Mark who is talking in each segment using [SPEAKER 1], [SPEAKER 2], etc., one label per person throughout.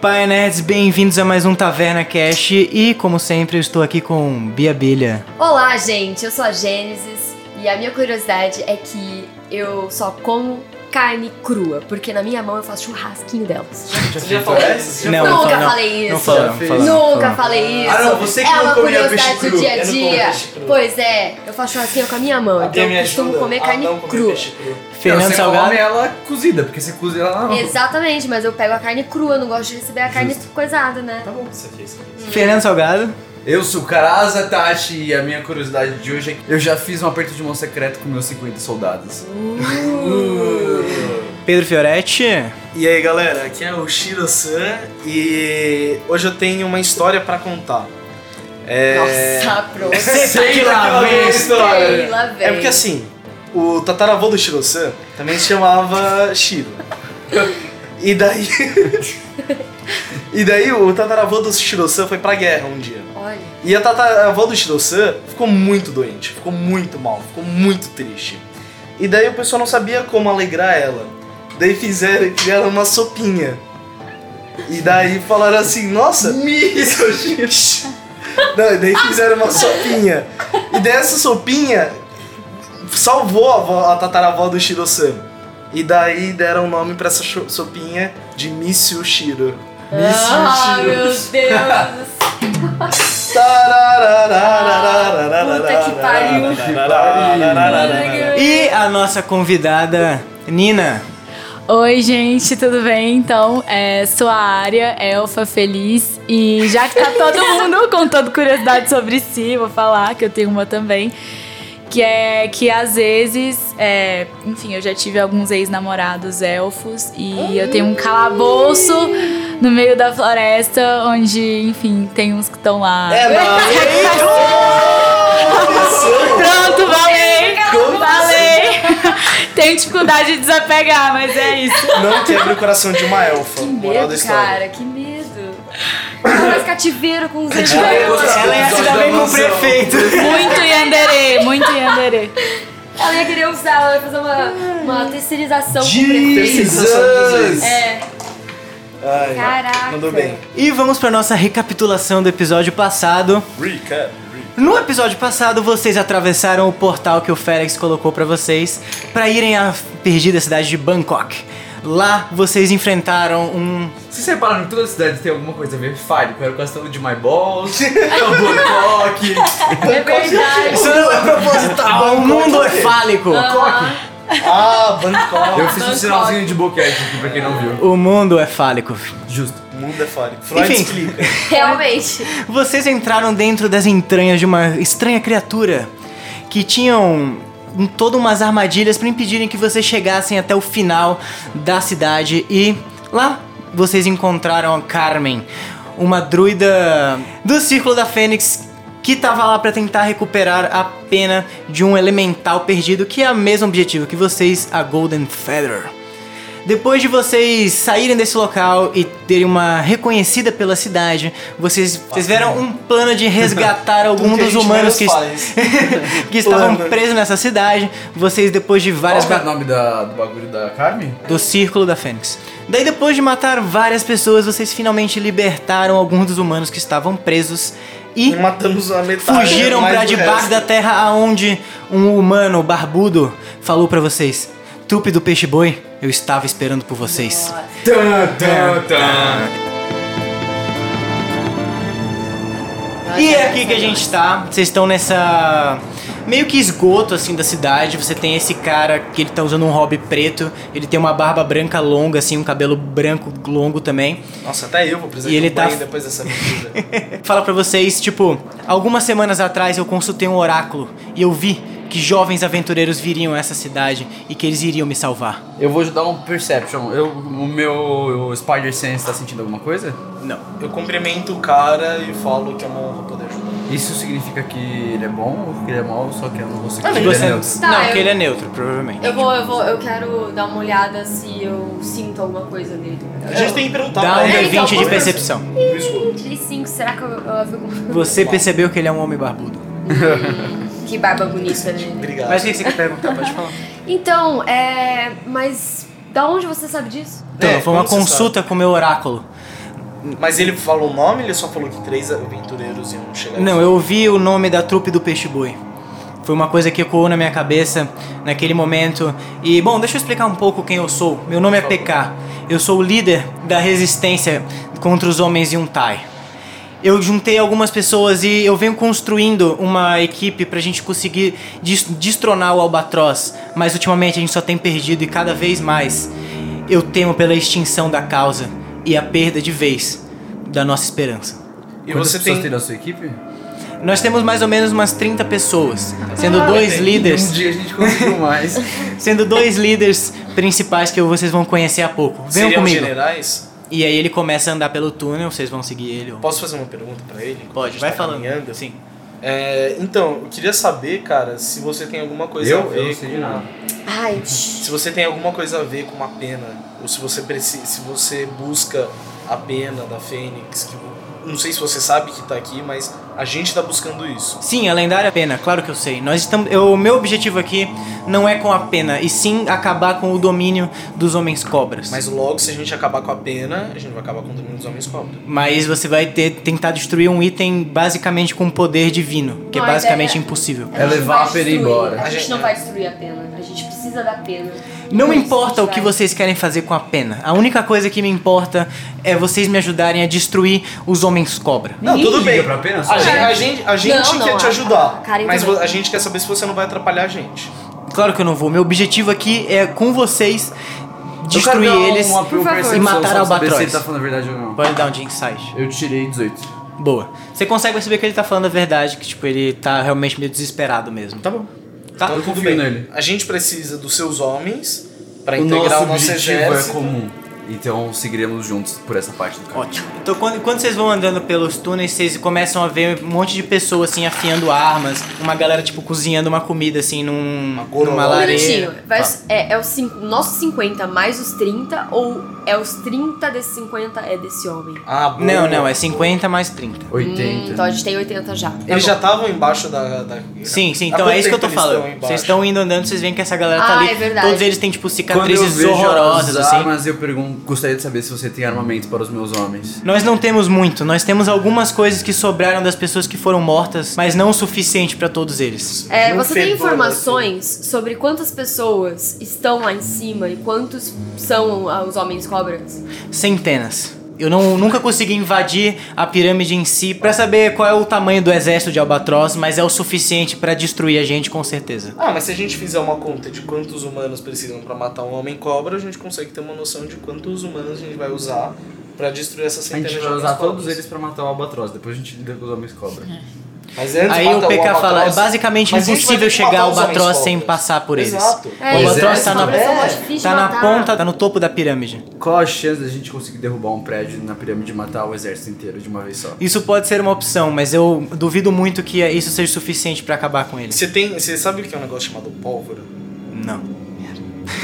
[SPEAKER 1] Pai Nerds, bem-vindos a mais um Taverna Cash e, como sempre, eu estou aqui com Bia Bilha.
[SPEAKER 2] Olá, gente, eu sou a Gênesis e a minha curiosidade é que eu só como carne crua, porque na minha mão eu faço churrasquinho delas.
[SPEAKER 3] Já falou isso?
[SPEAKER 1] Não, não
[SPEAKER 2] Nunca
[SPEAKER 1] fala, não.
[SPEAKER 2] falei isso.
[SPEAKER 1] Não fala, não fala. não,
[SPEAKER 2] Nunca
[SPEAKER 1] fala.
[SPEAKER 2] falei isso.
[SPEAKER 3] Ah, não, você que
[SPEAKER 2] é
[SPEAKER 3] não
[SPEAKER 2] uma
[SPEAKER 3] comia
[SPEAKER 2] curiosidade
[SPEAKER 3] peixe
[SPEAKER 2] do
[SPEAKER 3] cru.
[SPEAKER 2] dia a
[SPEAKER 3] Eu não como
[SPEAKER 2] dia.
[SPEAKER 3] peixe cru.
[SPEAKER 2] Pois é, eu faço churrasquinho com a minha mão, então eu costumo comer
[SPEAKER 3] Ah,
[SPEAKER 2] carne crua.
[SPEAKER 1] Fernando
[SPEAKER 4] não, você
[SPEAKER 1] Salgado.
[SPEAKER 4] come ela cozida, porque você cozinha ela na mão.
[SPEAKER 2] Exatamente, mas eu pego a carne crua, eu não gosto de receber a carne coisada, né?
[SPEAKER 3] Tá bom, você fez. você fez.
[SPEAKER 1] Fernando Salgado.
[SPEAKER 4] Eu sou o Karaza Tati e a minha curiosidade de hoje é que eu já fiz um aperto de mão secreto com meus 50 soldados.
[SPEAKER 1] Pedro Fioretti.
[SPEAKER 3] E aí galera, aqui é o Shiro-san e hoje eu tenho uma história pra contar.
[SPEAKER 2] Nossa, pronto.
[SPEAKER 3] Sei lá, vem a
[SPEAKER 2] Sei
[SPEAKER 3] história.
[SPEAKER 2] lá,
[SPEAKER 3] É
[SPEAKER 2] velho.
[SPEAKER 3] porque assim, o tataravô do Shiro-san também se chamava Shiro. E daí. e daí o tataravô do Shiro-san foi pra guerra um dia.
[SPEAKER 2] Olha,
[SPEAKER 3] E a tataravó do Shiro-san ficou muito doente, ficou muito mal, ficou muito triste. E daí o pessoal não sabia como alegrar ela. Daí fizeram, criaram uma sopinha. E daí falaram assim, nossa... Não, e daí fizeram uma sopinha. E daí essa sopinha salvou a, avó- a tataravó do Shiro-san. E daí deram o nome pra essa cho- sopinha de Missio Shiro.
[SPEAKER 2] ah, meu Deus do céu.
[SPEAKER 3] Puta
[SPEAKER 2] Puta que pariu.
[SPEAKER 1] E a nossa convidada, Nina.
[SPEAKER 5] Oi, gente, tudo bem? Então, é, sou a área elfa feliz e já que tá todo mundo com toda curiosidade sobre si, vou falar que eu tenho uma também, que é que às vezes, é, enfim, eu já tive alguns ex-namorados elfos e eu tenho um calabouço no meio da floresta onde, enfim, tem uns que estão lá.
[SPEAKER 3] É nóis!
[SPEAKER 5] Pronto, valeu! Valeu! Tenho dificuldade de desapegar, mas é isso.
[SPEAKER 3] Não quebre o coração de uma elfa.
[SPEAKER 2] Que
[SPEAKER 3] moral da
[SPEAKER 2] medo,
[SPEAKER 3] história.
[SPEAKER 2] cara, que medo. Ela faz cativeiro com os anjos.
[SPEAKER 1] Ela é ia se dar bem com o prefeito.
[SPEAKER 5] Muito Yanderê, muito Yanderê.
[SPEAKER 2] Ela ia querer usar, ela ia fazer uma, uma terceirização com o prefeito.
[SPEAKER 3] Jesus!
[SPEAKER 2] É.
[SPEAKER 3] Ai,
[SPEAKER 2] Caraca.
[SPEAKER 3] Mandou bem.
[SPEAKER 1] E vamos para nossa recapitulação do episódio passado.
[SPEAKER 3] Recap.
[SPEAKER 1] No episódio passado, vocês atravessaram o portal que o Félix colocou pra vocês pra irem à perdida cidade de Bangkok. Lá, vocês enfrentaram um
[SPEAKER 4] Vocês repararam que toda cidade tem alguma coisa meio fire? Era o castelo de My Balls, é o Bangkok.
[SPEAKER 2] É verdade.
[SPEAKER 3] Isso não é proposital.
[SPEAKER 1] O mundo é fálico.
[SPEAKER 4] Bangkok.
[SPEAKER 3] Ah, Bangkok.
[SPEAKER 4] Eu fiz um sinalzinho de boquete aqui pra quem não viu.
[SPEAKER 1] O mundo é fálico.
[SPEAKER 4] Justo.
[SPEAKER 3] O mundo é fálico. Freud
[SPEAKER 1] Enfim.
[SPEAKER 3] explica.
[SPEAKER 2] Realmente.
[SPEAKER 1] Vocês entraram dentro das entranhas de uma estranha criatura que tinham em todas umas armadilhas para impedirem que vocês chegassem até o final da cidade e lá vocês encontraram a Carmen, uma druida do Círculo da Fênix que tava lá para tentar recuperar a pena de um elemental perdido, que é o mesmo objetivo que vocês, a Golden Feather. Depois de vocês saírem desse local e terem uma reconhecida pela cidade, vocês tiveram um plano de resgatar algum
[SPEAKER 3] Tudo que a
[SPEAKER 1] dos
[SPEAKER 3] gente
[SPEAKER 1] humanos
[SPEAKER 3] menos
[SPEAKER 1] que,
[SPEAKER 3] faz.
[SPEAKER 1] que estavam
[SPEAKER 3] Plano.
[SPEAKER 1] presos nessa cidade. Vocês, depois de
[SPEAKER 4] Qual
[SPEAKER 1] várias
[SPEAKER 4] que é o
[SPEAKER 1] batalhas.
[SPEAKER 4] nome da- do bagulho da Carmen?
[SPEAKER 1] Do Círculo da Fênix. Daí, depois de matar várias pessoas, vocês finalmente libertaram alguns dos humanos que estavam presos e
[SPEAKER 3] E matamos a metade.
[SPEAKER 1] fugiram
[SPEAKER 3] mais
[SPEAKER 1] pra
[SPEAKER 3] do
[SPEAKER 1] debaixo
[SPEAKER 3] resto.
[SPEAKER 1] da terra aonde um humano barbudo falou pra vocês: Tupi do peixe boi, eu estava esperando por vocês.
[SPEAKER 4] Tan, tan, tan.
[SPEAKER 1] E é aqui que a gente tá. Vocês estão nessa. Meio que esgoto assim da cidade. Você tem esse cara que ele tá usando um hobby preto. Ele tem uma barba branca longa, assim, um cabelo branco longo também.
[SPEAKER 3] Nossa, até eu vou precisar
[SPEAKER 1] E ele
[SPEAKER 3] de um
[SPEAKER 1] tá-
[SPEAKER 3] banho depois dessa mentira.
[SPEAKER 1] Fala pra vocês, tipo, algumas semanas atrás eu consultei um oráculo e eu vi que jovens aventureiros viriam a essa cidade e que eles iriam me salvar.
[SPEAKER 4] Eu vou dar um perception. Eu, o meu o Spider Sense tá sentindo alguma coisa?
[SPEAKER 1] Não.
[SPEAKER 3] Eu cumprimento o cara e falo que é uma honra poder ajudar.
[SPEAKER 4] Isso significa que ele é bom ou que ele é mau, só que eu não vou seguir.
[SPEAKER 1] Que
[SPEAKER 4] ele
[SPEAKER 1] Ah, você-
[SPEAKER 4] é neutro.
[SPEAKER 2] Tá,
[SPEAKER 1] não,
[SPEAKER 2] eu-
[SPEAKER 1] que ele é neutro, provavelmente.
[SPEAKER 2] Eu vou, eu vou, eu quero dar uma olhada se eu sinto alguma coisa nele.
[SPEAKER 3] A gente tem que perguntar.
[SPEAKER 1] Dá um
[SPEAKER 3] pra ele.
[SPEAKER 2] então,
[SPEAKER 1] D20 de
[SPEAKER 2] vamos-
[SPEAKER 1] percepção.
[SPEAKER 3] Luiz Gomes.
[SPEAKER 2] Ele 5, será que eu, eu vi alguma
[SPEAKER 1] Você percebeu que ele é um homem barbudo.
[SPEAKER 2] Que barba bonita, né?
[SPEAKER 3] Obrigado.
[SPEAKER 1] Mas o que você quer perguntar? Pode falar.
[SPEAKER 2] Então, é. Mas da onde você sabe disso?
[SPEAKER 1] Então,
[SPEAKER 3] É,
[SPEAKER 1] foi uma
[SPEAKER 3] como você
[SPEAKER 1] consulta com o meu oráculo.
[SPEAKER 3] Mas ele falou o nome, ele só falou que três aventureiros iam chegar.
[SPEAKER 1] Não, eu ouvi o nome da trupe do Peixe Boi. Foi uma coisa que ecoou na minha cabeça naquele momento. E, bom, deixa eu explicar um pouco quem eu sou. Meu nome é PK. Eu sou o líder da resistência contra os homens Yuntai. Eu juntei algumas pessoas e eu venho construindo uma equipe pra gente conseguir des- destronar o Albatroz. Mas ultimamente a gente só tem perdido e cada vez mais eu temo pela extinção da causa e a perda de vez da nossa esperança.
[SPEAKER 3] E
[SPEAKER 4] Quantas
[SPEAKER 3] você
[SPEAKER 4] pessoas
[SPEAKER 3] tem.
[SPEAKER 4] tem na sua equipe?
[SPEAKER 1] Nós temos mais ou menos umas 30 pessoas, sendo
[SPEAKER 3] Ah,
[SPEAKER 1] dois
[SPEAKER 3] tem.
[SPEAKER 4] Um
[SPEAKER 1] líderes,
[SPEAKER 4] dia a gente conseguiu mais.
[SPEAKER 1] sendo dois líderes principais que vocês vão conhecer a pouco. Venham
[SPEAKER 3] Seriam
[SPEAKER 1] comigo.
[SPEAKER 3] generais?
[SPEAKER 1] E aí ele começa a andar pelo túnel, vocês vão seguir ele. Ou...
[SPEAKER 3] Posso fazer uma pergunta pra ele? enquanto a
[SPEAKER 1] Pode,
[SPEAKER 3] gente
[SPEAKER 1] vai
[SPEAKER 3] tá
[SPEAKER 1] falando.
[SPEAKER 3] caminhando?
[SPEAKER 1] Sim.
[SPEAKER 3] É, então, eu queria saber, cara, se você tem alguma coisa a
[SPEAKER 4] eu?
[SPEAKER 3] ver
[SPEAKER 4] Eu não sei de
[SPEAKER 3] com-
[SPEAKER 4] nada.
[SPEAKER 2] Ai, shh.
[SPEAKER 3] Se você tem alguma coisa a ver com uma pena, ou se você precisa, se você busca a pena da Fênix, que não sei se você sabe que tá aqui, mas a gente tá buscando isso.
[SPEAKER 1] Sim, a lendária pena, claro que eu sei. Nós estamos, eu, o meu objetivo aqui não é com a pena, e sim acabar com o domínio dos homens cobras.
[SPEAKER 3] Mas logo, se a gente acabar com a pena, a gente vai acabar com o domínio dos homens cobra.
[SPEAKER 1] Mas você vai ter tentar destruir um item basicamente com poder divino, que
[SPEAKER 2] Não,
[SPEAKER 1] é
[SPEAKER 2] a ideia
[SPEAKER 1] basicamente
[SPEAKER 2] é-
[SPEAKER 1] impossível.
[SPEAKER 2] A gente não
[SPEAKER 4] levar
[SPEAKER 2] vai
[SPEAKER 4] a pena
[SPEAKER 2] destruir.
[SPEAKER 4] embora.
[SPEAKER 2] A
[SPEAKER 3] A
[SPEAKER 2] gente
[SPEAKER 3] gente-
[SPEAKER 2] não vai destruir a pena. A gente precisa da pena.
[SPEAKER 1] Não
[SPEAKER 2] Por isso
[SPEAKER 1] importa
[SPEAKER 2] a
[SPEAKER 1] o
[SPEAKER 2] gente
[SPEAKER 1] que
[SPEAKER 2] vai-
[SPEAKER 1] vocês querem fazer com a pena. A única coisa que me importa é vocês me ajudarem a destruir os homens cobra.
[SPEAKER 3] Não,
[SPEAKER 4] Ninguém
[SPEAKER 3] tudo
[SPEAKER 4] liga
[SPEAKER 3] bem.
[SPEAKER 4] pra pena, só
[SPEAKER 3] a, gente,
[SPEAKER 4] vai.
[SPEAKER 3] a gente, a gente
[SPEAKER 2] Não, não,
[SPEAKER 3] quer te
[SPEAKER 1] é
[SPEAKER 2] a-
[SPEAKER 3] ajudar,
[SPEAKER 2] a
[SPEAKER 1] um
[SPEAKER 2] Karen
[SPEAKER 3] mas
[SPEAKER 2] também.
[SPEAKER 3] a gente quer saber se você não vai atrapalhar a gente.
[SPEAKER 1] Claro que eu não vou. Meu objetivo aqui é com vocês destruir
[SPEAKER 4] Eu quero dar um
[SPEAKER 1] eles
[SPEAKER 4] uma- uma
[SPEAKER 2] por favor.
[SPEAKER 1] e
[SPEAKER 4] percepção
[SPEAKER 1] matar o
[SPEAKER 4] só pra saber Se
[SPEAKER 1] albatroz.
[SPEAKER 4] ele tá falando a verdade ou não.
[SPEAKER 1] Pode dar um de insight.
[SPEAKER 4] Eu tirei 18.
[SPEAKER 1] Boa. Você consegue perceber que ele tá falando a verdade, que tipo, ele tá realmente meio desesperado mesmo.
[SPEAKER 3] Tá bom.
[SPEAKER 1] Tá?
[SPEAKER 3] Então, tudo
[SPEAKER 4] confio
[SPEAKER 3] bem.
[SPEAKER 4] nele.
[SPEAKER 3] A gente precisa dos seus homens pra
[SPEAKER 4] o
[SPEAKER 3] integrar
[SPEAKER 4] nosso
[SPEAKER 3] o nosso
[SPEAKER 4] objetivo
[SPEAKER 3] exército.
[SPEAKER 4] é comum. Então seguiremos juntos por essa parte do caminho.
[SPEAKER 1] Ótimo. Então quando, quando vocês vão andando pelos túneis, vocês começam a ver um monte de pessoas assim afiando armas, uma galera tipo cozinhando uma comida assim num,
[SPEAKER 3] Uma gororoba.
[SPEAKER 1] numa
[SPEAKER 2] Um
[SPEAKER 1] lareira.
[SPEAKER 2] minutinho.
[SPEAKER 4] Tá.
[SPEAKER 2] Vai- é, é os cin- nossos 50 mais os 30 ou é os 30 desses 50 é desse homem?
[SPEAKER 4] Hum,
[SPEAKER 3] Ah, boa.
[SPEAKER 1] Não, não, é 50 mais 30.
[SPEAKER 4] 80.
[SPEAKER 2] Hum, então a gente tem 80 já. Tá
[SPEAKER 3] Eles
[SPEAKER 2] bom.
[SPEAKER 3] já estavam embaixo da. da-
[SPEAKER 1] Sim, sim,
[SPEAKER 3] Há
[SPEAKER 1] então
[SPEAKER 3] quanto
[SPEAKER 1] é isso que eu tô
[SPEAKER 3] tempo eles
[SPEAKER 1] falando.
[SPEAKER 3] estão embaixo?
[SPEAKER 1] Vocês estão indo andando, vocês veem que essa galera tá
[SPEAKER 2] Ah,
[SPEAKER 1] ali.
[SPEAKER 2] é verdade.
[SPEAKER 1] Todos eles têm, tipo,
[SPEAKER 4] Quando eu
[SPEAKER 1] cicatrizes
[SPEAKER 4] vejo
[SPEAKER 1] horrorosas,
[SPEAKER 4] as
[SPEAKER 1] assim.
[SPEAKER 4] armas, eu pergunto, gostaria de saber se você tem armamento para os meus homens.
[SPEAKER 1] Nós não temos muito, nós temos algumas coisas que sobraram das pessoas que foram mortas, mas não o suficiente pra todos eles.
[SPEAKER 2] É,
[SPEAKER 3] Um
[SPEAKER 2] você tem
[SPEAKER 3] fedor
[SPEAKER 2] informações sobre quantas pessoas estão lá em cima e quantos são ah, os homens cobras?
[SPEAKER 1] Centenas. Eu não, nunca consegui invadir a pirâmide em si pra saber qual é o tamanho do exército de Albatroz, mas é o suficiente pra destruir a gente com certeza.
[SPEAKER 3] Ah, mas se a gente fizer uma conta de quantos humanos precisam pra matar um homem cobra, a gente consegue ter uma noção de quantos humanos a gente vai usar pra destruir essa
[SPEAKER 4] A
[SPEAKER 3] centena
[SPEAKER 4] gente
[SPEAKER 3] de
[SPEAKER 4] vai
[SPEAKER 3] homens
[SPEAKER 4] usar todos
[SPEAKER 3] cobras.
[SPEAKER 4] eles para matar o albatroz, depois a gente lida com os homens cobra.
[SPEAKER 3] Mas antes
[SPEAKER 1] Aí
[SPEAKER 3] mata
[SPEAKER 1] o PK fala, é
[SPEAKER 3] albatroz.
[SPEAKER 1] basicamente
[SPEAKER 3] Mas a gente vai ter
[SPEAKER 1] impossível
[SPEAKER 3] que
[SPEAKER 1] chegar
[SPEAKER 3] matar
[SPEAKER 1] ao
[SPEAKER 3] os homens
[SPEAKER 1] Albatroz sem
[SPEAKER 3] cobras.
[SPEAKER 1] passar por eles.
[SPEAKER 3] Exato.
[SPEAKER 1] o
[SPEAKER 2] isso,
[SPEAKER 1] Albatroz
[SPEAKER 2] esses
[SPEAKER 1] tá na,
[SPEAKER 2] cobras são
[SPEAKER 3] É,
[SPEAKER 2] mó difíceis
[SPEAKER 1] tá
[SPEAKER 2] de
[SPEAKER 1] na
[SPEAKER 2] matar.
[SPEAKER 1] ponta, tá no topo da pirâmide.
[SPEAKER 4] Qual a chance da gente conseguir derrubar um prédio na pirâmide e matar o exército inteiro de uma vez só?
[SPEAKER 1] Isso pode ser uma opção, mas eu duvido muito que é- isso seja suficiente pra acabar com eles.
[SPEAKER 3] Você tem. Você sabe o que é um negócio chamado pólvora?
[SPEAKER 1] Não.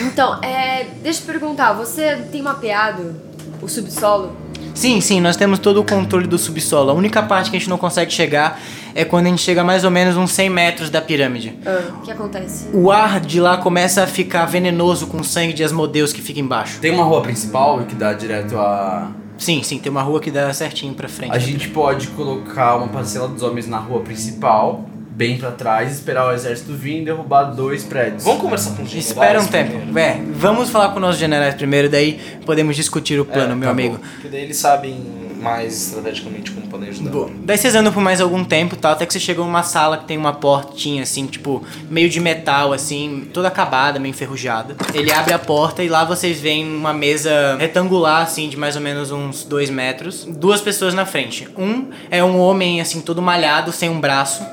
[SPEAKER 2] Então, é, deixa eu perguntar, você tem mapeado o subsolo?
[SPEAKER 1] Sim, sim, nós temos todo o controle do subsolo. A única parte que a gente não consegue chegar é quando a gente chega a mais ou menos uns 100 metros da pirâmide.
[SPEAKER 2] Ah, o que acontece?
[SPEAKER 1] O ar de lá começa a ficar venenoso com o sangue de Asmodeus que fica embaixo.
[SPEAKER 4] Tem uma rua principal que dá direto a.
[SPEAKER 1] Sim, sim, tem uma rua que dá certinho pra frente.
[SPEAKER 4] A gente pode colocar uma parcela dos homens na rua principal, bem pra trás, esperar o exército vir e derrubar dois prédios.
[SPEAKER 3] Vamos conversar com os generais
[SPEAKER 1] Espera um tempo.
[SPEAKER 3] primeiro,
[SPEAKER 1] É, vamos falar com nossos generais primeiro, daí podemos discutir o plano,
[SPEAKER 4] É,
[SPEAKER 1] meu
[SPEAKER 4] tá
[SPEAKER 1] amigo.
[SPEAKER 3] Porque daí eles sabem mais estrategicamente como podem ajudar.
[SPEAKER 1] Bom, daí vocês andam por mais algum tempo, tá? Até que você chegam numa sala que tem uma portinha, assim, tipo, meio de metal, assim, toda acabada, meio enferrujada. Ele abre a porta e lá vocês veem uma mesa retangular, assim, de mais ou menos uns dois metros. Duas pessoas na frente. Um é um homem, assim, todo malhado, sem um braço,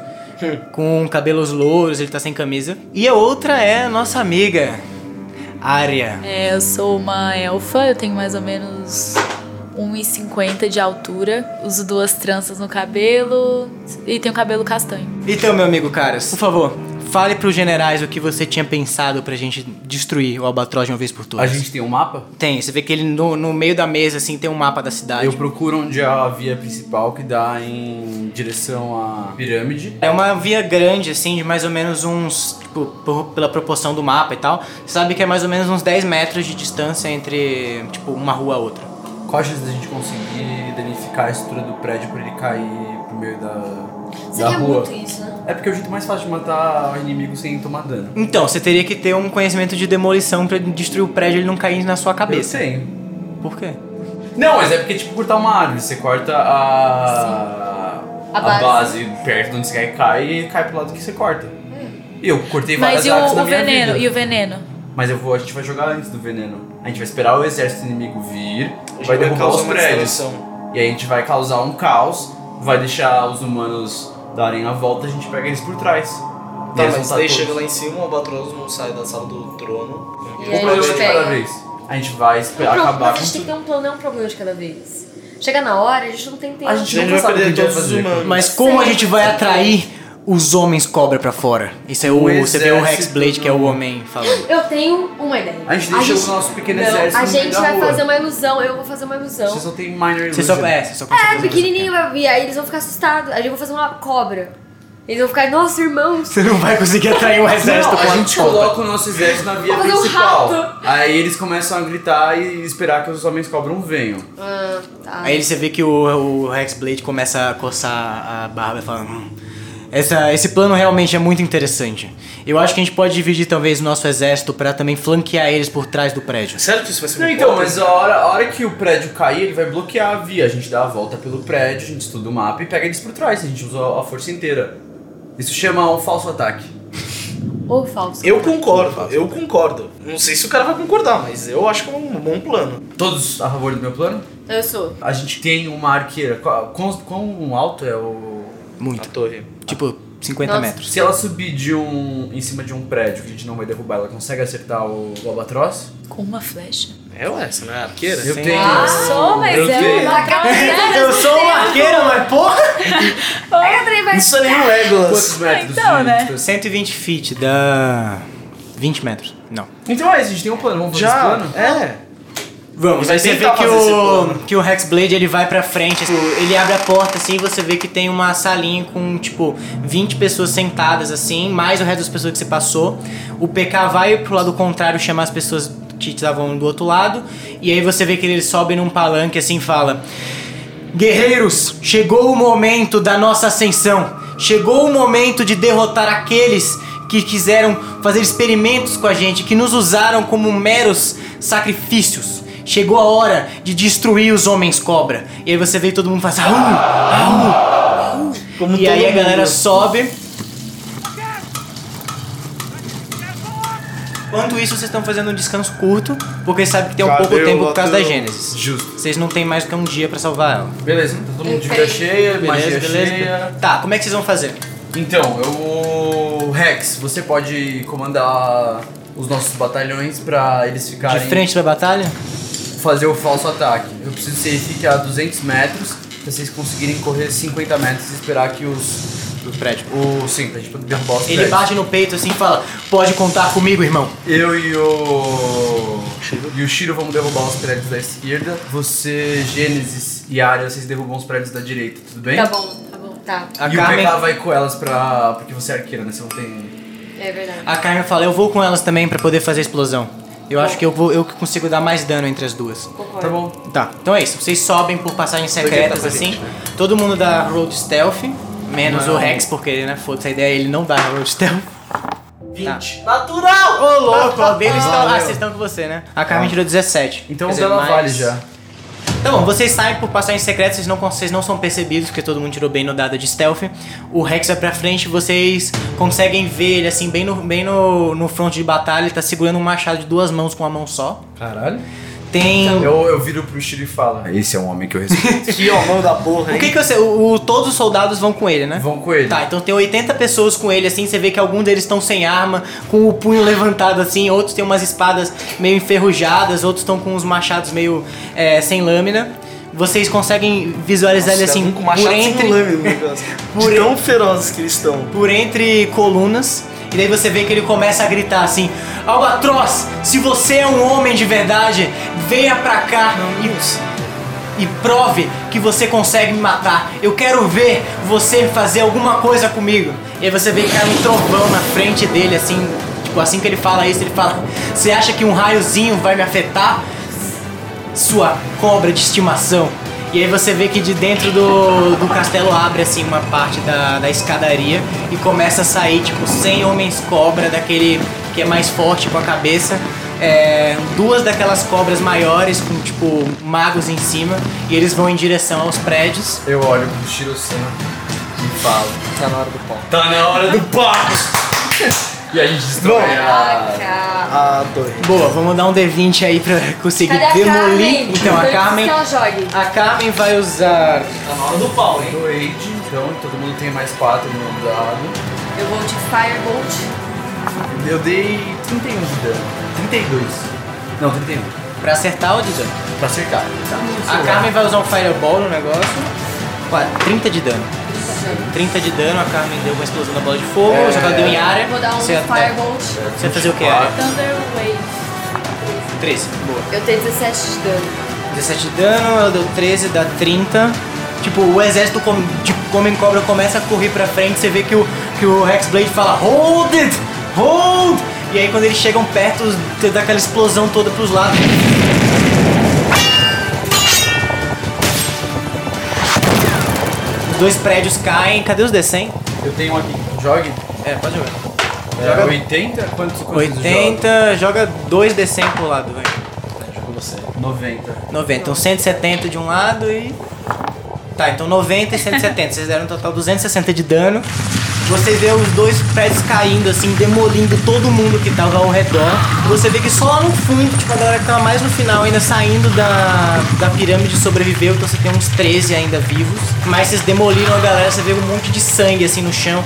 [SPEAKER 1] com cabelos louros, ele tá sem camisa. E a outra é a nossa amiga, Arya.
[SPEAKER 5] É, eu sou uma elfa, eu tenho mais ou menos 1,50 de altura, uso duas tranças no cabelo e tenho cabelo castanho.
[SPEAKER 1] Então, meu amigo Caras, por favor, fale pros generais o que você tinha pensado pra gente destruir o Albatroz de uma vez por
[SPEAKER 4] A
[SPEAKER 1] todas.
[SPEAKER 4] gente tem um mapa?
[SPEAKER 1] Tem, você vê que ele no, no meio da mesa, assim, tem um mapa da cidade.
[SPEAKER 4] Eu procuro onde é a via principal que dá em direção à pirâmide.
[SPEAKER 1] É uma via grande, assim, de mais ou menos uns. Tipo, por- pela proporção do mapa e tal. Você sabe que é mais ou menos uns 10 metros de distância entre, tipo, uma rua a outra.
[SPEAKER 4] Qual a chance da gente conseguir danificar a estrutura do prédio pra ele cair pro meio da, da
[SPEAKER 2] Seria
[SPEAKER 4] rua?
[SPEAKER 2] muito isso, né?
[SPEAKER 4] É porque é o jeito mais fácil de matar o inimigo sem tomar dano.
[SPEAKER 1] Então, você teria que ter um conhecimento de demolição pra destruir o prédio e ele não cair na sua cabeça.
[SPEAKER 4] Eu tenho.
[SPEAKER 1] Por quê?
[SPEAKER 4] Não, mas é porque, tipo, cortar uma árvore. Você corta a.
[SPEAKER 2] A base. É.
[SPEAKER 4] perto de onde você quer cai e cai pro lado que você corta. E eu cortei várias
[SPEAKER 5] Mas e
[SPEAKER 4] árvores
[SPEAKER 5] o,
[SPEAKER 4] na
[SPEAKER 5] o
[SPEAKER 4] minha
[SPEAKER 5] veneno?
[SPEAKER 4] vida.
[SPEAKER 5] E o veneno?
[SPEAKER 4] Mas eu vou, a gente vai jogar antes do veneno. A gente vai esperar o exército inimigo vir,
[SPEAKER 3] A gente
[SPEAKER 4] vai derrubar
[SPEAKER 3] causar
[SPEAKER 4] os
[SPEAKER 3] uma
[SPEAKER 4] prédios.
[SPEAKER 3] destruição.
[SPEAKER 4] E aí a gente vai causar um caos, vai deixar os humanos darem a volta, a gente pega eles por trás. E
[SPEAKER 3] Tá,
[SPEAKER 4] eles vão
[SPEAKER 3] mas
[SPEAKER 4] estar
[SPEAKER 3] daí
[SPEAKER 4] todos-
[SPEAKER 3] chega lá em cima, o Albatroz não sai da sala do trono.
[SPEAKER 2] E
[SPEAKER 4] Um
[SPEAKER 2] aí
[SPEAKER 4] problema
[SPEAKER 2] a
[SPEAKER 4] de
[SPEAKER 2] gente
[SPEAKER 4] cada
[SPEAKER 2] pega.
[SPEAKER 4] vez. A gente vai
[SPEAKER 2] Mas
[SPEAKER 4] esperar
[SPEAKER 2] pronto,
[SPEAKER 4] acabar
[SPEAKER 2] mas a
[SPEAKER 4] com
[SPEAKER 2] gente tem que
[SPEAKER 4] tudo.
[SPEAKER 2] ter um plano, é um problema de cada vez. Chega na hora, a gente não tem tempo.
[SPEAKER 4] A gente
[SPEAKER 3] A
[SPEAKER 4] não
[SPEAKER 3] gente vai
[SPEAKER 4] sabe o que a
[SPEAKER 3] perder
[SPEAKER 4] gente vai
[SPEAKER 3] todos os
[SPEAKER 4] fazer.
[SPEAKER 3] humanos.
[SPEAKER 1] Mas como a gente vai atrair os homens cobra pra fora? Isso é o.
[SPEAKER 4] Um
[SPEAKER 1] você vê o
[SPEAKER 4] exército
[SPEAKER 1] Hexblade, que é o homem falando.
[SPEAKER 2] Eu tenho uma ideia.
[SPEAKER 4] A gente deixa o nosso pequeno
[SPEAKER 2] Não,
[SPEAKER 4] exército
[SPEAKER 2] a
[SPEAKER 4] no meio
[SPEAKER 2] gente
[SPEAKER 4] da
[SPEAKER 2] vai
[SPEAKER 4] rua.
[SPEAKER 2] fazer um uma ilusão, eu vou fazer uma
[SPEAKER 4] Você
[SPEAKER 2] ilusão.
[SPEAKER 4] só tem minor
[SPEAKER 1] Você só,
[SPEAKER 4] illusion.
[SPEAKER 1] é, você só consegue
[SPEAKER 2] É,
[SPEAKER 1] fazer
[SPEAKER 2] pequenininho, vai- e aí eles vão ficar assustados. Aí eu vou fazer uma cobra. Eles vão ficar, nossa, irmãos.
[SPEAKER 1] Você não vai conseguir atrair um exército
[SPEAKER 4] Não,
[SPEAKER 1] com
[SPEAKER 2] é
[SPEAKER 4] a gente coloca o nosso exército na via
[SPEAKER 2] Vamos fazer um
[SPEAKER 4] principal.
[SPEAKER 2] rato.
[SPEAKER 4] Aí eles começam a gritar e esperar que os homens cobram venham.
[SPEAKER 2] Ah, tá.
[SPEAKER 1] Aí você vê que o, o Hexblade começa a coçar a barba e fala. "Hum, essa, esse plano realmente é muito interessante. Eu acho que a gente pode dividir talvez o nosso exército pra também flanquear eles por trás do prédio.
[SPEAKER 3] Sério que isso vai ser
[SPEAKER 4] Não,
[SPEAKER 3] um
[SPEAKER 4] então,
[SPEAKER 3] golpe?
[SPEAKER 4] mas a hora, a hora que o prédio cair, ele vai bloquear a via. A gente dá a volta pelo prédio, a gente estuda o mapa e pega eles por trás. A gente usa a força inteira. Isso chama um falso ataque.
[SPEAKER 2] Ou falso.
[SPEAKER 3] Eu concordo, eu concordo. Não sei se o cara vai concordar, mas eu acho que é um bom plano.
[SPEAKER 4] Todos a favor do meu plano?
[SPEAKER 2] Então, Eu sou.
[SPEAKER 4] A gente tem uma arqueira. Qual- Quão, quão alto é o.
[SPEAKER 1] Muito.
[SPEAKER 3] torre.
[SPEAKER 1] Tipo, 50
[SPEAKER 2] Nossa.
[SPEAKER 1] metros.
[SPEAKER 4] Se ela subir de um. em cima de um prédio que a gente não vai derrubar, ela consegue acertar o, o albatroz?
[SPEAKER 5] Com uma flecha?
[SPEAKER 3] É ué, você não é arqueira?
[SPEAKER 4] Eu
[SPEAKER 1] Sim.
[SPEAKER 4] tenho.
[SPEAKER 5] Ah, sou, mas
[SPEAKER 4] eu
[SPEAKER 5] é
[SPEAKER 4] tenho.
[SPEAKER 5] uma cavaleira.
[SPEAKER 1] Eu sou um arqueiro, mas porra!
[SPEAKER 3] Não sou nem o Legolas.
[SPEAKER 4] Quantos metros?
[SPEAKER 5] Então,
[SPEAKER 4] de-
[SPEAKER 5] né?
[SPEAKER 4] de-
[SPEAKER 1] 120 feet, dá. 20 metros. Não.
[SPEAKER 4] Então é isso, a gente tem um plano, vamos fazer esse
[SPEAKER 3] Já,
[SPEAKER 4] plano?
[SPEAKER 3] é.
[SPEAKER 1] Vamos,
[SPEAKER 3] Vai
[SPEAKER 1] aí você vê
[SPEAKER 3] tentar
[SPEAKER 1] que
[SPEAKER 3] fazer esse
[SPEAKER 1] o,
[SPEAKER 3] plano.
[SPEAKER 1] que o Hexblade ele vai pra frente, assim, ele abre a porta assim e você vê que tem uma salinha com tipo 20 pessoas sentadas assim, mais o resto das pessoas que você passou. O PK vai pro lado contrário chamar as pessoas que estavam do outro lado, e aí você vê que ele sobe num palanque assim e fala: Guerreiros, chegou o momento da nossa ascensão. Chegou o momento de derrotar aqueles que quiseram fazer experimentos com a gente, que nos usaram como meros sacrifícios. Chegou a hora de destruir os homens cobra. E aí você vê todo mundo faz. "Aum, aum".
[SPEAKER 3] Como
[SPEAKER 1] e
[SPEAKER 3] todo
[SPEAKER 1] aí a
[SPEAKER 3] mundo.
[SPEAKER 1] galera sobe. Enquanto isso, vocês estão fazendo um descanso curto, porque sabe que tem um
[SPEAKER 3] Cadê
[SPEAKER 1] pouco
[SPEAKER 3] o
[SPEAKER 1] tempo por causa da
[SPEAKER 3] outro?
[SPEAKER 1] Gênesis.
[SPEAKER 4] Justo.
[SPEAKER 1] Vocês não têm mais do que um dia pra salvar ela.
[SPEAKER 4] Beleza, tá todo mundo de vida
[SPEAKER 2] Perfeito.
[SPEAKER 4] cheia, magia cheia.
[SPEAKER 1] Tá, como é que vocês vão fazer?
[SPEAKER 4] Então, eu. Rex, você pode comandar os nossos batalhões pra eles
[SPEAKER 1] De
[SPEAKER 4] ficarem.
[SPEAKER 1] frente pra batalha?
[SPEAKER 4] Fazer o falso ataque. Eu preciso que vocês fiquem a 200 metros pra vocês conseguirem correr 50 metros e esperar que os.
[SPEAKER 1] Do prédio.
[SPEAKER 4] O, sim, pra gente poder derrubar os
[SPEAKER 1] Ele
[SPEAKER 4] prédios.
[SPEAKER 1] bate no peito assim e fala: Pode contar comigo, irmão.
[SPEAKER 4] Eu e o. E o Shiro vamos derrubar os prédios da esquerda. Você, Gênesis e Arya, vocês derrubam os prédios da direita, tudo bem?
[SPEAKER 2] Tá bom, tá bom, tá.
[SPEAKER 1] A
[SPEAKER 4] e
[SPEAKER 1] Carmen,
[SPEAKER 4] o PK vai com elas pra. Porque você é arqueira, né? Você não tem.
[SPEAKER 2] É verdade.
[SPEAKER 1] a Carmen fala: Eu vou com elas também pra poder fazer a explosão. Eu acho que eu, vou, eu que consigo dar mais dano entre as duas.
[SPEAKER 2] Concordo.
[SPEAKER 4] Tá bom.
[SPEAKER 1] Tá, então é isso. Vocês sobem por passagens
[SPEAKER 3] aqui tá
[SPEAKER 1] secretas
[SPEAKER 3] com a
[SPEAKER 1] assim.
[SPEAKER 3] gente,
[SPEAKER 1] Todo mundo dá road stealth, menos
[SPEAKER 4] né? Não.
[SPEAKER 1] o Rex, porque, né? Foda-se a ideia, ele não dá road stealth.
[SPEAKER 3] 20. Natural!
[SPEAKER 1] Ô louco, a dele está.
[SPEAKER 4] Valeu.
[SPEAKER 1] Ah, vocês estão com você, né? A Carmen
[SPEAKER 4] Tá.
[SPEAKER 1] tirou 17.
[SPEAKER 4] Então
[SPEAKER 1] Quer
[SPEAKER 4] o
[SPEAKER 1] dizer,
[SPEAKER 4] dela
[SPEAKER 1] mais-
[SPEAKER 4] vale já.
[SPEAKER 1] Tá bom, vocês saem por passagens secretas, vocês não, con- vocês não são percebidos, porque todo mundo tirou bem no dado de stealth. O Rex vai pra frente, vocês conseguem ver ele assim, bem no, bem no, no front de batalha, ele tá segurando um machado de duas mãos com uma mão só.
[SPEAKER 4] Caralho.
[SPEAKER 1] Tem.
[SPEAKER 4] Então, Eu, eu viro pro Shiro e falo. Esse é um homem que eu respeito.
[SPEAKER 3] Que ó, mão da porra,
[SPEAKER 1] O
[SPEAKER 3] hein?
[SPEAKER 1] que que você. O, o- todos os soldados vão com ele, né?
[SPEAKER 4] Vão com ele.
[SPEAKER 1] Tá, então tem 80 pessoas com ele, assim, você vê que alguns deles estão sem arma, com o punho levantado, assim, outros têm umas espadas meio enferrujadas, outros estão com os machados meio é, sem lâmina. Vocês conseguem visualizar ele assim,
[SPEAKER 3] um com machado
[SPEAKER 1] por
[SPEAKER 3] sem
[SPEAKER 1] entre,
[SPEAKER 3] lâmina no negócio.
[SPEAKER 1] por
[SPEAKER 3] De tão ferozes que eles estão.
[SPEAKER 1] por entre colunas. E daí você vê que ele começa a gritar assim: Albatroz, se você é um homem de verdade, venha pra cá e, e prove que você consegue me matar. Eu quero ver você fazer alguma coisa comigo. E aí você vê que cai um trovão na frente dele, assim. Tipo, assim que ele fala isso, ele fala: Você acha que um raiozinho vai me afetar? sua cobra de estimação. E aí você vê que de dentro do, do castelo abre assim uma parte da, da escadaria e começa a sair tipo 100 homens cobra daquele que é mais forte com a cabeça. É, duas daquelas cobras maiores com tipo magos em cima e eles vão em direção aos prédios.
[SPEAKER 4] Eu olho pro Shirocena e falo.
[SPEAKER 6] Tá na hora do pau.
[SPEAKER 4] Tá na hora do pato! e a gente destrói a...
[SPEAKER 2] Caraca.
[SPEAKER 1] Ah,
[SPEAKER 3] A torre.
[SPEAKER 1] Boa, vamos dar um D20 aí pra conseguir
[SPEAKER 2] Cadê a
[SPEAKER 1] demolir.
[SPEAKER 2] Carmen?
[SPEAKER 1] Então a
[SPEAKER 2] Eu preciso
[SPEAKER 1] Carmen.
[SPEAKER 2] que ela jogue.
[SPEAKER 1] A Carmen vai usar.
[SPEAKER 4] Tá na hora do pau, hein? Do Age, então todo mundo tem mais 4 no dado.
[SPEAKER 2] Eu vou de Firebolt.
[SPEAKER 4] Eu dei 31 de dano. 32. Não, 31.
[SPEAKER 1] Pra acertar o Dizan.
[SPEAKER 4] Pra acertar.
[SPEAKER 2] Então,
[SPEAKER 1] A Carmen vai usar um Fireball no negócio. Qua- 30 de dano. 30 de dano, a Carmen deu uma explosão na bola de fogo,
[SPEAKER 4] É.
[SPEAKER 1] só que ela deu em área.
[SPEAKER 2] Eu vou dar um
[SPEAKER 1] Você é até-
[SPEAKER 2] Firebolt.
[SPEAKER 1] Você vai fazer o que?
[SPEAKER 4] Quatro.
[SPEAKER 5] Thunder Wave.
[SPEAKER 1] 13. Boa.
[SPEAKER 2] Eu tenho 17 de dano.
[SPEAKER 1] 17 de dano, ela deu 13, dá 30. Tipo, o exército com, de Comem Cobra começa a correr pra frente, você vê que o, que o Hexblade fala Hold it! Hold! E aí quando eles chegam perto, os- dá aquela explosão toda pros lados. Os dois prédios caem. Cadê os D100?
[SPEAKER 4] Eu tenho um aqui. Jogue.
[SPEAKER 1] É, pode jogar.
[SPEAKER 4] É, 80? Quantos, quantos
[SPEAKER 1] 80, joga 2 D100 pro lado, vai.
[SPEAKER 4] Joga? 90.
[SPEAKER 1] 90. Então 170 de um lado e. Tá, então 90 e 170. Vocês deram um total 260 de dano. Você vê os dois prédios caindo, assim, demolindo todo mundo que tava ao redor. Você vê que só lá no fundo, tipo, a galera que tava mais no final ainda saindo da, da pirâmide sobreviveu. Então você tem uns 13 ainda vivos. Mas vocês demoliram a galera, você vê um monte de sangue, assim, no chão.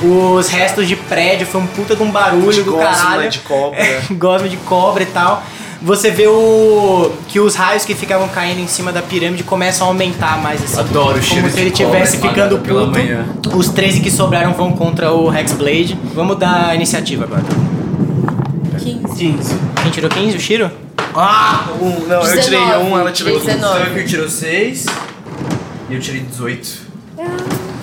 [SPEAKER 1] Os restos de prédio, foi um puta de um barulho
[SPEAKER 3] De
[SPEAKER 1] do
[SPEAKER 3] gosma,
[SPEAKER 1] caralho.
[SPEAKER 3] de cobra.
[SPEAKER 1] É, gosma de cobra e tal. Você vê o que os raios que ficavam caindo em cima da pirâmide começam a aumentar mais assim.
[SPEAKER 4] Adoro o cheiro
[SPEAKER 1] Como se
[SPEAKER 4] de
[SPEAKER 1] ele
[SPEAKER 4] cobra
[SPEAKER 1] estivesse ficando
[SPEAKER 4] espalhado pela
[SPEAKER 1] puto.
[SPEAKER 4] manhã.
[SPEAKER 1] Os 13 que sobraram vão contra o Hexblade. Vamos dar a iniciativa agora.
[SPEAKER 2] 15.
[SPEAKER 1] 15. Quem tirou 15? O Shiro?
[SPEAKER 3] Ah! Um, não, eu tirei um, ela tirou um.
[SPEAKER 2] 19.
[SPEAKER 4] Então eu tirou 6 e eu tirei 18.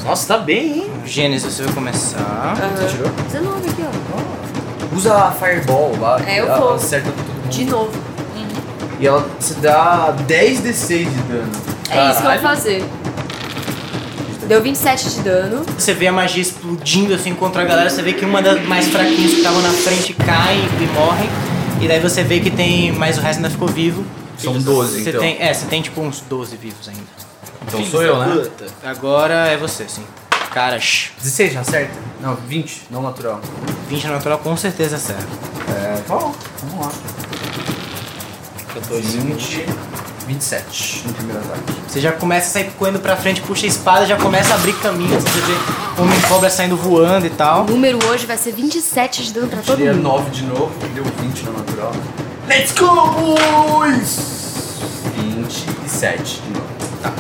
[SPEAKER 3] Nossa, tá bem, hein?
[SPEAKER 1] Gênesis, você vai começar.
[SPEAKER 2] Aham.
[SPEAKER 4] tirou?
[SPEAKER 2] 19 aqui, ó.
[SPEAKER 4] Usa a Fireball lá.
[SPEAKER 2] É, eu
[SPEAKER 4] ela
[SPEAKER 2] vou.
[SPEAKER 4] Acerta todo mundo.
[SPEAKER 2] De novo.
[SPEAKER 4] E ela se dá 10 D6 de dano.
[SPEAKER 2] É isso que eu vou
[SPEAKER 4] Caralho.
[SPEAKER 2] fazer. Deu 27 de dano.
[SPEAKER 1] Você vê a magia explodindo assim contra a galera. Você vê que uma das mais fraquinhas que estavam na frente cai e morre. E daí você vê que tem. Mas o resto ainda ficou vivo.
[SPEAKER 4] São 12,
[SPEAKER 1] Você
[SPEAKER 4] então.
[SPEAKER 1] tem, é, você tem tipo uns 12 vivos ainda.
[SPEAKER 4] Então sou eu, né?
[SPEAKER 3] Puta.
[SPEAKER 1] Agora é você, sim. Cara, shh,
[SPEAKER 4] 16 já acerta? Não, 20, não natural.
[SPEAKER 1] 20 natural com certeza serve.
[SPEAKER 4] É, bom, vamos lá. 14, 20, 27 no primeiro ataque.
[SPEAKER 1] Você já começa a sair correndo pra frente, puxa a espada, já começa a abrir caminho. Você vê homem cobra saindo voando e
[SPEAKER 2] O
[SPEAKER 1] tal.
[SPEAKER 2] número hoje vai ser 27 de dano pra todo
[SPEAKER 4] Tirei a
[SPEAKER 2] mundo.
[SPEAKER 4] 9 de novo, deu 20 no natural. Let's go, boys! 27 de novo.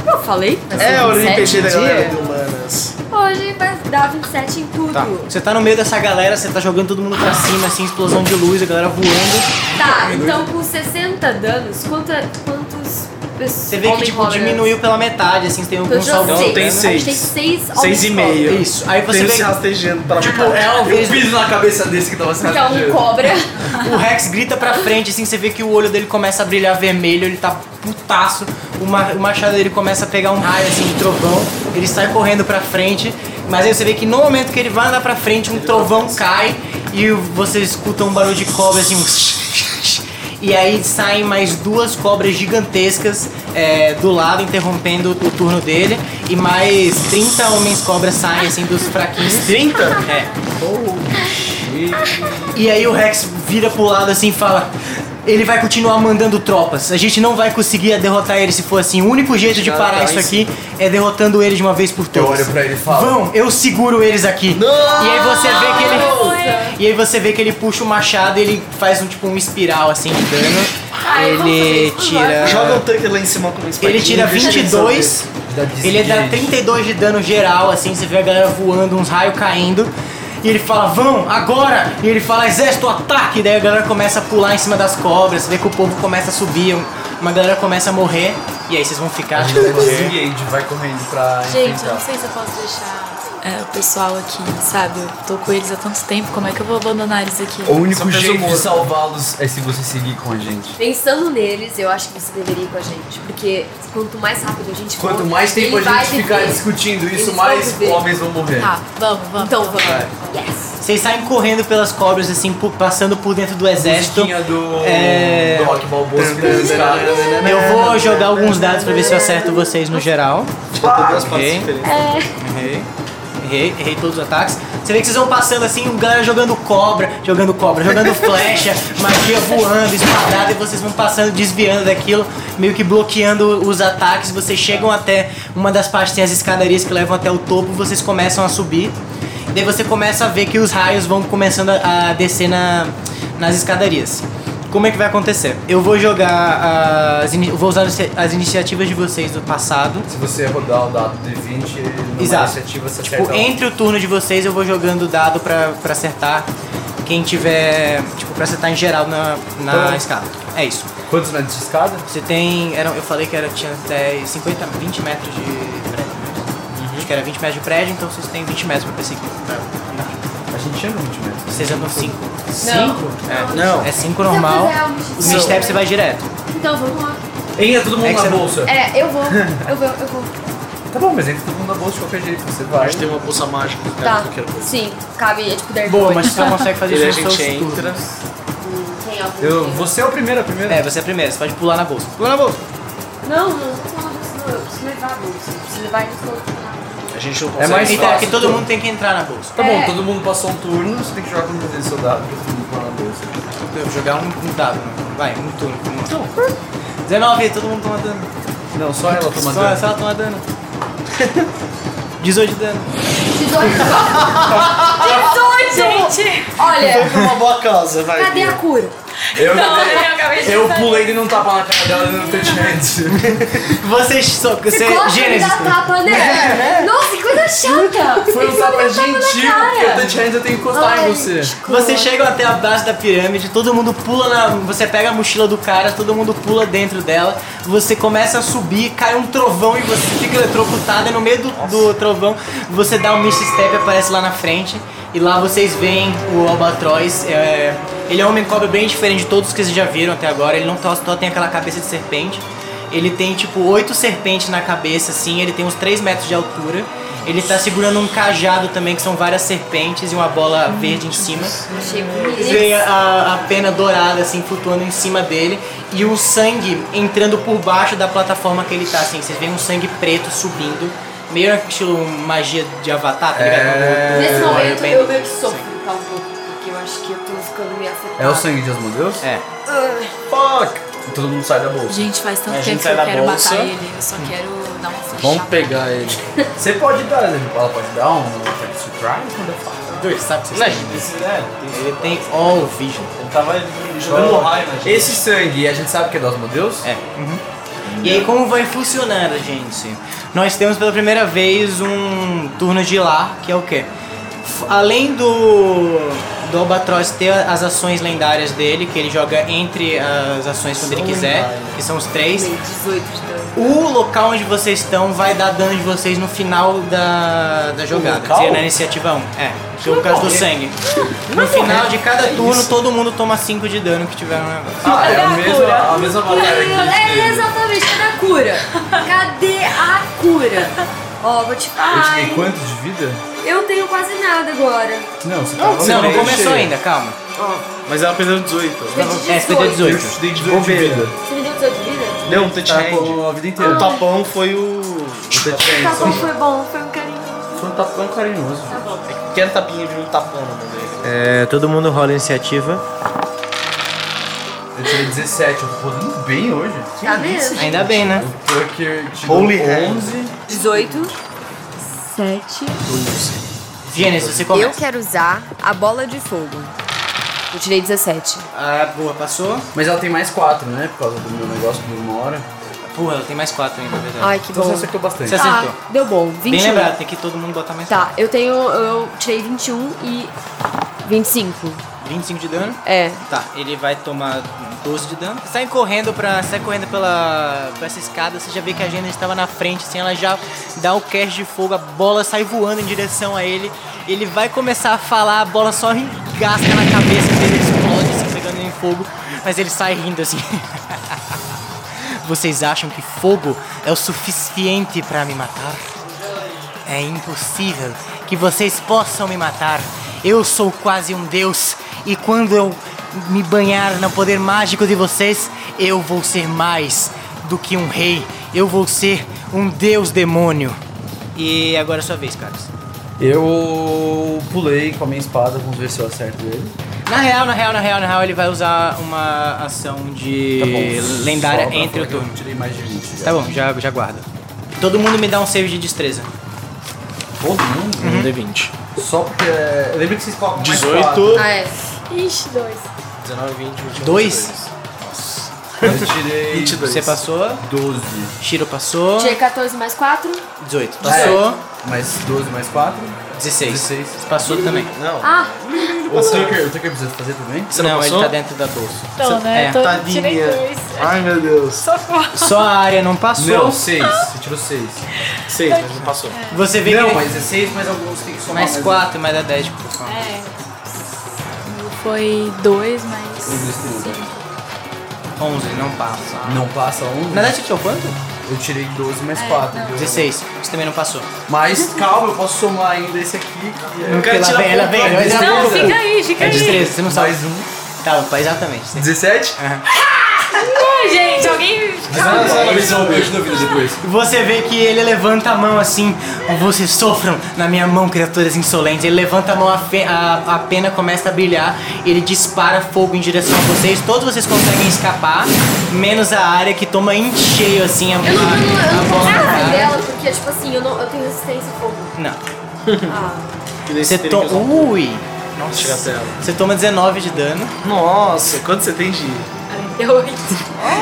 [SPEAKER 2] Eu falei? Vai ser
[SPEAKER 3] É, o
[SPEAKER 2] 27
[SPEAKER 3] RPG da
[SPEAKER 2] dia.
[SPEAKER 3] galera do Humanas.
[SPEAKER 2] Hoje vai dar 27 em tudo.
[SPEAKER 1] Tá. Você tá no meio dessa galera, você tá jogando todo mundo pra cima, assim, explosão de luz, a galera voando.
[SPEAKER 2] Tá, então com 60 danos, quanta, quantos pessoas.
[SPEAKER 1] Você vê que, tipo, diminuiu pela metade, assim, você tem algum
[SPEAKER 2] Eu já
[SPEAKER 1] saldo.
[SPEAKER 3] Não,
[SPEAKER 2] sei. né?
[SPEAKER 3] tem
[SPEAKER 2] A gente
[SPEAKER 3] seis.
[SPEAKER 2] tem 6
[SPEAKER 3] Seis e meio.
[SPEAKER 1] Isso. Aí você
[SPEAKER 3] Tem
[SPEAKER 1] vê
[SPEAKER 3] se rastejando pela
[SPEAKER 1] Tipo,
[SPEAKER 3] metade.
[SPEAKER 1] é uma vez
[SPEAKER 4] Eu piso na cabeça desse que tava se
[SPEAKER 2] Que é um
[SPEAKER 4] rastejando.
[SPEAKER 2] cobra.
[SPEAKER 1] O Rex grita pra frente, assim, você vê que o olho dele começa a brilhar vermelho, ele tá putaço, o, ma- o machado dele começa a pegar um raio, assim, de trovão, ele sai correndo pra frente, mas aí você vê que no momento que ele vai andar pra frente, um trovão cai e você escuta um barulho de cobra, assim, um e aí saem mais duas cobras gigantescas é, do lado, interrompendo o turno dele, e mais 30 homens cobras saem, assim, dos fraquinhos. 30? É. E aí o Rex vira pro lado assim e fala: Ele vai continuar mandando tropas. A gente não vai conseguir derrotar ele se for assim. O único jeito de parar isso aqui é derrotando ele de uma vez por todas.
[SPEAKER 4] olho pra ele e falo.
[SPEAKER 1] Vão, eu seguro eles aqui.
[SPEAKER 3] Ah!
[SPEAKER 1] E aí você vê que ele. E aí você vê que ele puxa o machado e ele faz um tipo um espiral assim de dano.
[SPEAKER 2] Ai, eu vou
[SPEAKER 1] ele
[SPEAKER 2] fazer isso,
[SPEAKER 1] tira.
[SPEAKER 3] Joga o tanque lá em cima com uma espadinha.
[SPEAKER 1] É. Ele tira
[SPEAKER 3] deixa ele
[SPEAKER 1] 22. Ele dá 32 de dano geral, assim, você vê a galera voando, uns raios caindo. E ele fala, vão, agora! E ele fala, exército, ataque! E daí a galera começa a pular em cima das cobras, você vê que o povo começa a subir, um- uma galera começa a morrer, e aí vocês vão ficar. tipo,
[SPEAKER 4] E a gente vai correndo pra
[SPEAKER 5] Gente, eu
[SPEAKER 4] enfrentar.
[SPEAKER 5] não sei se eu posso deixar é, o pessoal aqui, sabe? Eu tô com eles há tanto tempo, como é que eu vou abandonar eles aqui?
[SPEAKER 4] O único
[SPEAKER 3] Só peso
[SPEAKER 4] jeito de
[SPEAKER 3] morto.
[SPEAKER 4] salvá-los é se você seguir com a gente.
[SPEAKER 2] Pensando neles, eu acho que você deveria ir com a gente. Porque quanto mais rápido a gente for,
[SPEAKER 4] Quanto mais tempo a
[SPEAKER 2] ele vai
[SPEAKER 4] gente ficar
[SPEAKER 2] viver.
[SPEAKER 4] discutindo isso,
[SPEAKER 2] Eles
[SPEAKER 4] mais
[SPEAKER 2] vão viver.
[SPEAKER 4] homens vão morrer.
[SPEAKER 5] Tá, vamos, vamos.
[SPEAKER 2] Então vamos. Yes!
[SPEAKER 1] Vocês saem correndo pelas cobras, assim, pu- passando por dentro do exército.
[SPEAKER 4] Musiquinha do,
[SPEAKER 1] É.
[SPEAKER 4] do Rock Balboa se dançar.
[SPEAKER 1] Eu vou jogar alguns dados pra ver se eu acerto vocês no geral.
[SPEAKER 3] Tipo, Duas partes
[SPEAKER 1] ok.
[SPEAKER 3] diferentes.
[SPEAKER 2] É.
[SPEAKER 1] Errei. Errei, errei todos os ataques. Você vê que vocês vão passando assim, o galera jogando cobra, jogando cobra, jogando flecha, magia voando, espadada, e vocês vão passando, desviando daquilo, meio que bloqueando os ataques. Vocês chegam até uma das partes, tem as escadarias que levam até o topo, vocês começam a subir. Daí você começa a ver que os raios vão começando a, a descer na- nas escadarias. Como é que vai acontecer? Eu vou jogar as. ini- Vou usar as iniciativas de vocês do passado.
[SPEAKER 4] Se você rodar o dado de 20, numa
[SPEAKER 1] Exato.
[SPEAKER 4] iniciativa você
[SPEAKER 1] Tipo,
[SPEAKER 4] acerta lá.
[SPEAKER 1] entre o turno de vocês eu vou jogando dado pra, pra acertar quem tiver. Tipo, pra acertar em geral na, na
[SPEAKER 4] Tá.
[SPEAKER 1] escada. É isso.
[SPEAKER 4] Quantos metros de escada?
[SPEAKER 1] Você tem. Era, eu falei que era, tinha 10, 50, 20 metros de prédio. né? Acho que era 20 metros de prédio, então vocês têm 20 metros pra perseguir. Pra andar.
[SPEAKER 4] A gente anda 20 metros.
[SPEAKER 1] Vocês andam 5.
[SPEAKER 2] Não.
[SPEAKER 1] É,
[SPEAKER 3] Não.
[SPEAKER 1] É 5 normal.
[SPEAKER 2] Se eu
[SPEAKER 1] Os
[SPEAKER 2] fizer um-
[SPEAKER 1] mistério você vai direto.
[SPEAKER 2] Então vamos lá.
[SPEAKER 4] Entra todo mundo
[SPEAKER 1] É que você
[SPEAKER 4] na
[SPEAKER 1] não-
[SPEAKER 4] bolsa.
[SPEAKER 2] É, eu vou, eu vou, eu vou.
[SPEAKER 4] Tá bom, mas entra todo mundo na bolsa de qualquer jeito, você vai.
[SPEAKER 3] A gente tem uma bolsa mágica que
[SPEAKER 2] Tá.
[SPEAKER 3] cabe em qualquer coisa.
[SPEAKER 2] Sim, cabe, é tipo Dark
[SPEAKER 1] Boa,
[SPEAKER 2] Boy.
[SPEAKER 1] mas você só consegue
[SPEAKER 3] E
[SPEAKER 1] fazer
[SPEAKER 3] daí a
[SPEAKER 1] isso nos
[SPEAKER 3] gente
[SPEAKER 1] seus
[SPEAKER 3] entra.
[SPEAKER 1] turnos.
[SPEAKER 2] Hum, Tem algum.
[SPEAKER 4] Eu, você é o primeiro, a primeira.
[SPEAKER 1] É, você é a primeira, você pode pular na bolsa. Então, Pula na bolsa!
[SPEAKER 2] Não, não, não, não, eu preciso levar a bolsa. Eu preciso levar isso
[SPEAKER 3] A gente não consegue.
[SPEAKER 4] mais
[SPEAKER 1] Então, é que
[SPEAKER 4] fácil,
[SPEAKER 1] todo
[SPEAKER 4] pô.
[SPEAKER 1] mundo tem que entrar na bolsa.
[SPEAKER 4] Tá bom,
[SPEAKER 2] É.
[SPEAKER 4] todo mundo passou um turno, você tem que jogar todo mundo dentro do seu dado pra todo mundo pular na bolsa.
[SPEAKER 1] Eu vou jogar um, um dado, né? vai, um turno. Um turno. 19, todo mundo toma dano.
[SPEAKER 4] Não, só ela toma
[SPEAKER 1] só,
[SPEAKER 4] dano.
[SPEAKER 1] só ela toma dano. 18 de dano.
[SPEAKER 2] 18.
[SPEAKER 5] Gente!
[SPEAKER 2] Olha,
[SPEAKER 3] Foi uma boa causa, vai.
[SPEAKER 2] cadê a cura?
[SPEAKER 4] Eu,
[SPEAKER 5] eu acabei de
[SPEAKER 4] eu
[SPEAKER 5] pensar.
[SPEAKER 4] pulei e não tapa na cara dela no touchment.
[SPEAKER 1] Vocês só. Você,
[SPEAKER 2] Gosta de
[SPEAKER 1] Gênesis.
[SPEAKER 2] dar tapa, né? Nossa, que coisa chata.
[SPEAKER 4] Foi um tapa gentil, porque o
[SPEAKER 2] cara.
[SPEAKER 4] touchment eu tenho que encostar
[SPEAKER 2] Ai,
[SPEAKER 4] em você.
[SPEAKER 2] desculpa.
[SPEAKER 1] Vocês chegam até a base da pirâmide, todo mundo pula na. Você pega a mochila do cara, todo mundo pula dentro dela, você começa a subir, cai um trovão e você fica eletrocutado, e no meio do, do trovão você dá um Mr. Step e aparece lá na frente. E lá vocês veem o Albatroz. é, ele é um homem cobra bem diferente de todos que vocês já viram até agora. Ele não só só tem aquela cabeça de serpente. Ele tem tipo oito serpentes na cabeça, assim, ele tem uns 3 metros de altura. Ele tá segurando um cajado também, que são várias serpentes e uma bola verde em cima.
[SPEAKER 2] Achei
[SPEAKER 1] Vem
[SPEAKER 2] bonito.
[SPEAKER 1] a, a pena dourada, assim, flutuando em cima dele. E o sangue entrando por baixo da plataforma que ele tá, assim. Vocês veem um sangue preto subindo. Meio estilo magia de avatar, tá ligado?
[SPEAKER 4] É.
[SPEAKER 2] Nesse
[SPEAKER 1] Quando-
[SPEAKER 2] momento
[SPEAKER 1] quando-
[SPEAKER 2] eu meio que sofro, tá um pouco. Porque eu acho que eu tô ficando meio afetada.
[SPEAKER 4] É o sangue de Asmodeus?
[SPEAKER 1] É.
[SPEAKER 4] Fuck! Todo mundo sai da bolsa.
[SPEAKER 5] Gente, faz tanto
[SPEAKER 3] A gente
[SPEAKER 5] tempo que
[SPEAKER 3] sai
[SPEAKER 5] eu
[SPEAKER 3] da
[SPEAKER 5] quero
[SPEAKER 3] bolsa.
[SPEAKER 5] matar ele. Eu só quero dar um uma flechada.
[SPEAKER 3] Vamos pegar ele.
[SPEAKER 4] Você pode dar, ela pode dar um attack surprise quando eu falo.
[SPEAKER 1] Dois, sabe o que vocês
[SPEAKER 3] Não,
[SPEAKER 1] têm?
[SPEAKER 3] esse, né?
[SPEAKER 1] Ele tem all vision.
[SPEAKER 3] Ele tava jogando raio na gente.
[SPEAKER 4] Esse sangue, a gente sabe que é do Asmodeus?
[SPEAKER 1] É. E aí como vai funcionar, gente? Nós temos pela primeira vez um turno de lá, que é o quê? F- Além do do Albatroz ter as ações lendárias dele, que ele joga entre as ações quando ele quiser, que são os três.
[SPEAKER 2] 18 de dano.
[SPEAKER 1] O local onde vocês estão vai dar dano de vocês no final da, da jogada.
[SPEAKER 3] local?
[SPEAKER 1] Seria na iniciativa 1. É, que é o caso do sangue. No final de cada turno, todo mundo toma 5 de dano que tiver no negócio.
[SPEAKER 4] Ah, é
[SPEAKER 5] Cadê
[SPEAKER 4] a
[SPEAKER 5] a
[SPEAKER 4] mesma,
[SPEAKER 5] cura?
[SPEAKER 4] a mesma batalha que a gente
[SPEAKER 2] É
[SPEAKER 4] teve.
[SPEAKER 2] exatamente, cadê a cura? Cadê a cura? Ó, vou te
[SPEAKER 4] Eu te
[SPEAKER 2] falar.
[SPEAKER 4] dei
[SPEAKER 2] hein?
[SPEAKER 4] quanto de vida?
[SPEAKER 2] Eu tenho quase nada agora.
[SPEAKER 4] Não, você
[SPEAKER 3] Não,
[SPEAKER 4] tava
[SPEAKER 1] Não, não
[SPEAKER 4] bem
[SPEAKER 1] começou
[SPEAKER 4] cheio.
[SPEAKER 1] ainda, calma.
[SPEAKER 2] Ó,
[SPEAKER 3] Mas ela perdeu 18.
[SPEAKER 1] É, você deu 18.
[SPEAKER 4] Eu te dei 18 de
[SPEAKER 3] Bobeira.
[SPEAKER 4] vida.
[SPEAKER 2] você me deu 18 de vida?
[SPEAKER 3] Deu um touch
[SPEAKER 4] Tá
[SPEAKER 3] hand.
[SPEAKER 4] com a vida inteira.
[SPEAKER 3] O tapão foi o.
[SPEAKER 4] O touch hand.
[SPEAKER 2] Tá bom, foi bom, foi um carinho.
[SPEAKER 4] Foi um tapão carinhoso.
[SPEAKER 2] Tá bom.
[SPEAKER 3] Pequeno tapinha de um tapão na mão dele.
[SPEAKER 1] É, todo mundo rola iniciativa.
[SPEAKER 4] Eu tirei 17, eu tô rodando bem hoje.
[SPEAKER 2] Tá mesmo?
[SPEAKER 1] Ainda bem, né?
[SPEAKER 4] O Tucker tirou
[SPEAKER 3] Holy
[SPEAKER 4] 11.
[SPEAKER 2] 18. 7.
[SPEAKER 1] Gênesis, você
[SPEAKER 2] Eu
[SPEAKER 1] começa.
[SPEAKER 2] quero usar a bola de fogo. Eu tirei 17.
[SPEAKER 1] Ah, boa, passou.
[SPEAKER 4] Mas ela tem mais 4, né? Por causa do meu negócio de uma hora.
[SPEAKER 1] Porra, ela tem mais 4 ainda, na verdade.
[SPEAKER 2] Ai, que
[SPEAKER 4] Então você
[SPEAKER 2] bom.
[SPEAKER 4] acertou bastante.
[SPEAKER 1] É. Você acertou.
[SPEAKER 2] Ah, deu bom.
[SPEAKER 1] Bem
[SPEAKER 2] 21.
[SPEAKER 1] lembrado, tem que todo mundo botar mais
[SPEAKER 2] Tá, eu tenho. Eu tirei 21 e 25.
[SPEAKER 1] 25 de dano.
[SPEAKER 2] É.
[SPEAKER 1] Tá, ele vai tomar 12 de dano. Sai correndo pra. Sai correndo pela. pra essa escada, você já vê que a Jenna estava na frente, assim, ela já dá o cast de fogo, a bola sai voando em direção a ele. Ele vai começar a falar, a bola só engasga na cabeça dele, explode, assim, pegando em fogo, mas ele sai rindo assim. Vocês acham que fogo é o suficiente pra me matar? É impossível que vocês possam me matar. Eu sou quase um deus e quando eu me banhar no poder mágico de vocês, eu vou ser mais do que um rei. Eu vou ser um deus demônio. E agora é sua vez, Carlos.
[SPEAKER 4] Eu pulei com a minha espada, vamos ver se eu acerto ele.
[SPEAKER 1] Na real, na real, na real, na real, ele vai usar uma ação de lendária
[SPEAKER 4] Tá só pra
[SPEAKER 1] entre
[SPEAKER 4] falar
[SPEAKER 1] o
[SPEAKER 4] que eu
[SPEAKER 1] turno.
[SPEAKER 4] Tirei mais de 20. já.
[SPEAKER 1] Tá bom, já, já guardo. Todo mundo me dá um save de destreza.
[SPEAKER 4] Todo mundo?
[SPEAKER 1] Uhum.
[SPEAKER 3] Um D20.
[SPEAKER 4] Só porque. é- Eu lembro que vocês colocam mais
[SPEAKER 3] 18.
[SPEAKER 4] quatro.
[SPEAKER 2] Ah, é.
[SPEAKER 5] Ixi, dois.
[SPEAKER 3] 19, 20, 21.
[SPEAKER 1] Dois?
[SPEAKER 4] Eu tirei.
[SPEAKER 3] 22.
[SPEAKER 1] Você passou,
[SPEAKER 4] 12.
[SPEAKER 1] Shiro passou,
[SPEAKER 2] Tinha 14 mais 4.
[SPEAKER 1] 18. Passou,
[SPEAKER 4] É, Mais 12 mais 4.
[SPEAKER 3] É.
[SPEAKER 1] 16.
[SPEAKER 4] 16.
[SPEAKER 1] Você Passou também.
[SPEAKER 3] Não.
[SPEAKER 2] Ah,
[SPEAKER 4] O Tucker, o Tucker precisa fazer também?
[SPEAKER 3] Você não passou?
[SPEAKER 1] ele tá dentro da bolsa.
[SPEAKER 5] Então, né?
[SPEAKER 1] É,
[SPEAKER 5] Tô,
[SPEAKER 3] Tadinha.
[SPEAKER 5] tirei dois.
[SPEAKER 3] Ai, meu Deus.
[SPEAKER 5] Socorro.
[SPEAKER 1] Só a área não passou.
[SPEAKER 4] Não, 6. Você tirou 6.
[SPEAKER 3] Seis, mas não passou.
[SPEAKER 1] Você vê
[SPEAKER 4] Não,
[SPEAKER 1] que
[SPEAKER 4] mas é 6 mais alguns tem que somar.
[SPEAKER 1] mais 4, mais dá tipo, 10 por favor.
[SPEAKER 5] É. O meu Foi dois, mas.
[SPEAKER 4] Um, dois, três, né?
[SPEAKER 1] 11, não passa.
[SPEAKER 4] Não passa 11.
[SPEAKER 1] Na verdade, você tirou quanto?
[SPEAKER 4] Eu tirei 12 mais 4.
[SPEAKER 1] 16. Você também não passou.
[SPEAKER 4] Mas calma, eu posso somar ainda esse aqui. Que é...
[SPEAKER 3] quero
[SPEAKER 1] Ela
[SPEAKER 3] tirar
[SPEAKER 1] vem, ela vem,
[SPEAKER 3] ponto,
[SPEAKER 1] ela vem.
[SPEAKER 5] Não,
[SPEAKER 1] ela vem.
[SPEAKER 5] fica aí, fica
[SPEAKER 1] É
[SPEAKER 5] aí.
[SPEAKER 1] destreza, você não sabe. É.
[SPEAKER 4] Mais um.
[SPEAKER 1] Tá, opa, exatamente.
[SPEAKER 4] 17?
[SPEAKER 5] Ai, gente, alguém.
[SPEAKER 4] Ah, só eles vão ver de vida depois.
[SPEAKER 1] Você vê que ele levanta a mão assim, vocês sofram na minha mão, criaturas insolentes. Ele levanta a mão, a, fe- a- a pena começa a brilhar, ele dispara fogo em direção a vocês. Todos vocês conseguem escapar, menos a área que toma em cheio assim a,
[SPEAKER 2] eu não, eu não, eu
[SPEAKER 1] a- a bola.
[SPEAKER 2] não
[SPEAKER 1] na
[SPEAKER 2] consigo sair
[SPEAKER 1] cara.
[SPEAKER 2] dela, porque, tipo assim, eu, não, eu tenho resistência a fogo.
[SPEAKER 1] Não.
[SPEAKER 2] Ah,
[SPEAKER 3] é
[SPEAKER 1] Você toma. Ui!
[SPEAKER 3] Nossa, chega até ela.
[SPEAKER 1] Você toma 19 de dano.
[SPEAKER 3] Nossa, quanto você tem de.
[SPEAKER 2] deu 8.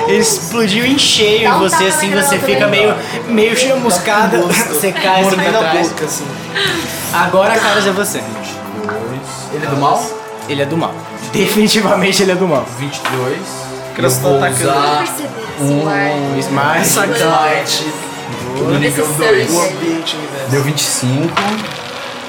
[SPEAKER 1] Ele explodiu em cheio
[SPEAKER 2] Dá
[SPEAKER 1] em
[SPEAKER 2] um
[SPEAKER 1] você,
[SPEAKER 2] tapa
[SPEAKER 1] assim,
[SPEAKER 2] na
[SPEAKER 1] você
[SPEAKER 2] canela
[SPEAKER 1] fica
[SPEAKER 2] também.
[SPEAKER 1] meio, meio
[SPEAKER 2] um
[SPEAKER 1] chamuscada. Você cai assim
[SPEAKER 3] Mordendo
[SPEAKER 1] pra
[SPEAKER 3] a
[SPEAKER 1] trás.
[SPEAKER 3] boca, assim.
[SPEAKER 1] Agora, Carlos, é você.
[SPEAKER 4] Dois. Ele é do mal?
[SPEAKER 1] Ele é do mal. Definitivamente ele é do mal.
[SPEAKER 4] 22.
[SPEAKER 3] Cara, você tá
[SPEAKER 4] vou
[SPEAKER 3] atacando.
[SPEAKER 2] Eu
[SPEAKER 4] usar
[SPEAKER 2] percebi
[SPEAKER 4] um-
[SPEAKER 2] esse ar.
[SPEAKER 1] Smart.
[SPEAKER 3] é Sacanagem.
[SPEAKER 4] do nível
[SPEAKER 2] Esse
[SPEAKER 4] 2.
[SPEAKER 3] O ambiente, universo.
[SPEAKER 4] Deu 25.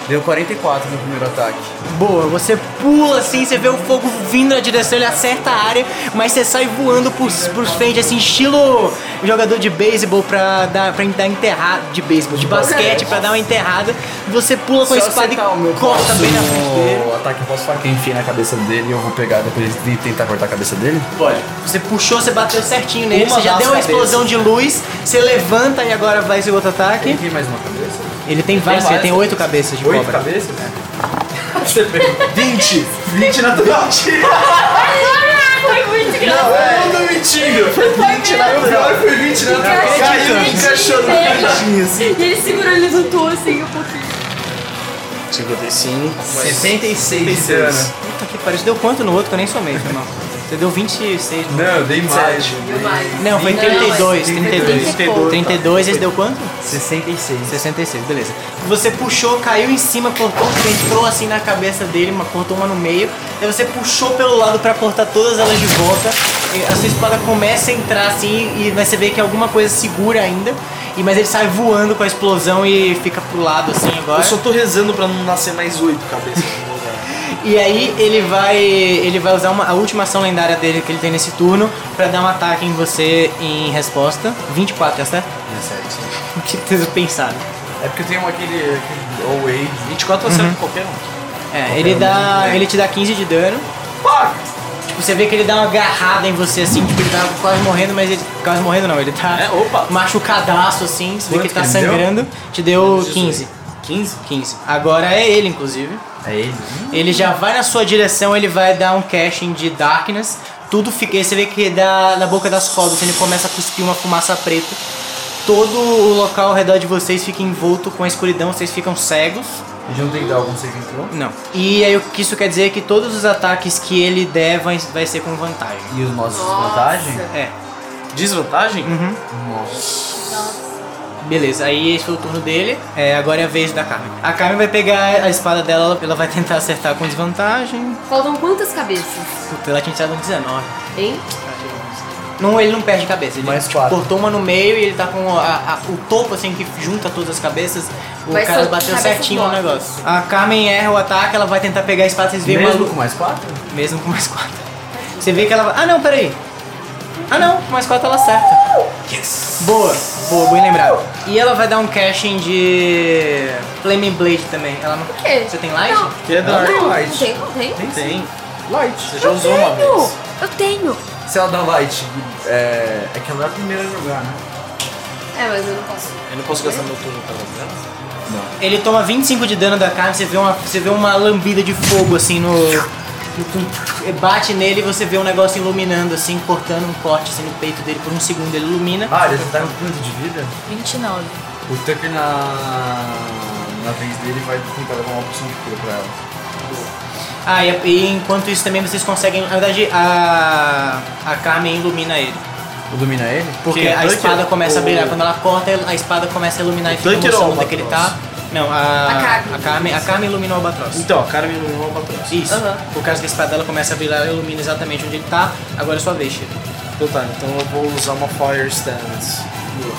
[SPEAKER 4] Deu 44 no primeiro ataque.
[SPEAKER 1] Boa, você pula assim, você vê o fogo vindo na direção, ele acerta a área, mas você sai voando por, por frente, assim, estilo jogador de beisebol pra dar, pra dar enterrada, de beisebol, de basquete, pra dar uma enterrada. Você pula com a
[SPEAKER 4] Se eu assim.
[SPEAKER 1] espada e
[SPEAKER 4] acertar o meu
[SPEAKER 1] corta tá bem na frente dele.
[SPEAKER 4] próximo ataque, eu posso falar que enfia na cabeça dele e eu vou pegar depois e tentar cortar a cabeça dele?
[SPEAKER 1] Pode. Você puxou, você bateu certinho nele,
[SPEAKER 3] Uma
[SPEAKER 1] você já
[SPEAKER 3] das
[SPEAKER 1] deu uma
[SPEAKER 3] cabeças.
[SPEAKER 1] explosão de luz, você levanta e agora vai seu outro ataque.
[SPEAKER 4] Enfia mais uma cabeça?
[SPEAKER 1] Ele tem várias, ele tem oito cabeças de
[SPEAKER 4] Oito
[SPEAKER 1] cobra.
[SPEAKER 4] cabeças? Você pegou.
[SPEAKER 3] 20! 20 natural!
[SPEAKER 5] Foi muito engraçado.
[SPEAKER 3] Eu não tô mentindo! Foi 20 natural!
[SPEAKER 4] Agora foi 20, né?
[SPEAKER 3] Caiu,
[SPEAKER 2] Gente,
[SPEAKER 3] encaixou no
[SPEAKER 2] gente.
[SPEAKER 3] caixinho, assim.
[SPEAKER 5] E ele segurou, ele lutou assim um pouquinho.
[SPEAKER 3] 55,
[SPEAKER 4] 66 de dano.
[SPEAKER 1] Puta que pariu, você deu quanto no outro que eu nem somei, irmão? Você deu 26 no
[SPEAKER 4] Não, eu dei mais.
[SPEAKER 2] Deu mais.
[SPEAKER 1] Não, foi
[SPEAKER 2] Não,
[SPEAKER 1] 32, 32.
[SPEAKER 2] 32.
[SPEAKER 1] 32, esse deu quanto?
[SPEAKER 4] 66.
[SPEAKER 1] 66, beleza. Você puxou, caiu em cima, cortou, entrou assim na cabeça dele, uma, cortou uma no meio. Aí você puxou pelo lado pra cortar todas elas de volta. E A sua espada começa a entrar assim e você vê que alguma coisa segura ainda. E mas ele sai voando com a explosão e fica pro lado assim agora.
[SPEAKER 3] Eu só tô rezando pra não nascer mais 8 cabeças né? no lugar.
[SPEAKER 1] E aí ele vai ele vai usar uma- a última ação lendária dele que ele tem nesse turno pra dar um ataque em você em resposta. 24, tá certo?
[SPEAKER 4] 17.
[SPEAKER 1] O que vocês pensaram?
[SPEAKER 4] É porque eu tenho aquele. aquele Away.
[SPEAKER 3] 24 acerta qualquer um.
[SPEAKER 1] É, ele dá. Ele te dá 15 de dano. Tipo, você vê que ele dá uma agarrada em você assim, tipo, ele tá quase morrendo, mas ele. Quase morrendo não, ele tá
[SPEAKER 3] É, opa.
[SPEAKER 1] machucadaço assim, você vê que
[SPEAKER 4] Quanto
[SPEAKER 1] ele tá
[SPEAKER 4] que ele deu?
[SPEAKER 1] sangrando. Te deu 15.
[SPEAKER 3] 15?
[SPEAKER 1] 15. Agora é ele, inclusive.
[SPEAKER 4] É ele?
[SPEAKER 1] Ele já vai na sua direção, ele vai dar um casting de darkness. Tudo fica. Você vê que dá na boca das cobras, ele começa a cuspir uma fumaça preta. Todo o local ao redor de vocês fica envolto com a escuridão, vocês ficam cegos.
[SPEAKER 4] A gente não tem que dar algum save throw?
[SPEAKER 1] Não. E aí o que isso quer dizer é que todos os ataques que ele der vai, vai ser com vantagem.
[SPEAKER 4] E os nossos
[SPEAKER 2] Nossa.
[SPEAKER 4] desvantagem?
[SPEAKER 1] É.
[SPEAKER 3] Desvantagem?
[SPEAKER 4] Nossa.
[SPEAKER 1] Beleza, aí esse foi o turno dele. É, agora é a vez da Carmen. A Carmen vai pegar a espada dela, ela- ela vai tentar acertar com desvantagem.
[SPEAKER 2] Faltam quantas cabeças?
[SPEAKER 1] Puta, ela tinha tirado um 19.
[SPEAKER 2] Hein?
[SPEAKER 1] Não, ele não perde cabeça. Ele
[SPEAKER 3] Mais quatro.
[SPEAKER 1] cortou uma no meio e ele tá com a- a- o topo assim que junta todas as cabeças. O
[SPEAKER 2] Mas
[SPEAKER 1] cara
[SPEAKER 2] são
[SPEAKER 1] bateu
[SPEAKER 2] cabeças
[SPEAKER 1] certinho no
[SPEAKER 2] mortas.
[SPEAKER 1] negócio. A Carmen erra o ataque, ela vai tentar pegar a espada, vocês veem
[SPEAKER 4] Mesmo
[SPEAKER 1] uma
[SPEAKER 4] com mais quatro?
[SPEAKER 1] Mesmo com mais quatro. Você vê que ela vai. Ah não, peraí. Ah não, com mais quatro ela acerta.
[SPEAKER 4] Yes!
[SPEAKER 1] Boa, boa, bem lembrado. E ela vai dar um casting de. Flaming Blade também. Ela não.
[SPEAKER 2] Por quê?
[SPEAKER 1] Você tem light?
[SPEAKER 2] Não.
[SPEAKER 3] Que é
[SPEAKER 4] Ela
[SPEAKER 3] Dark.
[SPEAKER 4] tem
[SPEAKER 2] Não, não
[SPEAKER 4] light.
[SPEAKER 2] tem, não tem.
[SPEAKER 1] Tem.
[SPEAKER 4] Light.
[SPEAKER 3] Você já usou uma vez.
[SPEAKER 2] Eu tenho.
[SPEAKER 4] Se ela dá light, é, é que ela é a primeira a jogar, né?
[SPEAKER 2] É, mas eu não posso.
[SPEAKER 3] Eu não posso gastar meu turno pra ela.
[SPEAKER 4] Não.
[SPEAKER 1] Ele toma 25 de dano da carne, você vê uma, você vê uma lambida de fogo assim no. no- Bate nele e você vê um negócio iluminando assim, cortando um corte assim no peito dele por um segundo, ele ilumina.
[SPEAKER 4] Ah, ele tá com quanto de vida?
[SPEAKER 5] 29.
[SPEAKER 4] O Tucker na. na vez dele vai tentar levar uma opção de cura pra ela.
[SPEAKER 1] Ah, e, e enquanto isso também vocês conseguem. Na verdade, a. A Carmen ilumina ele.
[SPEAKER 4] Ilumina ele?
[SPEAKER 1] Porque
[SPEAKER 3] Quem?
[SPEAKER 1] a
[SPEAKER 3] Dunker?
[SPEAKER 1] espada começa a brilhar.
[SPEAKER 3] O-
[SPEAKER 1] Quando ela corta, a espada começa a iluminar e fica
[SPEAKER 3] Dunker ou
[SPEAKER 1] mostrando
[SPEAKER 3] o
[SPEAKER 1] onde é que ele tá.
[SPEAKER 3] Albatross?
[SPEAKER 1] Não, a.
[SPEAKER 2] A Carmen.
[SPEAKER 1] A Carmen, a Carmen ilumina o albatroz.
[SPEAKER 3] Então, a cara me iluminou uma patrão.
[SPEAKER 1] Isso.
[SPEAKER 2] Aham.
[SPEAKER 1] Por causa que a espada dela começa a brilhar, ilumina exatamente onde ele tá. Agora é sua vez, Chico.
[SPEAKER 3] Então tá, então eu vou usar uma Fire Stance.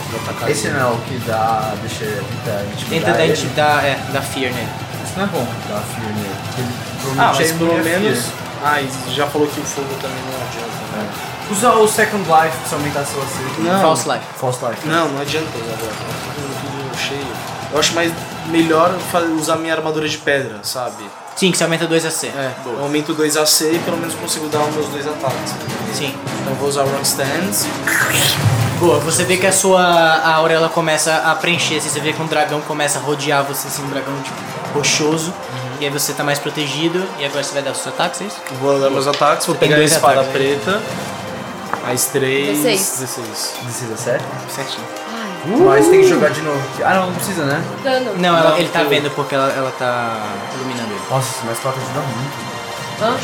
[SPEAKER 3] Vou atacar
[SPEAKER 4] Esse
[SPEAKER 3] ele.
[SPEAKER 4] não é o que dá. deixa ele tentar
[SPEAKER 1] Tenta
[SPEAKER 4] intimidar
[SPEAKER 1] dar,
[SPEAKER 4] ele.
[SPEAKER 1] dar, é, dar fear nele.
[SPEAKER 4] Isso não é bom, dá fear nele. porque Ele
[SPEAKER 3] Ah, mas
[SPEAKER 4] provavelmente
[SPEAKER 3] pelo
[SPEAKER 4] é fear.
[SPEAKER 3] menos. Ah, e já falou que o fogo também não adianta, né?
[SPEAKER 4] Usa o Second Life pra você aumentar seu acerto.
[SPEAKER 3] Não.
[SPEAKER 1] False life.
[SPEAKER 4] False Life.
[SPEAKER 3] Não, não adianta usar agora. Tá tudo- tudo cheio. Eu acho mais melhor fa- usar minha armadura de pedra, sabe?
[SPEAKER 1] Sim, que você aumenta 2 a C.
[SPEAKER 3] Eu aumento 2 AC e pelo menos consigo dar os meus dois ataques.
[SPEAKER 1] Sim.
[SPEAKER 3] Então eu vou usar Rock Stance.
[SPEAKER 1] Boa, você vê que a sua a aura ela começa a preencher, assim, você vê que um dragão começa a rodear você, assim, um dragão tipo, rochoso. E aí você tá mais protegido, e agora você vai dar os seus ataques, é isso?
[SPEAKER 3] Eu Vou dar meus ataques, vou
[SPEAKER 1] Você tem
[SPEAKER 3] pegar a
[SPEAKER 1] dois
[SPEAKER 3] espada
[SPEAKER 1] ataques,
[SPEAKER 3] preta. Mais 3.
[SPEAKER 2] Dezesseis.
[SPEAKER 3] 16.
[SPEAKER 4] 16 a 7.
[SPEAKER 1] Certinho.
[SPEAKER 2] Ai,
[SPEAKER 4] Mas tem que jogar de novo. Ah, não, não precisa, né?
[SPEAKER 2] dano.
[SPEAKER 1] Não, ela- ele tá
[SPEAKER 3] eu-
[SPEAKER 1] vendo porque ela, ela tá iluminando ele.
[SPEAKER 4] Nossa, esse mais 4 ajuda muito.
[SPEAKER 2] Aham.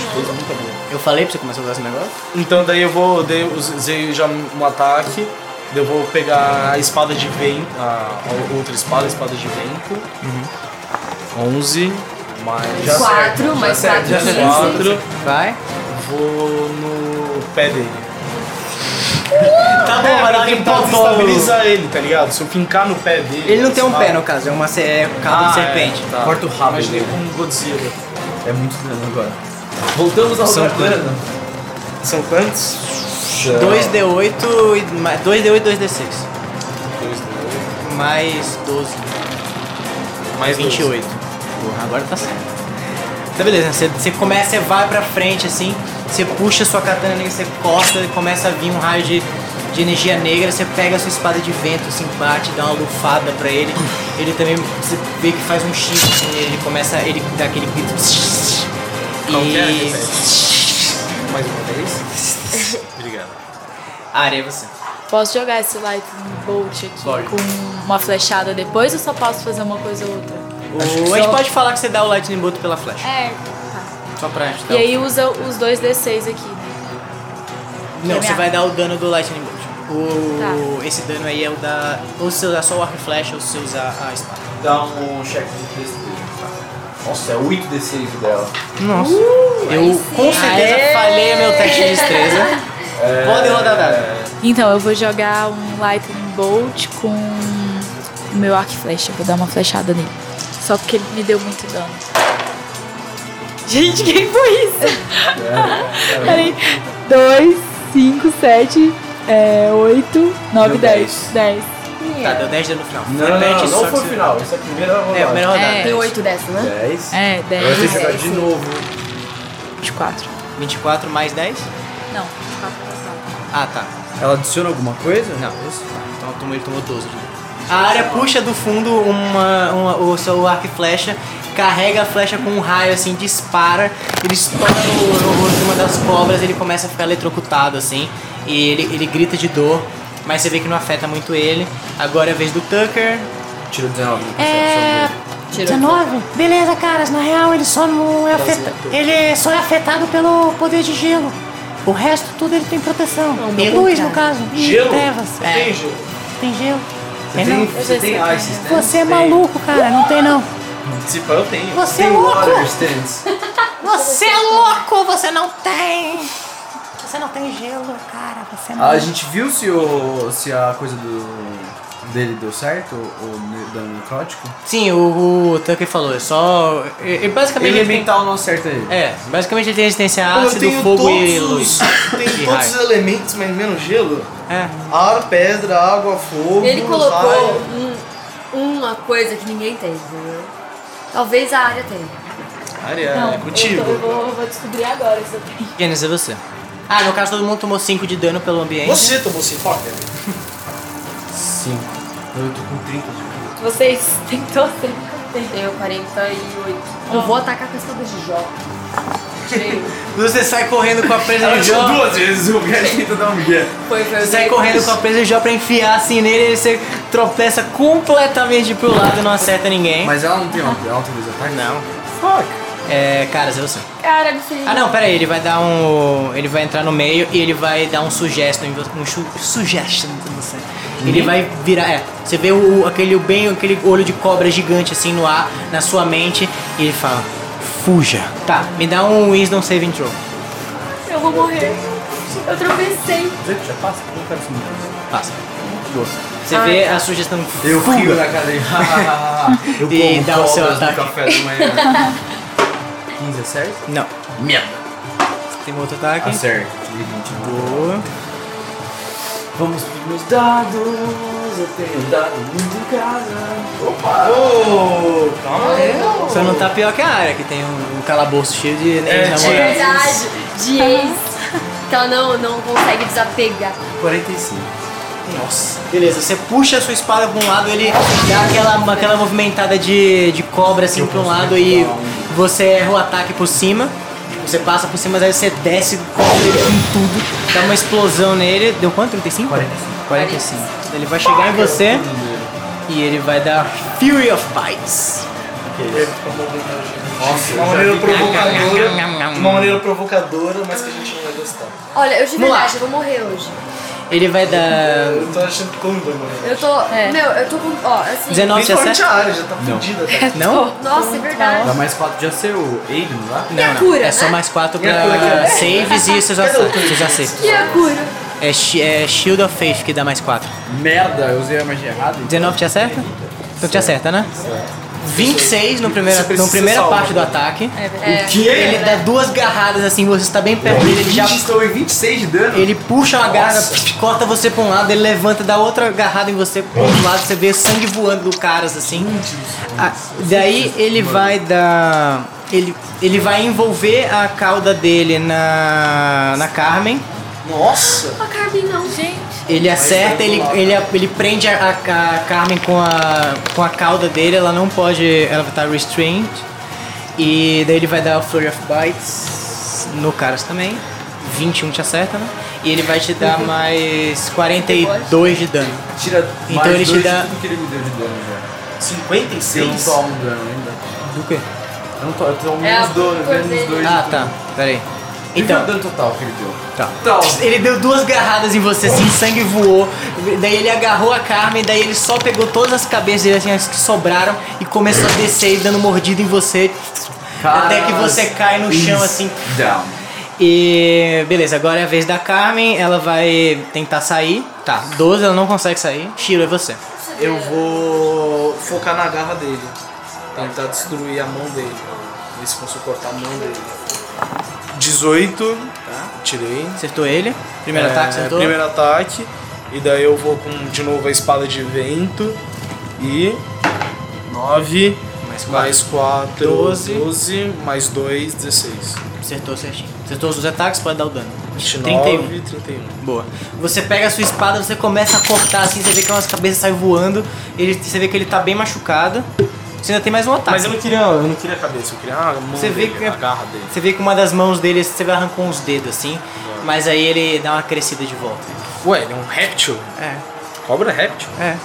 [SPEAKER 1] Eu falei pra você começar a usar esse negócio?
[SPEAKER 3] Então daí eu vou. Daí eu usei já um ataque. daí Eu vou pegar a espada de vento. A a outra espada, a espada de vento. 11. Mais
[SPEAKER 4] Já
[SPEAKER 2] Quatro,
[SPEAKER 4] acerta,
[SPEAKER 2] mais
[SPEAKER 4] já acerta,
[SPEAKER 2] quatro,
[SPEAKER 4] já acerta.
[SPEAKER 3] 4.
[SPEAKER 1] Vai.
[SPEAKER 3] Vou no pé dele.
[SPEAKER 1] Tá bom, vai
[SPEAKER 3] pra
[SPEAKER 1] dar um
[SPEAKER 3] tentar
[SPEAKER 1] empurrão.
[SPEAKER 3] desestabilizar ele, tá ligado? Se eu fincar no pé dele.
[SPEAKER 1] Ele não tem um pé, no
[SPEAKER 3] não.
[SPEAKER 1] caso, é uma ce- é cauda de serpente.
[SPEAKER 3] tá.
[SPEAKER 4] Corta o rabo
[SPEAKER 3] Imaginei
[SPEAKER 4] dele.
[SPEAKER 3] como um Godzilla.
[SPEAKER 4] É muito dano agora. Voltamos ao
[SPEAKER 3] São
[SPEAKER 4] lugar
[SPEAKER 3] quantos?
[SPEAKER 4] dano.
[SPEAKER 3] São quantos?
[SPEAKER 1] 2D8 e. 2D8 e 2D6.
[SPEAKER 3] Dois, dois.
[SPEAKER 1] Mais 12.
[SPEAKER 3] Mais
[SPEAKER 1] 28. Porra, agora tá certo. Tá beleza, você, você começa, você vai pra frente assim, você puxa sua katana negra, você corta, e começa a vir um raio de, de energia negra, você pega a sua espada de vento, assim, bate, dá uma lufada pra ele. Ele também, você vê que faz um chifre, assim, ele começa, ele dá aquele grito.
[SPEAKER 3] Qual que é?
[SPEAKER 1] E.
[SPEAKER 3] Mais uma vez. Obrigado.
[SPEAKER 1] Área, é você.
[SPEAKER 5] Posso jogar esse Lightning Bolt aqui
[SPEAKER 1] Pode.
[SPEAKER 5] com uma flechada depois ou só posso fazer uma coisa ou outra?
[SPEAKER 1] O, a gente pode falar que você dá o Lightning Bolt pela flecha.
[SPEAKER 5] É.
[SPEAKER 1] Só pra gente dar
[SPEAKER 5] E
[SPEAKER 1] É o-
[SPEAKER 5] aí usa os dois D6 aqui, né?
[SPEAKER 1] Não,
[SPEAKER 5] Minha- Tá.
[SPEAKER 1] você vai dar o dano do Lightning Bolt. O... Esse dano aí é o da. Ou se você usar só o arco e flecha ou se você usar a espada.
[SPEAKER 4] Dá um check de destreza. Nossa, é 8 D6 dela.
[SPEAKER 1] Nossa. eu com certeza
[SPEAKER 5] Aê!
[SPEAKER 1] falhei meu teste de destreza.
[SPEAKER 4] É.
[SPEAKER 1] Pode rodar dado.
[SPEAKER 5] Então, eu vou jogar um Lightning Bolt com o meu arco e flecha. Vou dar uma flechada nele. Só porque ele me deu muito dano. Gente, quem foi isso?
[SPEAKER 4] É.
[SPEAKER 5] Peraí. 2, 5, 7, é, 8, 9,
[SPEAKER 4] Deu
[SPEAKER 5] 10. 10.
[SPEAKER 1] Tá, deu 10 dano no final.
[SPEAKER 4] Não, não,
[SPEAKER 1] Repete
[SPEAKER 4] não,
[SPEAKER 1] só
[SPEAKER 4] não
[SPEAKER 1] que
[SPEAKER 4] foi o
[SPEAKER 1] você-
[SPEAKER 4] final. Essa é a primeira rodada.
[SPEAKER 1] É, primeira rodada.
[SPEAKER 5] É.
[SPEAKER 2] Tem oito dessa, né?
[SPEAKER 4] 10.
[SPEAKER 5] É,
[SPEAKER 4] Agora tem
[SPEAKER 5] 10,
[SPEAKER 4] que jogar de novo.
[SPEAKER 5] 24.
[SPEAKER 1] 24 mais 10?
[SPEAKER 5] Não, 24 mais nada.
[SPEAKER 1] Ah, tá.
[SPEAKER 4] Ela adiciona alguma coisa?
[SPEAKER 1] Não, isso. Então ele tomou- ele tomou 12. de dano. A área puxa do fundo uma, uma- o seu arco e flecha, carrega a flecha com um raio assim, dispara, ele estoura no, no rosto de uma das cobras, ele começa a ficar eletrocutado assim, e ele, ele grita de dor, mas você vê que não afeta muito ele. Agora é a vez do Tucker.
[SPEAKER 4] Tira 19.
[SPEAKER 6] É.
[SPEAKER 2] Tirou.
[SPEAKER 6] 19? Beleza, caras. Na real, ele só não é afetado. Ele só é afetado pelo poder de gelo. O resto, tudo ele tem proteção.
[SPEAKER 2] Não,
[SPEAKER 6] Tem
[SPEAKER 2] não,
[SPEAKER 6] luz,
[SPEAKER 2] cara.
[SPEAKER 6] no caso. E
[SPEAKER 3] Gelo?
[SPEAKER 6] trevas.
[SPEAKER 3] Tem gelo.
[SPEAKER 6] Tem gelo.
[SPEAKER 4] Você tem, você tem ice stands?
[SPEAKER 6] Você é
[SPEAKER 4] Tem.
[SPEAKER 6] maluco, cara. Não tem, não.
[SPEAKER 3] Se pá, eu tenho.
[SPEAKER 6] Você é
[SPEAKER 4] Tem
[SPEAKER 6] louco.
[SPEAKER 4] water stands.
[SPEAKER 6] Você é louco. Você não tem. Você não tem gelo, cara. Você é não
[SPEAKER 4] A gente viu se, o, se a coisa do, dele deu certo, ou ne- dano necrótico?
[SPEAKER 1] Sim, o, o Tucker falou, é só. e- e basicamente. ele tem-
[SPEAKER 4] Elemental não acerta ele.
[SPEAKER 1] É, basicamente ele tem resistência a
[SPEAKER 3] Pô,
[SPEAKER 1] Ah, ácido, fogo e luz.
[SPEAKER 3] Os, tenho
[SPEAKER 1] E
[SPEAKER 3] todos os
[SPEAKER 1] raio.
[SPEAKER 3] elementos, mas menos gelo.
[SPEAKER 1] É.
[SPEAKER 3] Ar, pedra, água, fogo.
[SPEAKER 2] Ele colocou
[SPEAKER 3] raio.
[SPEAKER 2] um- uma coisa que ninguém tem, entendeu? Talvez a área tenha.
[SPEAKER 3] Área, é contigo.
[SPEAKER 5] eu, vou, vou descobrir agora se eu tenho.
[SPEAKER 1] Gênesis, é você. Ah, no caso todo mundo tomou 5 de dano pelo ambiente.
[SPEAKER 3] Você tomou sem foca?
[SPEAKER 4] Sim. Eu tô com 30 de vida.
[SPEAKER 5] Vocês têm todos? Tem.
[SPEAKER 2] Eu, 48. Eu vou atacar com a espada de Jó. Tirei.
[SPEAKER 1] Você sai correndo com a presa de
[SPEAKER 4] Tirou
[SPEAKER 1] Jó.
[SPEAKER 4] duas vezes o resto tenta dar um guia.
[SPEAKER 2] Foi, foi.
[SPEAKER 1] Você
[SPEAKER 2] eu
[SPEAKER 1] sai
[SPEAKER 2] dei-
[SPEAKER 1] correndo com a presa de Jó pra enfiar assim nele e você tropeça completamente pro lado e não acerta ninguém.
[SPEAKER 4] Mas ela não tem alto, tá? ela tem dois ataques?
[SPEAKER 1] Não.
[SPEAKER 4] Fuck.
[SPEAKER 1] É, cara, é você.
[SPEAKER 5] Cara, filho.
[SPEAKER 1] Ah não, pera aí, ele vai dar um. Ele vai entrar no meio e ele vai dar um sugesto em você. Um su suggestion em você. Ele vai virar. É, você vê o, aquele bem, aquele olho de cobra gigante assim no ar, na sua mente, e ele fala, fuja. Tá, me dá um Wisdom Saving Throw.
[SPEAKER 5] Eu vou morrer. Eu tropecei.
[SPEAKER 4] Vê que já passa, eu não quero sumir.
[SPEAKER 1] Passa. Você vê a sugestão
[SPEAKER 4] Eu rio
[SPEAKER 1] fuga.
[SPEAKER 4] na cadeia. eu
[SPEAKER 1] E
[SPEAKER 4] como
[SPEAKER 1] dá o seu
[SPEAKER 4] cobras no
[SPEAKER 1] ataque.
[SPEAKER 4] café da manhã. é 15 acerta?
[SPEAKER 1] Não.
[SPEAKER 4] Merda.
[SPEAKER 1] Tem outro ataque.
[SPEAKER 4] Acerta. Tirei 29.
[SPEAKER 1] Boa.
[SPEAKER 4] Vamos pros meus dados. Eu tenho um dado muito em casa. Opa!
[SPEAKER 3] Ô, calma aí.
[SPEAKER 1] Só não tá pior que a área, que tem um, um calabouço cheio de
[SPEAKER 3] É,
[SPEAKER 1] namorados.
[SPEAKER 2] É verdade, de ex. Que ela não, não consegue desapegar.
[SPEAKER 4] 45.
[SPEAKER 1] Nossa. Beleza, você puxa a sua espada pra um lado, ele dá aquela, aquela movimentada de, de cobra assim pra um lado e você erra o ataque por cima. Você passa por cima, mas aí você desce, corta ele com tudo, dá uma explosão nele. Deu quanto? 35?
[SPEAKER 4] 45.
[SPEAKER 1] 45. Ele vai chegar em você e ele vai dar Fury of Bites.
[SPEAKER 4] Nossa,
[SPEAKER 3] Uma
[SPEAKER 4] eu
[SPEAKER 3] maneira
[SPEAKER 4] já vi-
[SPEAKER 3] provocadora. Uma maneira provocadora, mas que a gente não vai gostar.
[SPEAKER 2] Olha, eu de
[SPEAKER 1] Vamos lá.
[SPEAKER 2] verdade, eu vou morrer hoje.
[SPEAKER 1] Ele vai dar
[SPEAKER 3] Eu tô achando que como vai morrer.
[SPEAKER 2] Eu tô. Meu, eu tô com. Ó, assim.
[SPEAKER 1] 19 de
[SPEAKER 3] Principalmente
[SPEAKER 1] acerto.
[SPEAKER 3] a área, já tá
[SPEAKER 4] Não.
[SPEAKER 3] fudida. Tá?
[SPEAKER 1] Não?
[SPEAKER 2] Nossa, é verdade.
[SPEAKER 4] Dá mais 4 de AC o Aiden lá?
[SPEAKER 1] Não, não.
[SPEAKER 2] cura,
[SPEAKER 1] é só
[SPEAKER 2] né?
[SPEAKER 1] mais 4
[SPEAKER 3] E a cura,
[SPEAKER 1] pra
[SPEAKER 3] cara?
[SPEAKER 1] saves e seus
[SPEAKER 2] um
[SPEAKER 3] Cadê o
[SPEAKER 1] acertos.
[SPEAKER 3] cura?
[SPEAKER 1] Seus acertos.
[SPEAKER 2] E a cura?
[SPEAKER 1] É, shi- é Shield of Faith que dá mais 4.
[SPEAKER 4] Merda, eu usei a magia errada.
[SPEAKER 1] 19 te acerta? Então te acerta, né? 26 no primeira,
[SPEAKER 3] Você precisa
[SPEAKER 1] na primeira
[SPEAKER 3] ser salvo.
[SPEAKER 1] parte do ataque.
[SPEAKER 2] É,
[SPEAKER 1] Ele dá duas garradas assim, você está bem perto dele, ele já.
[SPEAKER 4] estou em 26 de dano.
[SPEAKER 1] Ele puxa uma garra, corta você pra um lado, ele levanta, dá outra garrada em você pro outro lado, você vê sangue voando do cara assim. Ah, daí ele vai dar. Ele, ele vai envolver a cauda dele na. na Carmen.
[SPEAKER 3] Nossa!
[SPEAKER 2] a Carmen não, gente.
[SPEAKER 1] Ele acerta, ele, ele, ele prende a, a- a Carmen com a, com a cauda dele, ela não pode. Ela vai estar restrained. E daí ele vai dar o Flurry of Bites no Caras também. 21 te acerta, né? E ele vai te dar
[SPEAKER 4] Uhum.
[SPEAKER 1] mais 42 de dano.
[SPEAKER 4] tira
[SPEAKER 1] Então
[SPEAKER 4] mais
[SPEAKER 1] ele te
[SPEAKER 4] dois
[SPEAKER 1] dá-
[SPEAKER 4] de tudo que ele me deu de dano já. Eu não
[SPEAKER 3] 56?
[SPEAKER 4] tomo dano ainda.
[SPEAKER 1] Do quê?
[SPEAKER 4] Eu não tomo, eu tomo
[SPEAKER 2] É a
[SPEAKER 4] menos dois,
[SPEAKER 2] cor
[SPEAKER 4] menos
[SPEAKER 2] dele.
[SPEAKER 4] dois.
[SPEAKER 1] Ah, tá. Peraí.
[SPEAKER 4] Então. o
[SPEAKER 1] Então.
[SPEAKER 4] dano total que ele deu.
[SPEAKER 1] Tá.
[SPEAKER 4] Então.
[SPEAKER 1] Ele deu duas garradas em você, assim, sangue voou. Daí ele agarrou a Carmen, daí ele só pegou todas as cabeças dele, assim, as que sobraram, e começou a descer, dando mordida em você. até que você cai no chão, assim.
[SPEAKER 4] Down.
[SPEAKER 1] E beleza, agora é a vez da Carmen, ela vai tentar sair. Tá, 12, ela não consegue sair. Shiro, é você.
[SPEAKER 3] Eu vou focar na garra dele. Tentar destruir a mão dele. Ver se consigo cortar a mão dele. 18, tá? Tirei.
[SPEAKER 1] Acertou ele. Primeiro
[SPEAKER 3] É,
[SPEAKER 1] ataque, acertou.
[SPEAKER 3] Primeiro ataque. E daí eu vou com de novo a espada de vento. E. 9.
[SPEAKER 1] Mais quatro.
[SPEAKER 3] Mais 4.
[SPEAKER 1] Doze.
[SPEAKER 3] 12. Mais 2, 16.
[SPEAKER 1] Acertou certinho. Acertou os dois ataques, pode dar o dano. um.
[SPEAKER 3] 29, 31.
[SPEAKER 1] Boa. Você pega a sua espada, você começa a cortar assim, você vê que umas cabeças saem voando, ele, você vê que ele tá bem machucado. Você ainda tem mais um ataque.
[SPEAKER 3] Mas eu não queria. Eu não queria a cabeça, eu queria a mão
[SPEAKER 1] Você vê
[SPEAKER 3] dele,
[SPEAKER 1] que- é
[SPEAKER 3] a garra dele.
[SPEAKER 1] Você vê que uma das mãos dele, você vê arrancou uns dedos assim, mas aí ele dá uma crescida de volta.
[SPEAKER 3] Ué, ele é um réptil?
[SPEAKER 1] É,
[SPEAKER 3] Cobra é réptil?
[SPEAKER 1] é.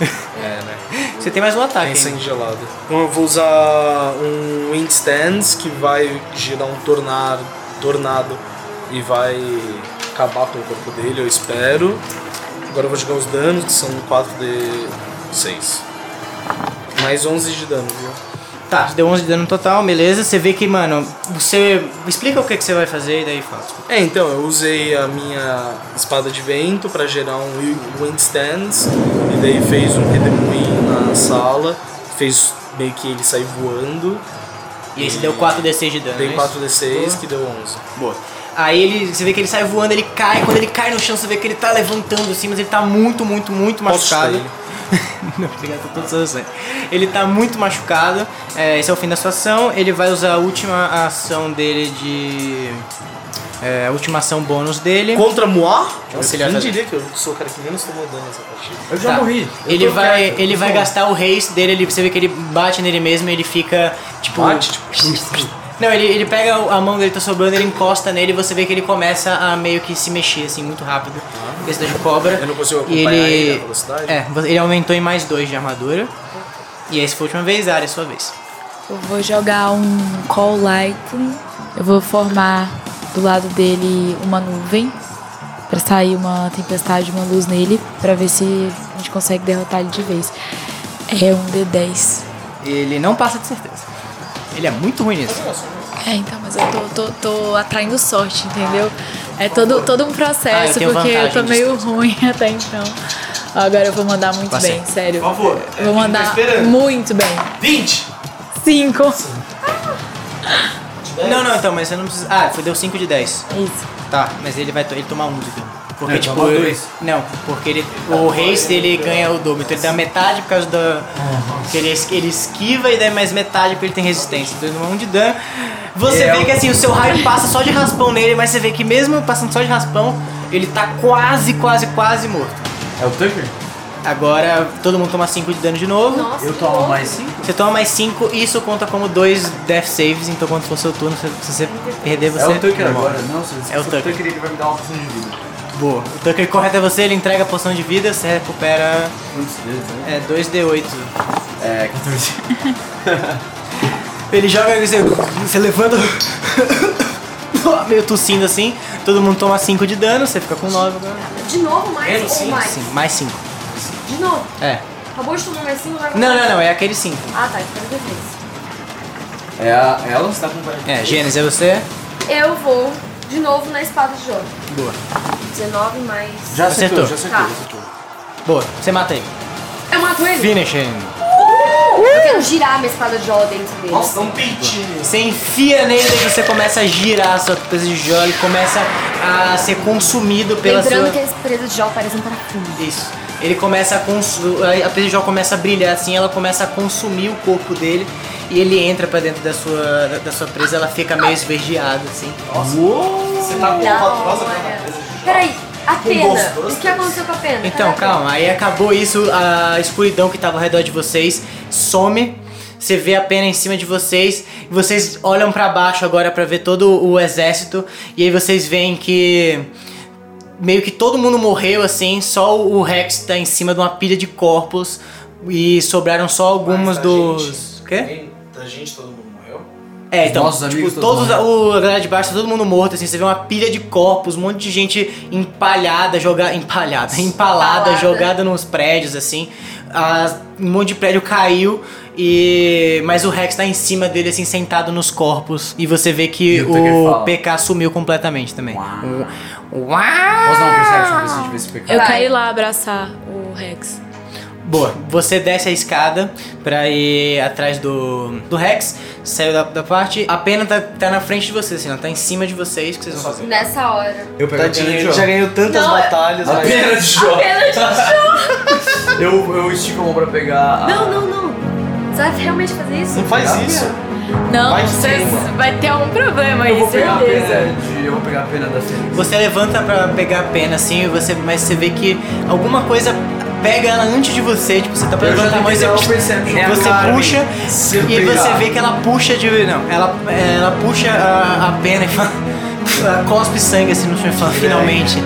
[SPEAKER 3] É, né?
[SPEAKER 1] Você tem mais um ataque.
[SPEAKER 3] Tem
[SPEAKER 1] ainda.
[SPEAKER 3] sangue gelado. Então eu vou usar um Windstands que vai girar um tornado, tornado e vai acabar com o corpo dele, eu espero. Agora eu vou jogar os danos, que são 4 de. Seis. Mais 11 de dano, viu?
[SPEAKER 1] Tá, deu 11 de dano total, beleza. Você vê que, mano, você explica o que, que você vai fazer e daí fala.
[SPEAKER 3] É, então, eu usei a minha espada de vento pra gerar um wi- windstands e daí fez um redemoinho na sala, fez meio que ele sair voando.
[SPEAKER 1] E aí você deu 4d6 de dano.
[SPEAKER 3] Dei
[SPEAKER 1] né?
[SPEAKER 3] 4d6 que deu 11.
[SPEAKER 1] Boa. Aí ele, você vê que ele sai voando, ele cai. Quando ele cai no chão, você vê que ele tá levantando assim, mas ele tá muito, muito, muito
[SPEAKER 3] Posso chutar
[SPEAKER 1] machucado.
[SPEAKER 3] ele?
[SPEAKER 1] Não, obrigado por todos os sangue. Ele tá muito machucado. É, esse é o fim da sua ação. Ele vai usar a última ação dele de. É, a última ação bônus dele.
[SPEAKER 3] Contra Moá?
[SPEAKER 1] se
[SPEAKER 3] Nossa,
[SPEAKER 1] ele vai
[SPEAKER 3] quem
[SPEAKER 1] fazer.
[SPEAKER 3] diria que eu sou o cara que menos tomou dano nessa partida.
[SPEAKER 4] Eu já
[SPEAKER 1] Tá.
[SPEAKER 4] morri. Eu
[SPEAKER 1] Ele
[SPEAKER 4] tô
[SPEAKER 1] vai,
[SPEAKER 4] quieto,
[SPEAKER 1] ele
[SPEAKER 4] eu
[SPEAKER 1] vai
[SPEAKER 4] tô-
[SPEAKER 1] gastar o haste dele, ele, você vê que ele bate nele mesmo e ele fica, tipo...
[SPEAKER 3] Bate, tipo,
[SPEAKER 1] Não, ele, ele pega a mão dele, tá sobrando, ele encosta nele e você vê que ele começa a meio que se mexer, assim, muito rápido. Esse de cobra.
[SPEAKER 3] Ah. Eu não consigo
[SPEAKER 1] E
[SPEAKER 3] acompanhar ele na velocidade?
[SPEAKER 1] É, vo- ele aumentou em mais dois de armadura. E essa foi a última vez, Ari, é sua vez.
[SPEAKER 5] Eu vou jogar um Call Lightning. Eu vou formar do lado dele uma nuvem pra sair uma tempestade, uma luz nele, pra ver se a gente consegue derrotar ele de vez. É um D10.
[SPEAKER 1] Ele não passa de certeza. Ele é muito ruim nisso.
[SPEAKER 5] É, então, mas eu tô, tô, tô atraindo sorte, entendeu? É todo, todo um
[SPEAKER 1] Ah, eu
[SPEAKER 5] processo,
[SPEAKER 1] tenho
[SPEAKER 5] porque eu tô
[SPEAKER 1] vantagem
[SPEAKER 5] meio ruim até então. Agora eu vou mandar muito
[SPEAKER 1] Passei.
[SPEAKER 5] bem, sério.
[SPEAKER 4] Por favor, é, quem
[SPEAKER 5] Eu vou
[SPEAKER 4] tá
[SPEAKER 5] mandar
[SPEAKER 4] esperando?
[SPEAKER 5] muito bem.
[SPEAKER 4] 20!
[SPEAKER 5] Cinco.
[SPEAKER 1] Não, não, então, mas você não precisa... Ah, foi, deu 5 de 10.
[SPEAKER 5] Isso.
[SPEAKER 1] Tá, mas ele vai to- ele tomar um de dano. Porque,
[SPEAKER 4] Ele
[SPEAKER 1] tipo,
[SPEAKER 4] É, toma
[SPEAKER 1] ele-
[SPEAKER 4] dois.
[SPEAKER 1] Não, porque ele, o race dele ganha o dobro. Então ele dá metade por causa
[SPEAKER 4] É,
[SPEAKER 1] da. Porque ele, es- ele esquiva e dá mais metade porque ele tem resistência. Então ele toma um de dano. Você
[SPEAKER 4] É,
[SPEAKER 1] vê
[SPEAKER 4] eu-
[SPEAKER 1] que assim, o seu raio passa só de raspão nele, mas você vê que mesmo passando só de raspão, ele tá quase, quase, quase morto.
[SPEAKER 4] É o Tucker?
[SPEAKER 1] Agora todo mundo toma 5 de dano de novo.
[SPEAKER 2] Nossa,
[SPEAKER 4] Eu
[SPEAKER 2] que
[SPEAKER 4] tomo
[SPEAKER 2] louco.
[SPEAKER 4] mais 5?
[SPEAKER 1] Você toma mais 5 e isso conta como dois death saves. Então quando for seu turno, se se você perder, você.
[SPEAKER 4] É o Tucker
[SPEAKER 1] morre.
[SPEAKER 4] agora, não, se se
[SPEAKER 1] É o
[SPEAKER 4] for
[SPEAKER 1] Tucker.
[SPEAKER 4] ele vai me dar uma poção de vida.
[SPEAKER 1] Boa. O Tucker corre até você, ele entrega a poção de vida, você recupera
[SPEAKER 4] Quantos dedos, né?
[SPEAKER 1] é, 2d8.
[SPEAKER 4] É, 14.
[SPEAKER 1] Ele joga e você, você levanta. meio tossindo assim. Todo mundo toma 5 de dano, você fica com 9 agora.
[SPEAKER 2] De novo Ah, mais
[SPEAKER 3] Menos
[SPEAKER 2] ou
[SPEAKER 3] cinco,
[SPEAKER 2] mais?
[SPEAKER 1] Sim, mais 5.
[SPEAKER 2] De novo.
[SPEAKER 1] É.
[SPEAKER 2] Acabou de tomar mais cinco, vai
[SPEAKER 1] Não, não, não, é aquele 5.
[SPEAKER 2] Ah, tá, espera depois.
[SPEAKER 4] É a, ela está com vai-
[SPEAKER 1] É, Gênesis, é você?
[SPEAKER 2] Eu vou de novo na espada de jogo.
[SPEAKER 1] Boa.
[SPEAKER 2] 19 mais...
[SPEAKER 4] Já acertou,
[SPEAKER 1] Acertou.
[SPEAKER 4] já acertou,
[SPEAKER 2] Tá.
[SPEAKER 4] já acertou.
[SPEAKER 1] Boa, você mata ele.
[SPEAKER 2] Eu mato ele.
[SPEAKER 1] Finish him.
[SPEAKER 2] Eu quero girar minha espada de jogo dentro dele.
[SPEAKER 4] Nossa, dá um peitinho.
[SPEAKER 1] Você enfia nele e você começa a girar a sua presa de jogo e começa a ser consumido pela
[SPEAKER 2] Lembrando
[SPEAKER 1] sua.
[SPEAKER 2] que as presas de um jogo parecem para fundo.
[SPEAKER 1] Isso. Ele começa a consu- a a Pedro começa a brilhar assim, ela começa a consumir o corpo dele e ele entra pra dentro da sua da- da sua presa, ela fica meio esverdeada assim.
[SPEAKER 4] Você tá com
[SPEAKER 2] Da
[SPEAKER 4] uma rosa
[SPEAKER 2] hora.
[SPEAKER 3] né?
[SPEAKER 4] na cabeça de jogo.
[SPEAKER 2] Peraí, a pena.
[SPEAKER 4] Ghostbusters.
[SPEAKER 2] O que aconteceu com a pena?
[SPEAKER 1] Então,
[SPEAKER 2] Cadê a
[SPEAKER 1] calma, aí acabou isso, a escuridão que tava ao redor de vocês some. Você vê a pena em cima de vocês, e vocês olham pra baixo agora pra ver todo o exército e aí vocês veem que meio que todo mundo morreu assim, só o Rex tá em cima de uma pilha de corpos e sobraram só algumas
[SPEAKER 3] Mas a
[SPEAKER 1] dos
[SPEAKER 3] gente-
[SPEAKER 1] Quê?
[SPEAKER 3] Ninguém- Da gente todo mundo morreu?
[SPEAKER 1] É,
[SPEAKER 4] Os
[SPEAKER 1] então,
[SPEAKER 4] nossos
[SPEAKER 1] tipo,
[SPEAKER 4] amigos todos
[SPEAKER 1] todos, o a galera de baixo, tá todo mundo morto, assim, você vê uma pilha de corpos, um monte de gente empalhada, joga, empalhada, empalada,
[SPEAKER 2] Empalada.
[SPEAKER 1] jogada nos prédios, assim, Ah, um monte de prédio caiu, e mas o Rex tá em cima dele, assim, sentado nos corpos, e você vê que
[SPEAKER 4] E o Tucker
[SPEAKER 1] o,
[SPEAKER 4] fala.
[SPEAKER 1] PK sumiu completamente também. um,
[SPEAKER 4] Uau.
[SPEAKER 1] Uau!
[SPEAKER 4] Posso dar um perception pra você ver esse pecado?
[SPEAKER 5] Eu
[SPEAKER 2] Vai.
[SPEAKER 5] caí lá abraçar o Rex.
[SPEAKER 1] Boa, você desce a escada pra ir atrás do, do Rex, saiu da, da parte, a pena tá, tá na frente de vocês, assim, ela tá em cima de vocês, o que vocês vão fazer?
[SPEAKER 2] Nessa hora.
[SPEAKER 4] Eu pego a
[SPEAKER 3] Tadinho,
[SPEAKER 4] pena de
[SPEAKER 3] ele já
[SPEAKER 4] jogo.
[SPEAKER 3] ganhou tantas
[SPEAKER 2] Não, é-
[SPEAKER 3] batalhas,
[SPEAKER 4] A
[SPEAKER 3] mas-
[SPEAKER 4] pena de jogo.
[SPEAKER 2] Pena de jogo.
[SPEAKER 4] Eu, eu estico a mão pra pegar a...
[SPEAKER 2] Não, não, não. Você vai realmente fazer isso?
[SPEAKER 3] Não faz
[SPEAKER 4] Ah,
[SPEAKER 3] isso.
[SPEAKER 5] Não,
[SPEAKER 3] Vai que
[SPEAKER 5] vocês-
[SPEAKER 4] tem
[SPEAKER 5] vai ter algum problema
[SPEAKER 4] Eu
[SPEAKER 5] aí,
[SPEAKER 4] vou pegar a
[SPEAKER 5] certeza.
[SPEAKER 4] pena de... Eu vou pegar a pena da Fênix.
[SPEAKER 1] Você levanta pra pegar a pena, assim, e você, mas você vê que alguma coisa pega ela antes de você, tipo, você tá pra
[SPEAKER 4] Eu já
[SPEAKER 1] levantar a mão e você,
[SPEAKER 4] tentei dar um perception. É a
[SPEAKER 1] você
[SPEAKER 4] Carmen.
[SPEAKER 1] puxa
[SPEAKER 4] Se eu
[SPEAKER 1] e
[SPEAKER 4] pegar.
[SPEAKER 1] você vê que ela puxa de. Não, ela, ela puxa a, a pena e fala. ela Cospe sangue assim no chão e fala, finalmente.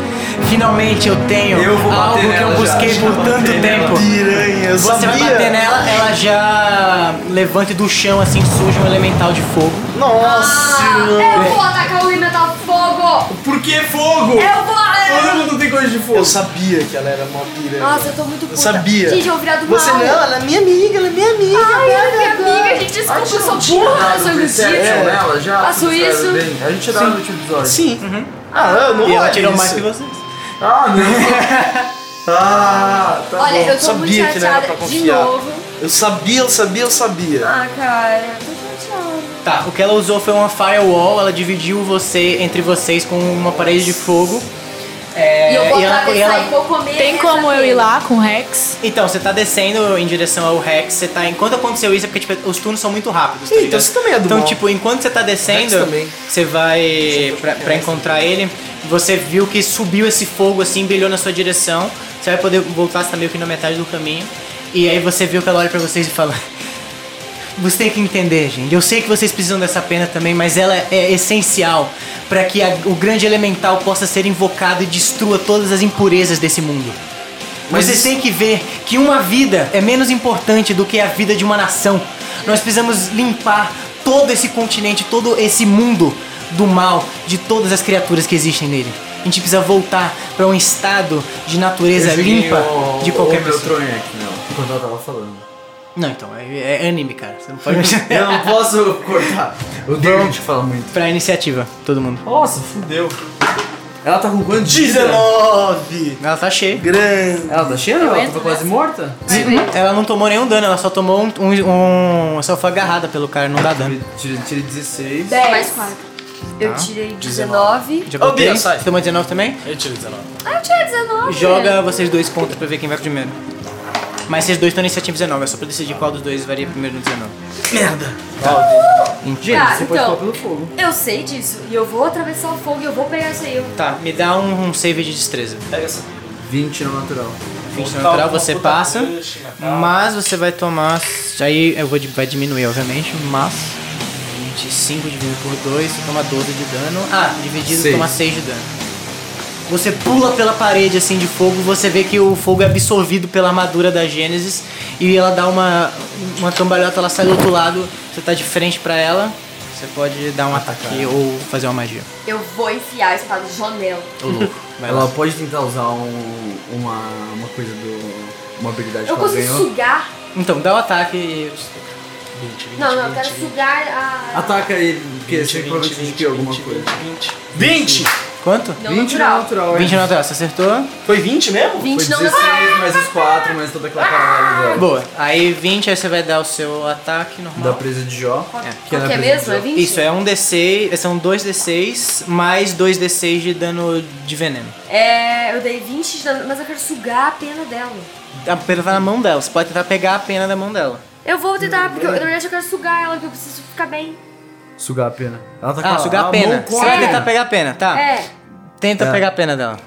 [SPEAKER 1] Finalmente eu tenho
[SPEAKER 4] Eu vou bater
[SPEAKER 1] algo que eu
[SPEAKER 4] nela já,
[SPEAKER 1] busquei
[SPEAKER 4] já
[SPEAKER 1] por
[SPEAKER 4] bati
[SPEAKER 1] tanto
[SPEAKER 4] nela.
[SPEAKER 1] tempo.
[SPEAKER 3] Piranha, eu
[SPEAKER 1] Você vai
[SPEAKER 3] sabia.
[SPEAKER 1] bater né? nela, ela já levanta e do chão assim surge um elemental de fogo.
[SPEAKER 3] Nossa,
[SPEAKER 2] Ah, Eu vou atacar o Imetal Fogo!
[SPEAKER 4] Por que fogo?
[SPEAKER 2] Eu vou!
[SPEAKER 4] Todo mundo tem coisa de
[SPEAKER 3] eu
[SPEAKER 4] fogo.
[SPEAKER 3] sabia que ela era uma piranha.
[SPEAKER 2] Nossa, eu tô muito puta.
[SPEAKER 3] Eu sabia.
[SPEAKER 2] Gente, eu vou virar do mal.
[SPEAKER 3] Você não, ela é minha amiga, ela é minha amiga.
[SPEAKER 2] Ai, ela é minha amiga, gente, desculpa, eu sou burra, eu sou
[SPEAKER 4] Perception
[SPEAKER 2] iludido.
[SPEAKER 4] nela já?
[SPEAKER 2] Faço
[SPEAKER 4] Tudo certo
[SPEAKER 2] isso.
[SPEAKER 4] bem? A gente tinha dado no último episódio.
[SPEAKER 3] Sim. Ah, eu não
[SPEAKER 1] Uhum. e ela
[SPEAKER 3] olho
[SPEAKER 1] tirou mais que
[SPEAKER 3] isso.
[SPEAKER 1] vocês.
[SPEAKER 4] Ah, não. ah, tá
[SPEAKER 2] Olha,
[SPEAKER 4] bom.
[SPEAKER 2] eu tô muito
[SPEAKER 3] sabia que não era pra
[SPEAKER 2] chateada de
[SPEAKER 3] confiar.
[SPEAKER 2] novo.
[SPEAKER 3] Eu sabia, eu sabia, eu sabia.
[SPEAKER 2] Ah, cara, tô chateada.
[SPEAKER 1] Tá, o que ela usou foi uma firewall, ela dividiu você entre vocês com uma parede de fogo. É,
[SPEAKER 2] E eu vou
[SPEAKER 1] ela-
[SPEAKER 2] atravessar
[SPEAKER 1] ela-
[SPEAKER 2] e vou comer.
[SPEAKER 5] Tem
[SPEAKER 2] essa
[SPEAKER 5] como eu ir
[SPEAKER 2] pera.
[SPEAKER 5] lá com o Rex?
[SPEAKER 1] Então, você tá descendo em direção ao Rex, você tá. Enquanto aconteceu isso, é porque tipo, os turnos são muito rápidos, tá
[SPEAKER 3] Eita,
[SPEAKER 1] ligado?
[SPEAKER 3] você também é do
[SPEAKER 1] Então,
[SPEAKER 3] mal.
[SPEAKER 1] tipo, enquanto você tá descendo,
[SPEAKER 3] Rex também.
[SPEAKER 1] você vai pra, pra encontrar ele. Você viu que subiu esse fogo assim, brilhou na sua direção. Você vai poder voltar, você tá meio que na metade do caminho. E aí você viu que ela olha pra vocês e fala. Você tem que entender, gente. Eu sei que vocês precisam dessa pena também, mas ela é essencial pra que a- o grande elemental possa ser invocado e destrua todas as impurezas desse mundo. Mas vocês têm que ver que uma vida é menos importante do que a vida de uma nação. Nós precisamos limpar todo esse continente, todo esse mundo do mal, de todas as criaturas que existem nele. A gente precisa voltar pra um estado de natureza limpa de qualquer
[SPEAKER 4] meu
[SPEAKER 1] pessoa.
[SPEAKER 4] tronho aqui, não. Enquanto ela tava falando.
[SPEAKER 1] Não, então, é, é anime, cara. Você não pode mexer.
[SPEAKER 4] Eu não posso cortar. Eu odeio gente que fala muito.
[SPEAKER 1] pra iniciativa, todo mundo.
[SPEAKER 4] Nossa, fudeu. Ela tá com quanto?
[SPEAKER 3] 19!
[SPEAKER 1] Ela tá cheia.
[SPEAKER 3] Grande!
[SPEAKER 4] Ela tá cheia? Ela tava quase morta?
[SPEAKER 1] Ela não tomou nenhum dano, ela só tomou um. um, um- só foi agarrada pelo cara, não dá dano.
[SPEAKER 4] Tirei tirei 16.
[SPEAKER 2] Dez. Mais quatro. Eu
[SPEAKER 4] Tá?
[SPEAKER 2] tirei 19.
[SPEAKER 1] Já
[SPEAKER 3] Ô,
[SPEAKER 1] contei.
[SPEAKER 3] Bia, sai.
[SPEAKER 1] Você tomou 19 também?
[SPEAKER 3] Eu tirei 19.
[SPEAKER 2] Ah, eu tirei Tá, 19.
[SPEAKER 1] Joga vocês dois contra pra ver quem vai primeiro. Mas vocês dois estão na iniciativa 19, é só pra decidir qual dos dois varia primeiro no 19. Merda!
[SPEAKER 2] Tá,
[SPEAKER 4] Você pode
[SPEAKER 2] então.
[SPEAKER 4] pular pelo fogo.
[SPEAKER 2] Eu sei disso. E eu vou atravessar o fogo e eu vou pegar isso aí. Eu...
[SPEAKER 1] Tá, me dá um, um save de destreza.
[SPEAKER 3] Pega essa.
[SPEAKER 4] 20 no é natural.
[SPEAKER 1] 20 no natural, você
[SPEAKER 3] Vou botar
[SPEAKER 1] passa,
[SPEAKER 3] crush na cara.
[SPEAKER 1] mas você vai tomar. Aí eu vou di- vai diminuir, obviamente, mas. 25 dividido por 2, você toma 12 de dano. Ah, dividido
[SPEAKER 4] Seis.
[SPEAKER 1] toma 6 de dano. Você pula pela parede assim de fogo, você vê que o fogo é absorvido pela armadura da Gênesis e ela dá uma, uma cambalhota, ela sai do outro lado, você tá de frente pra ela, você pode dar um ataque ou fazer uma magia.
[SPEAKER 2] Eu vou enfiar a espada de janela.
[SPEAKER 1] Ô louco, vai
[SPEAKER 4] Ela
[SPEAKER 1] lá.
[SPEAKER 4] pode tentar usar um, uma, uma coisa do. Uma habilidade
[SPEAKER 2] Eu
[SPEAKER 4] que ela
[SPEAKER 2] consigo
[SPEAKER 4] ganhou.
[SPEAKER 2] sugar.
[SPEAKER 1] Então, dá o ataque e
[SPEAKER 2] Não, não, eu quero sugar a.
[SPEAKER 4] Ataca ele, porque você provavelmente desviou alguma coisa.
[SPEAKER 3] 20!
[SPEAKER 1] Quanto?
[SPEAKER 2] Não
[SPEAKER 4] 20 no
[SPEAKER 2] natural.
[SPEAKER 4] natural, é.
[SPEAKER 1] 20 no natural, você acertou?
[SPEAKER 3] Foi 20 mesmo?
[SPEAKER 1] é
[SPEAKER 2] 20
[SPEAKER 4] Foi
[SPEAKER 2] não
[SPEAKER 4] 16
[SPEAKER 2] natural.
[SPEAKER 4] mais os 4, mais toda
[SPEAKER 2] Ah!
[SPEAKER 4] aquela parada dela.
[SPEAKER 1] Boa. Aí 20, aí você vai dar o seu ataque
[SPEAKER 4] Da
[SPEAKER 1] normal.
[SPEAKER 4] presa de Jó.
[SPEAKER 2] Qual
[SPEAKER 4] era
[SPEAKER 2] que é
[SPEAKER 4] presa de
[SPEAKER 2] mesmo? É
[SPEAKER 4] Jó.
[SPEAKER 2] 20?
[SPEAKER 1] Isso, é um D6, são dois D6 mais dois D6 de dano de veneno.
[SPEAKER 2] É, eu dei 20 de dano, mas eu quero sugar a pena dela.
[SPEAKER 1] A pena tá na mão dela, você pode tentar pegar a pena da mão dela.
[SPEAKER 2] Eu vou tentar, porque eu, na verdade eu quero sugar ela, que eu preciso ficar bem.
[SPEAKER 4] Sugar a pena. Ela tá com
[SPEAKER 1] Ah, sugar a pena.
[SPEAKER 4] mão
[SPEAKER 1] Você vai
[SPEAKER 2] É.
[SPEAKER 1] tentar pegar a pena, tá?
[SPEAKER 2] É.
[SPEAKER 1] Tenta
[SPEAKER 4] Tá.
[SPEAKER 1] pegar a pena dela.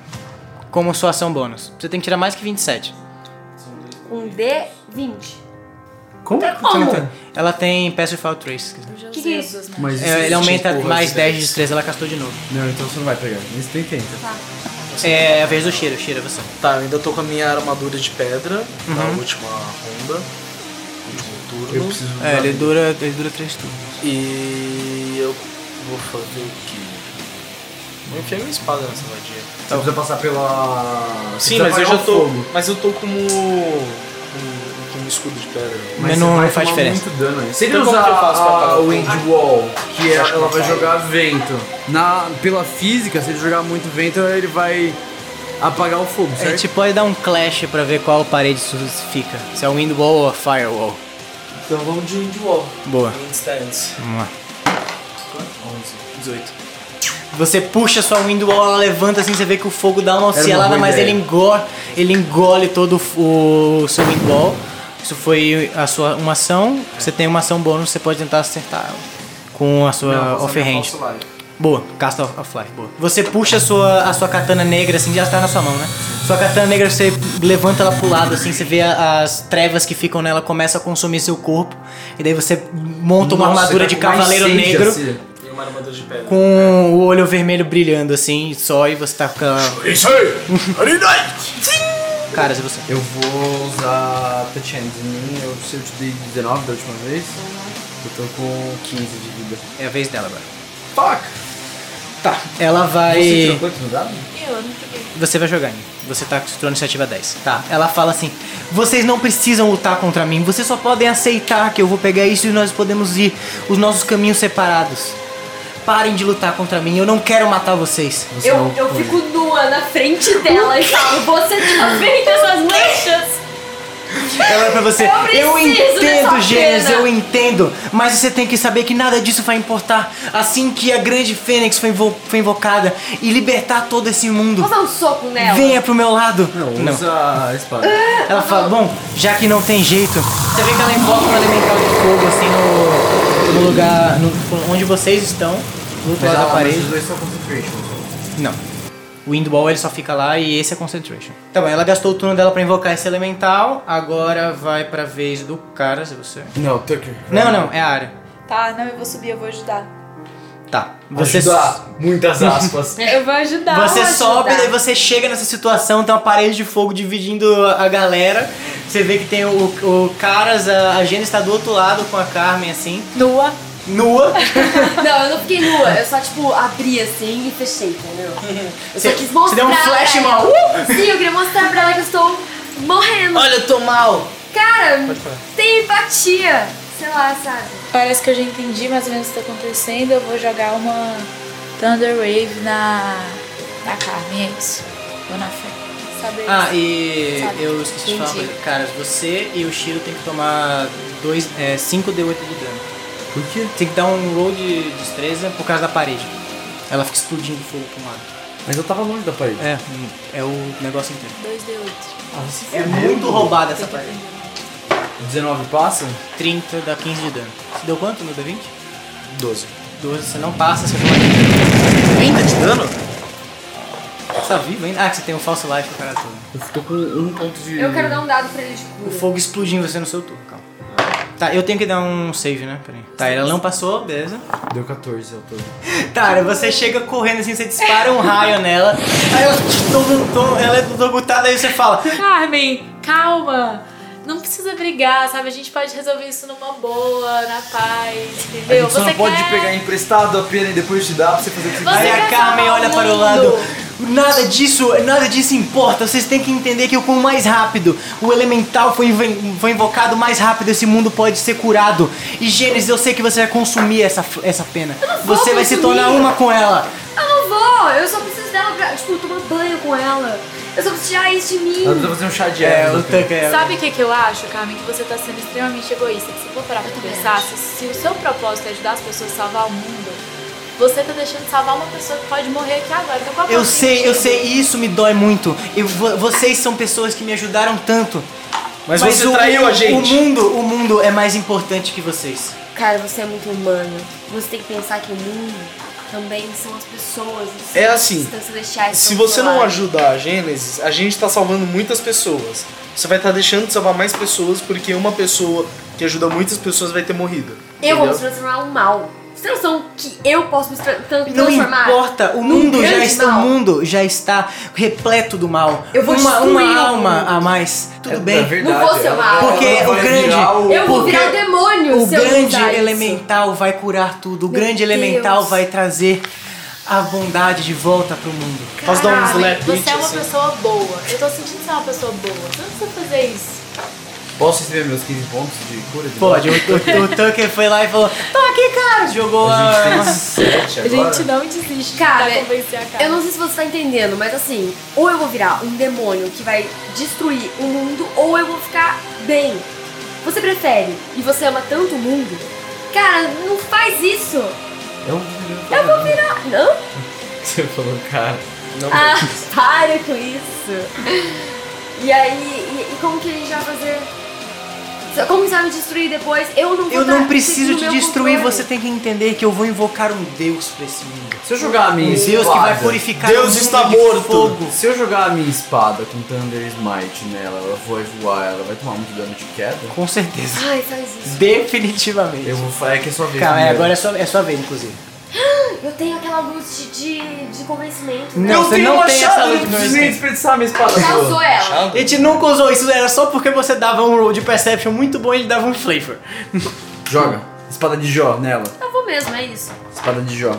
[SPEAKER 1] Como sua ação bônus. Você tem que tirar mais que 27.
[SPEAKER 2] Um D20.
[SPEAKER 4] Como?
[SPEAKER 2] Como?
[SPEAKER 1] Ela tem Passive Trace.
[SPEAKER 2] O que, que é isso?
[SPEAKER 4] Mas isso
[SPEAKER 1] Ele
[SPEAKER 4] te
[SPEAKER 1] aumenta
[SPEAKER 4] empurra,
[SPEAKER 1] mais
[SPEAKER 4] você
[SPEAKER 1] 10 de
[SPEAKER 4] deve-
[SPEAKER 1] destreza, ela castou de novo.
[SPEAKER 4] Não, então você não vai pegar. Isso tu entende.
[SPEAKER 1] Tá É a vez do Shira, Shira você.
[SPEAKER 3] Tá, eu ainda tô com a minha armadura de pedra na última ronda. Último turno.
[SPEAKER 4] Uhum. Eu preciso
[SPEAKER 1] É,
[SPEAKER 4] usar.
[SPEAKER 1] ele dura, ele dura 3 turnos.
[SPEAKER 3] E eu vou fazer o quê? Vou enfiar minha espada nessa vadia.
[SPEAKER 1] tá
[SPEAKER 4] Você precisa passar pela. você
[SPEAKER 3] Sim,
[SPEAKER 4] precisa
[SPEAKER 3] mas eu
[SPEAKER 4] apagar
[SPEAKER 3] já
[SPEAKER 4] o
[SPEAKER 3] tô.
[SPEAKER 4] fogo.
[SPEAKER 3] Mas eu tô como. com, com um escudo de pedra.
[SPEAKER 1] Mas
[SPEAKER 4] você
[SPEAKER 1] não-
[SPEAKER 4] vai
[SPEAKER 1] não faz
[SPEAKER 4] tomar
[SPEAKER 1] diferença.
[SPEAKER 4] Muito dano aí. Se ele
[SPEAKER 3] Então como
[SPEAKER 4] usar
[SPEAKER 3] que eu faço pra apagar
[SPEAKER 4] a
[SPEAKER 3] o
[SPEAKER 4] Wind Wall, que é- ela vai jogar vento. Na, pela física, se ele jogar muito vento, ele vai apagar o fogo,
[SPEAKER 1] A
[SPEAKER 4] certo?
[SPEAKER 1] gente pode dar um clash pra ver qual parede isso fica. Se é um Windwall ou a Firewall.
[SPEAKER 3] Então vamos de Windwall.
[SPEAKER 1] Boa.
[SPEAKER 3] Wind Stance.
[SPEAKER 1] Vamos lá.
[SPEAKER 3] 11, 18.
[SPEAKER 1] Você puxa sua Windwall, ela levanta assim, você vê que o fogo dá uma oscilada,
[SPEAKER 4] boa
[SPEAKER 1] mas
[SPEAKER 4] ideia.
[SPEAKER 1] ele engole, ele engole todo o seu Windwall. Isso foi a sua uma ação. Você tem uma ação bônus, você pode tentar acertar ela com a sua off-hand. Boa, Cast of, of Life, boa. Você puxa a sua, a sua katana negra, assim, já tá na sua mão, né? Sua katana negra, você levanta ela pro lado, assim, você vê a- as trevas que ficam nela, começa a consumir seu corpo. E daí você monta uma
[SPEAKER 4] Nossa,
[SPEAKER 1] armadura
[SPEAKER 4] ele
[SPEAKER 1] de
[SPEAKER 4] tá com mais
[SPEAKER 1] cavaleiro
[SPEAKER 4] sede,
[SPEAKER 1] negro.
[SPEAKER 4] assim.
[SPEAKER 3] uma armadura de pedra.
[SPEAKER 1] com o olho vermelho brilhando assim, só e você tá com a...
[SPEAKER 4] Isso aí!
[SPEAKER 1] Cara, se você...
[SPEAKER 4] Eu vou usar Touch Hands em mim, eu, se eu te dei 19 da última vez, eu tô com 15 de vida.
[SPEAKER 1] É a vez dela agora.
[SPEAKER 4] Fuck!
[SPEAKER 1] Tá, ela
[SPEAKER 4] Você
[SPEAKER 1] vai...
[SPEAKER 4] tirou quanto no dado?
[SPEAKER 5] Eu não peguei.
[SPEAKER 1] Você vai jogar, Nini. Você tá com sua iniciativa 10. Tá, ela fala assim, vocês não precisam lutar contra mim, vocês só podem aceitar que eu vou pegar isso e nós podemos ir os nossos caminhos separados. Parem de lutar contra mim, eu não quero matar vocês.
[SPEAKER 4] Você
[SPEAKER 2] Eu,
[SPEAKER 4] é um
[SPEAKER 2] eu
[SPEAKER 4] cone.
[SPEAKER 2] fico nua na frente dela e falo, você tá tinha feito essas manchas?
[SPEAKER 1] Ela é pra você.
[SPEAKER 2] Eu
[SPEAKER 1] Eu,
[SPEAKER 2] preciso
[SPEAKER 1] entendo,
[SPEAKER 2] dessa
[SPEAKER 1] Gênesis,
[SPEAKER 2] pena."
[SPEAKER 1] eu entendo. Mas você tem que saber que nada disso vai importar. Assim que a grande Fênix foi, invo- foi invocada e libertar todo esse mundo.
[SPEAKER 2] Vou dar um soco nela.
[SPEAKER 1] Venha pro meu lado.
[SPEAKER 4] Não, usa a espada.
[SPEAKER 1] Ela fala, bom, já que não tem jeito. Você vê que ela invoca um elemental de fogo assim no, no lugar no- onde vocês estão, do outro
[SPEAKER 4] Mas
[SPEAKER 1] lado da
[SPEAKER 4] a parede
[SPEAKER 1] parede.
[SPEAKER 4] dos dois são concentration. então.
[SPEAKER 1] Não. O Windball ele só fica lá e esse é Concentration. Tá bom, ela gastou o turno dela pra invocar esse elemental. Agora vai pra vez do cara, se você.
[SPEAKER 4] Não, Tucker.
[SPEAKER 1] Não, não, é a área.
[SPEAKER 7] Tá, não, eu vou subir, eu vou ajudar.
[SPEAKER 1] Tá. Você,
[SPEAKER 4] Você dá muitas aspas.
[SPEAKER 5] Eu vou ajudar.
[SPEAKER 1] você
[SPEAKER 2] Dá uma
[SPEAKER 1] sobe, né?
[SPEAKER 2] ajuda.
[SPEAKER 1] daí você chega nessa situação, tem uma parede de fogo dividindo a a galera. Você vê que tem o, o Caras, a, a Gênesis tá do outro lado com a Carmen, assim,
[SPEAKER 5] Nua.
[SPEAKER 1] nua.
[SPEAKER 2] Não, eu não fiquei nua, eu só, tipo, abri assim e fechei, entendeu? Eu
[SPEAKER 1] Você-
[SPEAKER 2] só quis
[SPEAKER 1] você
[SPEAKER 2] mostrar
[SPEAKER 1] deu um flash
[SPEAKER 2] pra
[SPEAKER 1] mal.
[SPEAKER 2] ela. Sim, eu queria mostrar pra ela que eu estou morrendo.
[SPEAKER 1] Olha, eu tô mal.
[SPEAKER 2] Cara, tem empatia. Sei lá, sabe?
[SPEAKER 5] Parece que eu já entendi mais ou menos o que tá acontecendo. Eu vou jogar uma Thunder Wave na, na Carmen, é isso. Ou na fé. Saber
[SPEAKER 1] Ah, e
[SPEAKER 5] Sabe?
[SPEAKER 1] eu esqueci de falar uma
[SPEAKER 5] Entendi.
[SPEAKER 1] coisa. Caras, você e o Shiro tem que tomar é, 5 D8 de dano.
[SPEAKER 4] Por quê?
[SPEAKER 1] Tem que dar um roll de destreza por causa da parede. Ela fica explodindo fogo pra um lado.
[SPEAKER 4] Mas eu tava longe da parede.
[SPEAKER 1] É, é o negócio inteiro.
[SPEAKER 5] 2D8.
[SPEAKER 4] Ah, você
[SPEAKER 1] É muito roubada essa parede.
[SPEAKER 4] 19 passa?
[SPEAKER 1] 30 dá 15 de dano. Você deu quanto no D20?
[SPEAKER 4] 12.
[SPEAKER 1] 12, você não passa, você não
[SPEAKER 3] Ainda de dano?
[SPEAKER 1] Você tá vivo ainda? Ah, que você tem um falso life pro cara todo.
[SPEAKER 4] Eu tô com um ponto de.
[SPEAKER 2] Eu quero dar um dado pra ele de
[SPEAKER 1] O
[SPEAKER 2] cura.
[SPEAKER 1] fogo explodiu em você no seu turno, calma. Tá, eu tenho que dar um save, né? Peraí. Tá, ela não passou, beleza.
[SPEAKER 4] Deu 14 ao todo.
[SPEAKER 1] Cara, você chega correndo assim, você dispara um raio nela, aí ela, toma- toma- ela é dogutada, aí você fala,
[SPEAKER 5] Carmen, calma. Não precisa brigar, sabe? A gente pode resolver isso numa boa, na paz,
[SPEAKER 4] A
[SPEAKER 5] entendeu?
[SPEAKER 4] gente só não pode pegar emprestado a pena e depois te dar pra você fazer o que você
[SPEAKER 5] Você
[SPEAKER 1] Aí a
[SPEAKER 5] quer
[SPEAKER 1] Carmen
[SPEAKER 5] salvar o
[SPEAKER 1] olha para o
[SPEAKER 5] mundo.
[SPEAKER 1] lado. Nada disso, nada disso importa. Vocês têm que entender que eu com mais rápido, o elemental foi, inven- foi invocado mais rápido, esse mundo pode ser curado. E Gênesis, eu sei que você vai consumir essa, f- essa pena.
[SPEAKER 2] vou
[SPEAKER 1] Você vai se
[SPEAKER 2] consumir.
[SPEAKER 1] tornar uma com ela.
[SPEAKER 2] Eu não vou, eu só preciso dela pra, tipo, tomar banho com ela. Eu só preciso tirar isso de mim.
[SPEAKER 4] Ela precisa fazer um chá de
[SPEAKER 1] É,
[SPEAKER 4] ervas.
[SPEAKER 1] o
[SPEAKER 4] Tucker.
[SPEAKER 1] Tucker.
[SPEAKER 5] Sabe o que, que eu acho, Carmen? Que você tá sendo extremamente egoísta. Que se for parar pra conversar, se, se o seu propósito é ajudar as pessoas a salvar o mundo, você tá deixando de salvar uma pessoa que pode morrer aqui agora. Então, qual que é
[SPEAKER 1] Eu
[SPEAKER 5] o
[SPEAKER 1] sei, eu
[SPEAKER 5] sentido?
[SPEAKER 1] sei, e isso me dói muito. Eu, vo- vocês são pessoas que me ajudaram tanto.
[SPEAKER 3] Mas você traiu a gente.
[SPEAKER 1] O mundo, o mundo é mais importante que vocês.
[SPEAKER 2] Cara, você é muito humano. Você tem que pensar que o mundo também são as pessoas. os-
[SPEAKER 3] É assim,
[SPEAKER 2] os seres celestiais
[SPEAKER 3] Se
[SPEAKER 2] que estão do
[SPEAKER 3] você
[SPEAKER 2] seu
[SPEAKER 3] não
[SPEAKER 2] lado.
[SPEAKER 3] ajudar a Gênesis, a gente tá salvando muitas pessoas. Você vai estar deixando de salvar mais pessoas porque uma pessoa que ajuda muitas pessoas vai ter morrido.
[SPEAKER 2] Eu vou me
[SPEAKER 3] entendeu?
[SPEAKER 2] transformar um mal. Você tem noção que eu posso me tra- tra-
[SPEAKER 1] Não
[SPEAKER 2] transformar?
[SPEAKER 1] importa, o
[SPEAKER 2] num
[SPEAKER 1] mundo já
[SPEAKER 2] grande
[SPEAKER 1] está, o
[SPEAKER 2] mal.
[SPEAKER 1] mundo já está repleto do mal.
[SPEAKER 2] Eu vou
[SPEAKER 1] uma,
[SPEAKER 2] destruir
[SPEAKER 1] uma
[SPEAKER 2] o
[SPEAKER 1] alma
[SPEAKER 2] mundo.
[SPEAKER 1] a mais. Tudo
[SPEAKER 4] É
[SPEAKER 1] bem.
[SPEAKER 4] verdade,
[SPEAKER 2] Não vou ser
[SPEAKER 4] ela-
[SPEAKER 2] má.
[SPEAKER 4] ela
[SPEAKER 1] Porque
[SPEAKER 4] vai
[SPEAKER 1] o grande-
[SPEAKER 4] virar o-
[SPEAKER 2] Eu vou
[SPEAKER 1] Porque
[SPEAKER 2] virar o demônio
[SPEAKER 1] O
[SPEAKER 2] se eu não
[SPEAKER 1] grande
[SPEAKER 2] usar isso.
[SPEAKER 1] elemental vai curar tudo. O
[SPEAKER 2] Meu
[SPEAKER 1] grande
[SPEAKER 2] Deus.
[SPEAKER 1] elemental vai trazer a bondade de volta pro mundo.
[SPEAKER 3] Posso dar um
[SPEAKER 5] Carmen,
[SPEAKER 3] slap
[SPEAKER 5] Você
[SPEAKER 3] beat,
[SPEAKER 5] é uma
[SPEAKER 3] assim?
[SPEAKER 5] pessoa boa. Eu tô sentindo que você é uma pessoa boa. Você não precisa fazer isso.
[SPEAKER 4] Posso receber meus 15 pontos de cura? de
[SPEAKER 1] Pode, o, o- o Tucker foi lá e falou: Tô aqui, cara! Jogou
[SPEAKER 4] A
[SPEAKER 1] a.
[SPEAKER 4] gente tem 7
[SPEAKER 5] A
[SPEAKER 4] agora.
[SPEAKER 5] gente não desiste
[SPEAKER 2] Cara,
[SPEAKER 5] de tentar convencer a Carmen.
[SPEAKER 2] Eu não sei se você tá entendendo, mas assim, ou eu vou virar um demônio que vai destruir o mundo, ou eu vou ficar bem. Você prefere e você ama tanto o mundo? Cara, não faz isso!
[SPEAKER 4] Eu vou Eu vou virar.
[SPEAKER 2] Ah, não?
[SPEAKER 4] Você falou, cara. Não,
[SPEAKER 2] Ah, para com isso! E aí, e, e como que a gente vai fazer? Como que você vai me destruir depois? Eu não vou
[SPEAKER 1] Eu
[SPEAKER 2] dar-
[SPEAKER 1] não preciso
[SPEAKER 2] no
[SPEAKER 1] te
[SPEAKER 2] meu
[SPEAKER 1] destruir,
[SPEAKER 2] controle.
[SPEAKER 1] você tem que entender que eu vou invocar um Deus pra esse mundo.
[SPEAKER 4] Se eu jogar a minha
[SPEAKER 1] Um Deus que vai
[SPEAKER 4] espada.
[SPEAKER 1] purificar
[SPEAKER 3] Deus
[SPEAKER 1] o mundo
[SPEAKER 3] está
[SPEAKER 1] de
[SPEAKER 3] morto.
[SPEAKER 1] fogo.
[SPEAKER 4] Se eu jogar a minha espada com Thunder Smite nela, ela vai voar, ela vai tomar muito dano de queda.
[SPEAKER 1] Com certeza.
[SPEAKER 2] Ai, faz isso.
[SPEAKER 1] Definitivamente.
[SPEAKER 4] Eu vou falar é que é sua vez.
[SPEAKER 1] Calma, é,
[SPEAKER 4] primeiro.
[SPEAKER 1] agora é sua, é sua vez, inclusive.
[SPEAKER 2] Eu tenho aquela luz de, de, de convencimento.
[SPEAKER 1] Não,
[SPEAKER 2] né?
[SPEAKER 4] eu
[SPEAKER 1] você
[SPEAKER 4] tenho
[SPEAKER 1] não
[SPEAKER 4] uma
[SPEAKER 1] tem essa
[SPEAKER 4] chave,
[SPEAKER 1] luz
[SPEAKER 4] eu
[SPEAKER 1] no
[SPEAKER 4] não preciso
[SPEAKER 1] escuro.
[SPEAKER 4] nem desperdiçar minha espada.
[SPEAKER 2] Já
[SPEAKER 4] boa.
[SPEAKER 2] usou ela.
[SPEAKER 1] A gente nunca usou isso, era só porque você dava um roll de perception muito bom e ele dava um flavor.
[SPEAKER 4] Joga. Espada de Jó nela.
[SPEAKER 2] Eu vou mesmo, é isso.
[SPEAKER 4] Espada de Jó.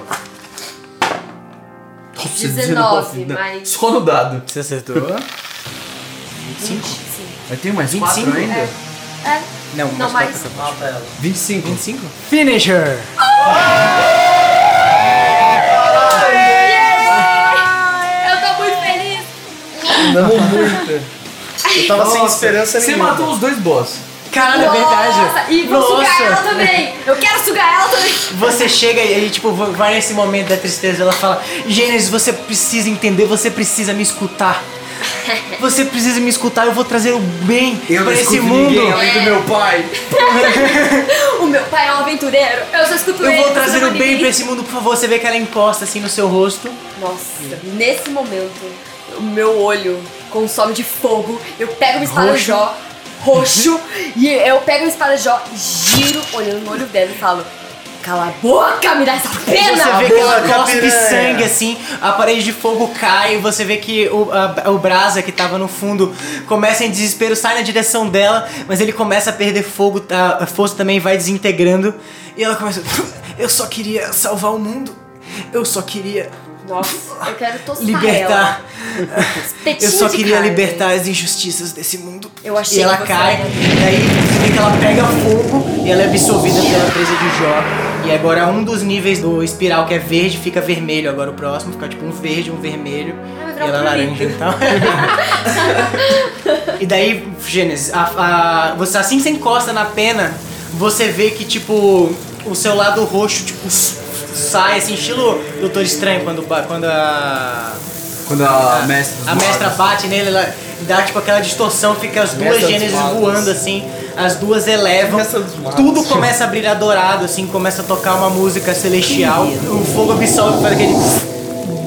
[SPEAKER 4] Nossa,
[SPEAKER 2] 19,
[SPEAKER 4] não.
[SPEAKER 2] mas-
[SPEAKER 4] Só no dado.
[SPEAKER 1] Você acertou?
[SPEAKER 2] Cinco. Sim.
[SPEAKER 4] Mas tem mais 25
[SPEAKER 1] 25?
[SPEAKER 4] ainda?
[SPEAKER 2] É.
[SPEAKER 1] Não,
[SPEAKER 2] Não, mas.
[SPEAKER 3] Mata ela.
[SPEAKER 4] 25.
[SPEAKER 1] 25? Finisher!
[SPEAKER 2] Eu tô muito feliz.
[SPEAKER 3] Damos muita. Eu tava sem
[SPEAKER 4] Nossa,
[SPEAKER 3] esperança
[SPEAKER 4] Você
[SPEAKER 3] nenhuma.
[SPEAKER 4] matou os dois boss.
[SPEAKER 1] Caralho, é
[SPEAKER 2] Nossa,
[SPEAKER 1] verdade!
[SPEAKER 2] E vou sugar ela também. Eu quero sugar ela também.
[SPEAKER 1] Você chega e aí, tipo, vai nesse momento da tristeza, ela fala: Gênesis, você precisa entender, você precisa me escutar. Você precisa me escutar, eu vou trazer o bem
[SPEAKER 4] Eu não
[SPEAKER 1] pra esse
[SPEAKER 4] escuto
[SPEAKER 1] mundo.
[SPEAKER 4] ninguém além do
[SPEAKER 5] É.
[SPEAKER 4] meu pai.
[SPEAKER 2] O meu pai é um aventureiro. Eu só escuto
[SPEAKER 1] Eu
[SPEAKER 2] ele,
[SPEAKER 1] vou trazer
[SPEAKER 2] escuto
[SPEAKER 1] o bem
[SPEAKER 2] ninguém.
[SPEAKER 1] pra esse mundo, por favor. Você vê que ela encosta assim no seu rosto.
[SPEAKER 2] Nossa, nesse momento, o meu olho consome de fogo. Eu pego uma espada
[SPEAKER 1] Roxo.
[SPEAKER 2] Jó, roxo, e eu pego uma espada Jó, giro olhando no olho dela e falo: Cala a boca, me dá essa pena!
[SPEAKER 1] Você vê que ela
[SPEAKER 3] boca,
[SPEAKER 1] cospe
[SPEAKER 3] piranha.
[SPEAKER 1] sangue assim, a parede de fogo cai, você vê que o, a- o brasa que tava no fundo começa em desespero, sai na direção dela, mas ele começa a perder fogo, tá, a força também vai desintegrando, e ela começa. Eu só queria salvar o mundo. Eu só queria
[SPEAKER 2] Nossa, eu quero tostar
[SPEAKER 1] libertar.
[SPEAKER 2] ela.
[SPEAKER 1] Eu só
[SPEAKER 2] Espetinho de
[SPEAKER 1] queria
[SPEAKER 2] carne.
[SPEAKER 1] libertar as injustiças desse mundo.
[SPEAKER 2] Eu achei
[SPEAKER 1] e ela
[SPEAKER 2] que você
[SPEAKER 1] cai,
[SPEAKER 2] era-
[SPEAKER 1] daí você vê que ela pega fogo e ela é absorvida pela presa de Jó. E agora um dos níveis do espiral que é verde fica vermelho. Agora o próximo fica tipo um verde, um vermelho.
[SPEAKER 2] vai
[SPEAKER 1] E
[SPEAKER 2] virar
[SPEAKER 1] ela é
[SPEAKER 2] um
[SPEAKER 1] laranja
[SPEAKER 2] pirulito.
[SPEAKER 1] então. e daí, Gênesis, a- a- você, assim que você encosta na pena, você vê que tipo o seu lado roxo tipo s- sai assim, estilo Doutor Estranho quando, ba- quando a
[SPEAKER 4] Quando É. a mestra dos
[SPEAKER 1] a mestra
[SPEAKER 4] magos-
[SPEAKER 1] bate nele, ela dá tipo aquela distorção, fica as duas
[SPEAKER 3] Mestra dos
[SPEAKER 1] gênesis
[SPEAKER 3] magos.
[SPEAKER 1] voando assim, as duas elevam,
[SPEAKER 3] Mestra dos magos.
[SPEAKER 1] tudo começa a brilhar dourado, assim, começa a tocar uma música celestial, o fogo absorve faz aquele.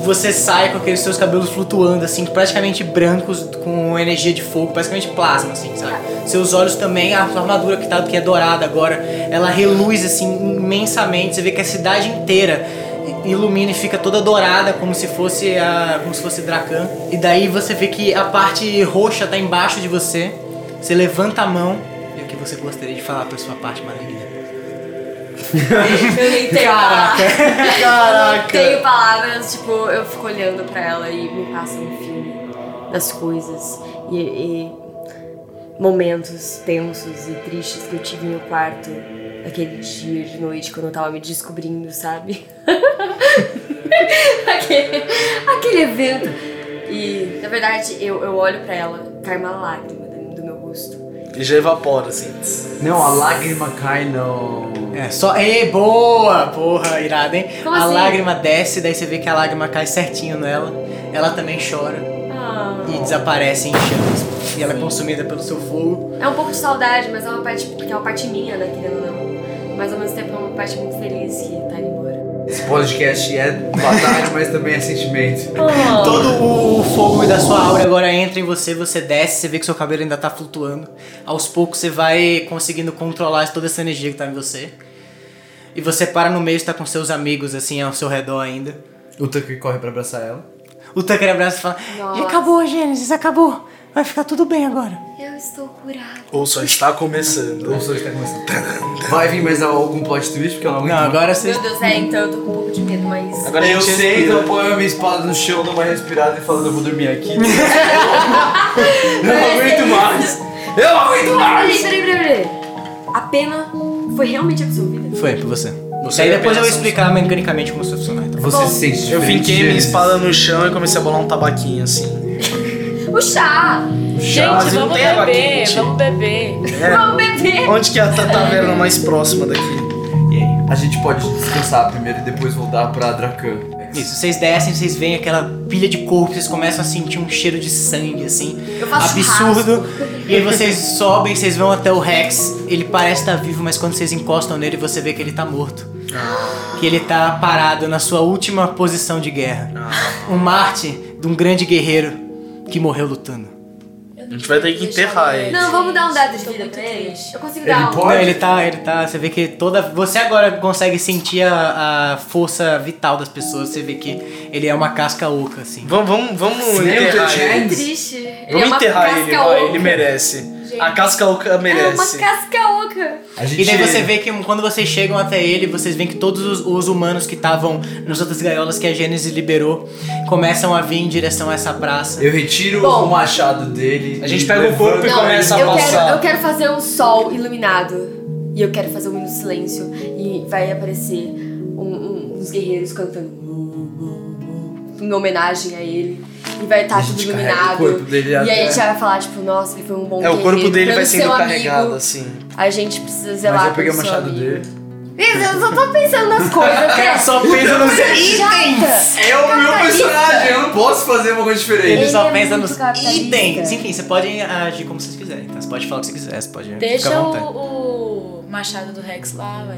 [SPEAKER 1] Você sai com aqueles seus cabelos flutuando, assim, praticamente brancos, com energia de fogo, praticamente plasma, assim, sabe? Seus olhos também, a sua armadura que, tá, que é dourada agora, ela reluz, assim, imensamente. Você vê que a cidade inteira ilumina e fica toda dourada como se fosse a como se fosse Dracan. E daí você vê que a parte roxa tá embaixo de você. Você levanta a mão e o que você gostaria de falar pra sua parte maravilha?
[SPEAKER 2] Eu nem tenho palavras. Eu não
[SPEAKER 3] Caraca.
[SPEAKER 2] tenho palavras, tipo, eu fico olhando pra ela e me passa um filme das coisas e, e momentos tensos e tristes que eu tive no quarto aquele dia de noite quando eu tava me descobrindo, sabe? aquele, aquele evento. E, na verdade, eu, eu olho pra ela, cai uma lágrima do, do meu rosto.
[SPEAKER 3] E já evapora, assim.
[SPEAKER 4] Não, a lágrima cai no...
[SPEAKER 1] É, só. Ei, boa! Porra, irada, hein?
[SPEAKER 2] Como
[SPEAKER 1] a
[SPEAKER 2] assim?
[SPEAKER 1] lágrima desce, daí você vê que a lágrima cai certinho nela. Ela também chora
[SPEAKER 2] Ah.
[SPEAKER 1] e desaparece em chamas. E ela é consumida pelo seu fogo.
[SPEAKER 2] É um pouco de saudade, mas é uma parte que é uma parte minha, né, querendo ou não. Mas ao mesmo tempo é uma parte muito feliz que tá indo embora.
[SPEAKER 4] Esse podcast é batalha, mas também é sentimento.
[SPEAKER 1] Todo o fogo da sua aura agora entra em você, você desce, você vê que seu cabelo ainda tá flutuando. Aos poucos você vai conseguindo controlar toda essa energia que tá em você. E você para no meio, está com seus amigos assim ao seu redor ainda.
[SPEAKER 4] O Tucker corre pra abraçar ela.
[SPEAKER 1] O Tucker abraça e fala:
[SPEAKER 2] Nossa.
[SPEAKER 6] Acabou, Gênesis, acabou. Vai ficar tudo bem agora.
[SPEAKER 2] Eu estou curada.
[SPEAKER 3] Ou só está começando.
[SPEAKER 4] Ou só está começando. Vai vir mais algum plot twist, porque eu não aguento.
[SPEAKER 1] Não, agora você.
[SPEAKER 2] Meu Deus, é, então eu tô com um pouco de medo, mas.
[SPEAKER 3] Agora a
[SPEAKER 4] Eu
[SPEAKER 3] gente
[SPEAKER 4] sei,
[SPEAKER 3] respira.
[SPEAKER 4] então eu ponho a minha espada no chão, dou uma respirada e falo, eu vou dormir aqui. eu
[SPEAKER 2] Vai
[SPEAKER 4] não
[SPEAKER 2] ser
[SPEAKER 4] aguento mais! Eu não aguento
[SPEAKER 2] Peraí,
[SPEAKER 4] mais!
[SPEAKER 2] peraí, peraí, peraí. A pena foi realmente absorvida.
[SPEAKER 1] Foi, pra você.
[SPEAKER 4] Você
[SPEAKER 1] Aí depois
[SPEAKER 4] é
[SPEAKER 1] eu vou
[SPEAKER 4] apenas um-
[SPEAKER 1] explicar mecanicamente como isso vai funcionar. Então.
[SPEAKER 4] Você se sente
[SPEAKER 3] Eu
[SPEAKER 4] diferente,
[SPEAKER 3] finquei minha
[SPEAKER 4] Gênesis?
[SPEAKER 3] espada no chão e comecei a bolar um tabaquinho, assim.
[SPEAKER 2] O chá!
[SPEAKER 5] Gente,
[SPEAKER 3] Mas não
[SPEAKER 5] vamos
[SPEAKER 3] tem água
[SPEAKER 5] beber,
[SPEAKER 3] quente.
[SPEAKER 5] vamos beber.
[SPEAKER 2] Vamos beber!
[SPEAKER 3] É, Onde que é a ta- taverna mais próxima daqui?
[SPEAKER 4] A gente pode descansar primeiro e depois voltar pra Dracan. É
[SPEAKER 1] Isso, vocês descem, vocês veem aquela pilha de corpo, vocês começam a sentir um cheiro de sangue, assim.
[SPEAKER 2] Eu faço um
[SPEAKER 1] absurdo. E aí vocês sobem, vocês vão até o Rex. Ele parece estar vivo, mas quando vocês encostam nele, você vê que ele tá morto. Que ele tá parado na sua última posição de guerra. Um Marte de um grande guerreiro que morreu lutando.
[SPEAKER 2] Eu
[SPEAKER 7] A
[SPEAKER 3] gente vai ter que enterrar ele.
[SPEAKER 2] Não, vamos dar um dado de
[SPEAKER 7] Tô
[SPEAKER 2] vida
[SPEAKER 7] muito
[SPEAKER 2] pra ele.
[SPEAKER 7] triste.
[SPEAKER 2] Eu consigo
[SPEAKER 4] Ele
[SPEAKER 2] dar um.
[SPEAKER 4] pode?
[SPEAKER 1] Não, ele tá, ele tá. Você vê que toda. Você agora consegue sentir a, a força vital das pessoas. Você vê que ele é uma casca oca, assim.
[SPEAKER 3] Vamos, vamos, vamos
[SPEAKER 4] Snail
[SPEAKER 3] enterrar
[SPEAKER 4] the
[SPEAKER 3] ele.
[SPEAKER 4] Giant.
[SPEAKER 2] Triste. Ele é
[SPEAKER 3] Vamos
[SPEAKER 2] uma
[SPEAKER 3] enterrar ele,
[SPEAKER 2] casca
[SPEAKER 3] vai.
[SPEAKER 2] oca.
[SPEAKER 3] Ele merece.
[SPEAKER 7] Gente.
[SPEAKER 3] A casca oca
[SPEAKER 2] É uma
[SPEAKER 3] merece.
[SPEAKER 2] casca oca.
[SPEAKER 4] A gente...
[SPEAKER 1] E daí você vê que quando vocês chegam até ele, vocês veem que todos os, os humanos que estavam nas outras gaiolas que a Gênesis liberou começam a vir em direção a essa praça.
[SPEAKER 4] Eu retiro
[SPEAKER 2] Bom.
[SPEAKER 4] o machado dele.
[SPEAKER 3] A gente
[SPEAKER 4] e
[SPEAKER 3] pega o corpo e
[SPEAKER 4] levanto
[SPEAKER 3] começa a
[SPEAKER 4] ele.
[SPEAKER 2] eu quero,
[SPEAKER 3] passar.
[SPEAKER 2] eu quero fazer um sol iluminado. E eu quero fazer um minuto de silêncio. E vai aparecer um- um- uns guerreiros cantando. um, Em homenagem a ele. E vai estar
[SPEAKER 4] A
[SPEAKER 2] tudo
[SPEAKER 4] gente carrega o
[SPEAKER 2] iluminado.
[SPEAKER 4] corpo dele
[SPEAKER 2] e aí
[SPEAKER 4] até-
[SPEAKER 2] a gente vai falar, tipo, nossa, ele foi um bom
[SPEAKER 3] É, o corpo
[SPEAKER 2] guerreiro,
[SPEAKER 3] dele vai
[SPEAKER 2] tanto
[SPEAKER 3] sendo
[SPEAKER 2] seu amigo.
[SPEAKER 3] carregado, assim.
[SPEAKER 2] A gente precisa zelar
[SPEAKER 4] Mas eu peguei o
[SPEAKER 2] pelo seu
[SPEAKER 4] machado
[SPEAKER 2] amigo.
[SPEAKER 4] dele.
[SPEAKER 2] Isso, eu só tô pensando nas coisas, né?
[SPEAKER 1] só pensa nos itens!
[SPEAKER 2] Chata.
[SPEAKER 4] É o meu
[SPEAKER 2] Capitalista.
[SPEAKER 4] personagem, eu não posso fazer uma coisa diferente.
[SPEAKER 1] Ele só
[SPEAKER 2] é
[SPEAKER 1] pensa
[SPEAKER 2] muito
[SPEAKER 1] nos
[SPEAKER 2] capitalista.
[SPEAKER 1] itens. Enfim, você pode agir como vocês quiserem. Então você pode falar o que você quiser, você pode ficar
[SPEAKER 5] Deixa
[SPEAKER 1] à vontade.
[SPEAKER 5] o, o machado do Rex lá, ué.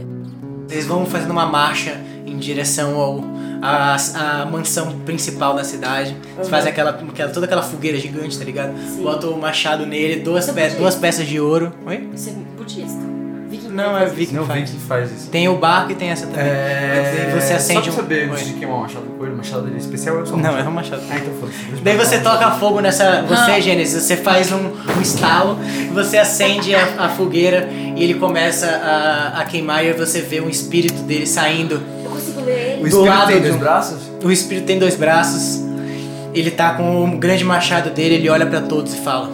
[SPEAKER 1] Vocês vão fazendo uma marcha em direção ao à, à mansão principal da cidade. Vocês fazem aquela, aquela- toda aquela fogueira gigante, tá ligado?
[SPEAKER 2] Sim.
[SPEAKER 1] Bota o machado nele, duas,
[SPEAKER 2] Isso é
[SPEAKER 1] pe-
[SPEAKER 2] budista.
[SPEAKER 1] duas peças de ouro. Oi?
[SPEAKER 2] Você é budista. Viking
[SPEAKER 1] Não, é Viking
[SPEAKER 4] Não,
[SPEAKER 1] faz.
[SPEAKER 4] Viking faz isso.
[SPEAKER 1] Tem o barco e tem essa também.
[SPEAKER 4] É...
[SPEAKER 1] Você acende
[SPEAKER 4] Só
[SPEAKER 1] um-
[SPEAKER 4] pra saber, antes
[SPEAKER 1] Oi.
[SPEAKER 4] de queimar o machado com ele, o machado dele é especial ou é só um
[SPEAKER 1] Não, é
[SPEAKER 4] machado?
[SPEAKER 1] um machado.
[SPEAKER 4] Ah, então foda-se.
[SPEAKER 1] Daí você toca fogo nessa. Você,
[SPEAKER 2] Ah.
[SPEAKER 1] Gênesis, você faz um, um estalo, você acende a, a fogueira e ele começa a, a queimar e você vê um espírito dele saindo.
[SPEAKER 2] Eu consigo ler ele.
[SPEAKER 4] O
[SPEAKER 1] Do
[SPEAKER 4] espírito
[SPEAKER 1] lado
[SPEAKER 4] tem
[SPEAKER 1] de
[SPEAKER 4] dois
[SPEAKER 1] um-
[SPEAKER 4] braços?
[SPEAKER 1] O espírito tem dois braços. Ele tá com o grande machado dele, ele olha pra todos e fala: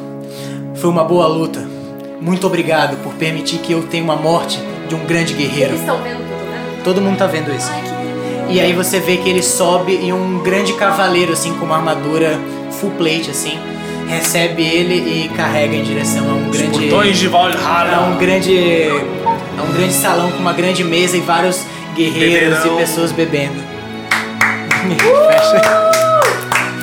[SPEAKER 1] Foi uma boa luta. Muito obrigado por permitir que eu tenha uma morte de um grande
[SPEAKER 2] Eles
[SPEAKER 1] guerreiro.
[SPEAKER 2] estão vendo o que eu tô vendo?
[SPEAKER 1] Todo mundo tá vendo isso.
[SPEAKER 2] Ai, que lindo.
[SPEAKER 1] E aí você vê que ele sobe e um grande cavaleiro assim com uma armadura full plate assim, recebe ele e carrega em direção a um
[SPEAKER 3] Os
[SPEAKER 1] grande
[SPEAKER 3] portões de
[SPEAKER 1] a um
[SPEAKER 3] Valhalla.
[SPEAKER 1] grande a um grande salão com uma grande mesa e vários guerreiros
[SPEAKER 3] Beberão.
[SPEAKER 1] e pessoas bebendo. Fecha.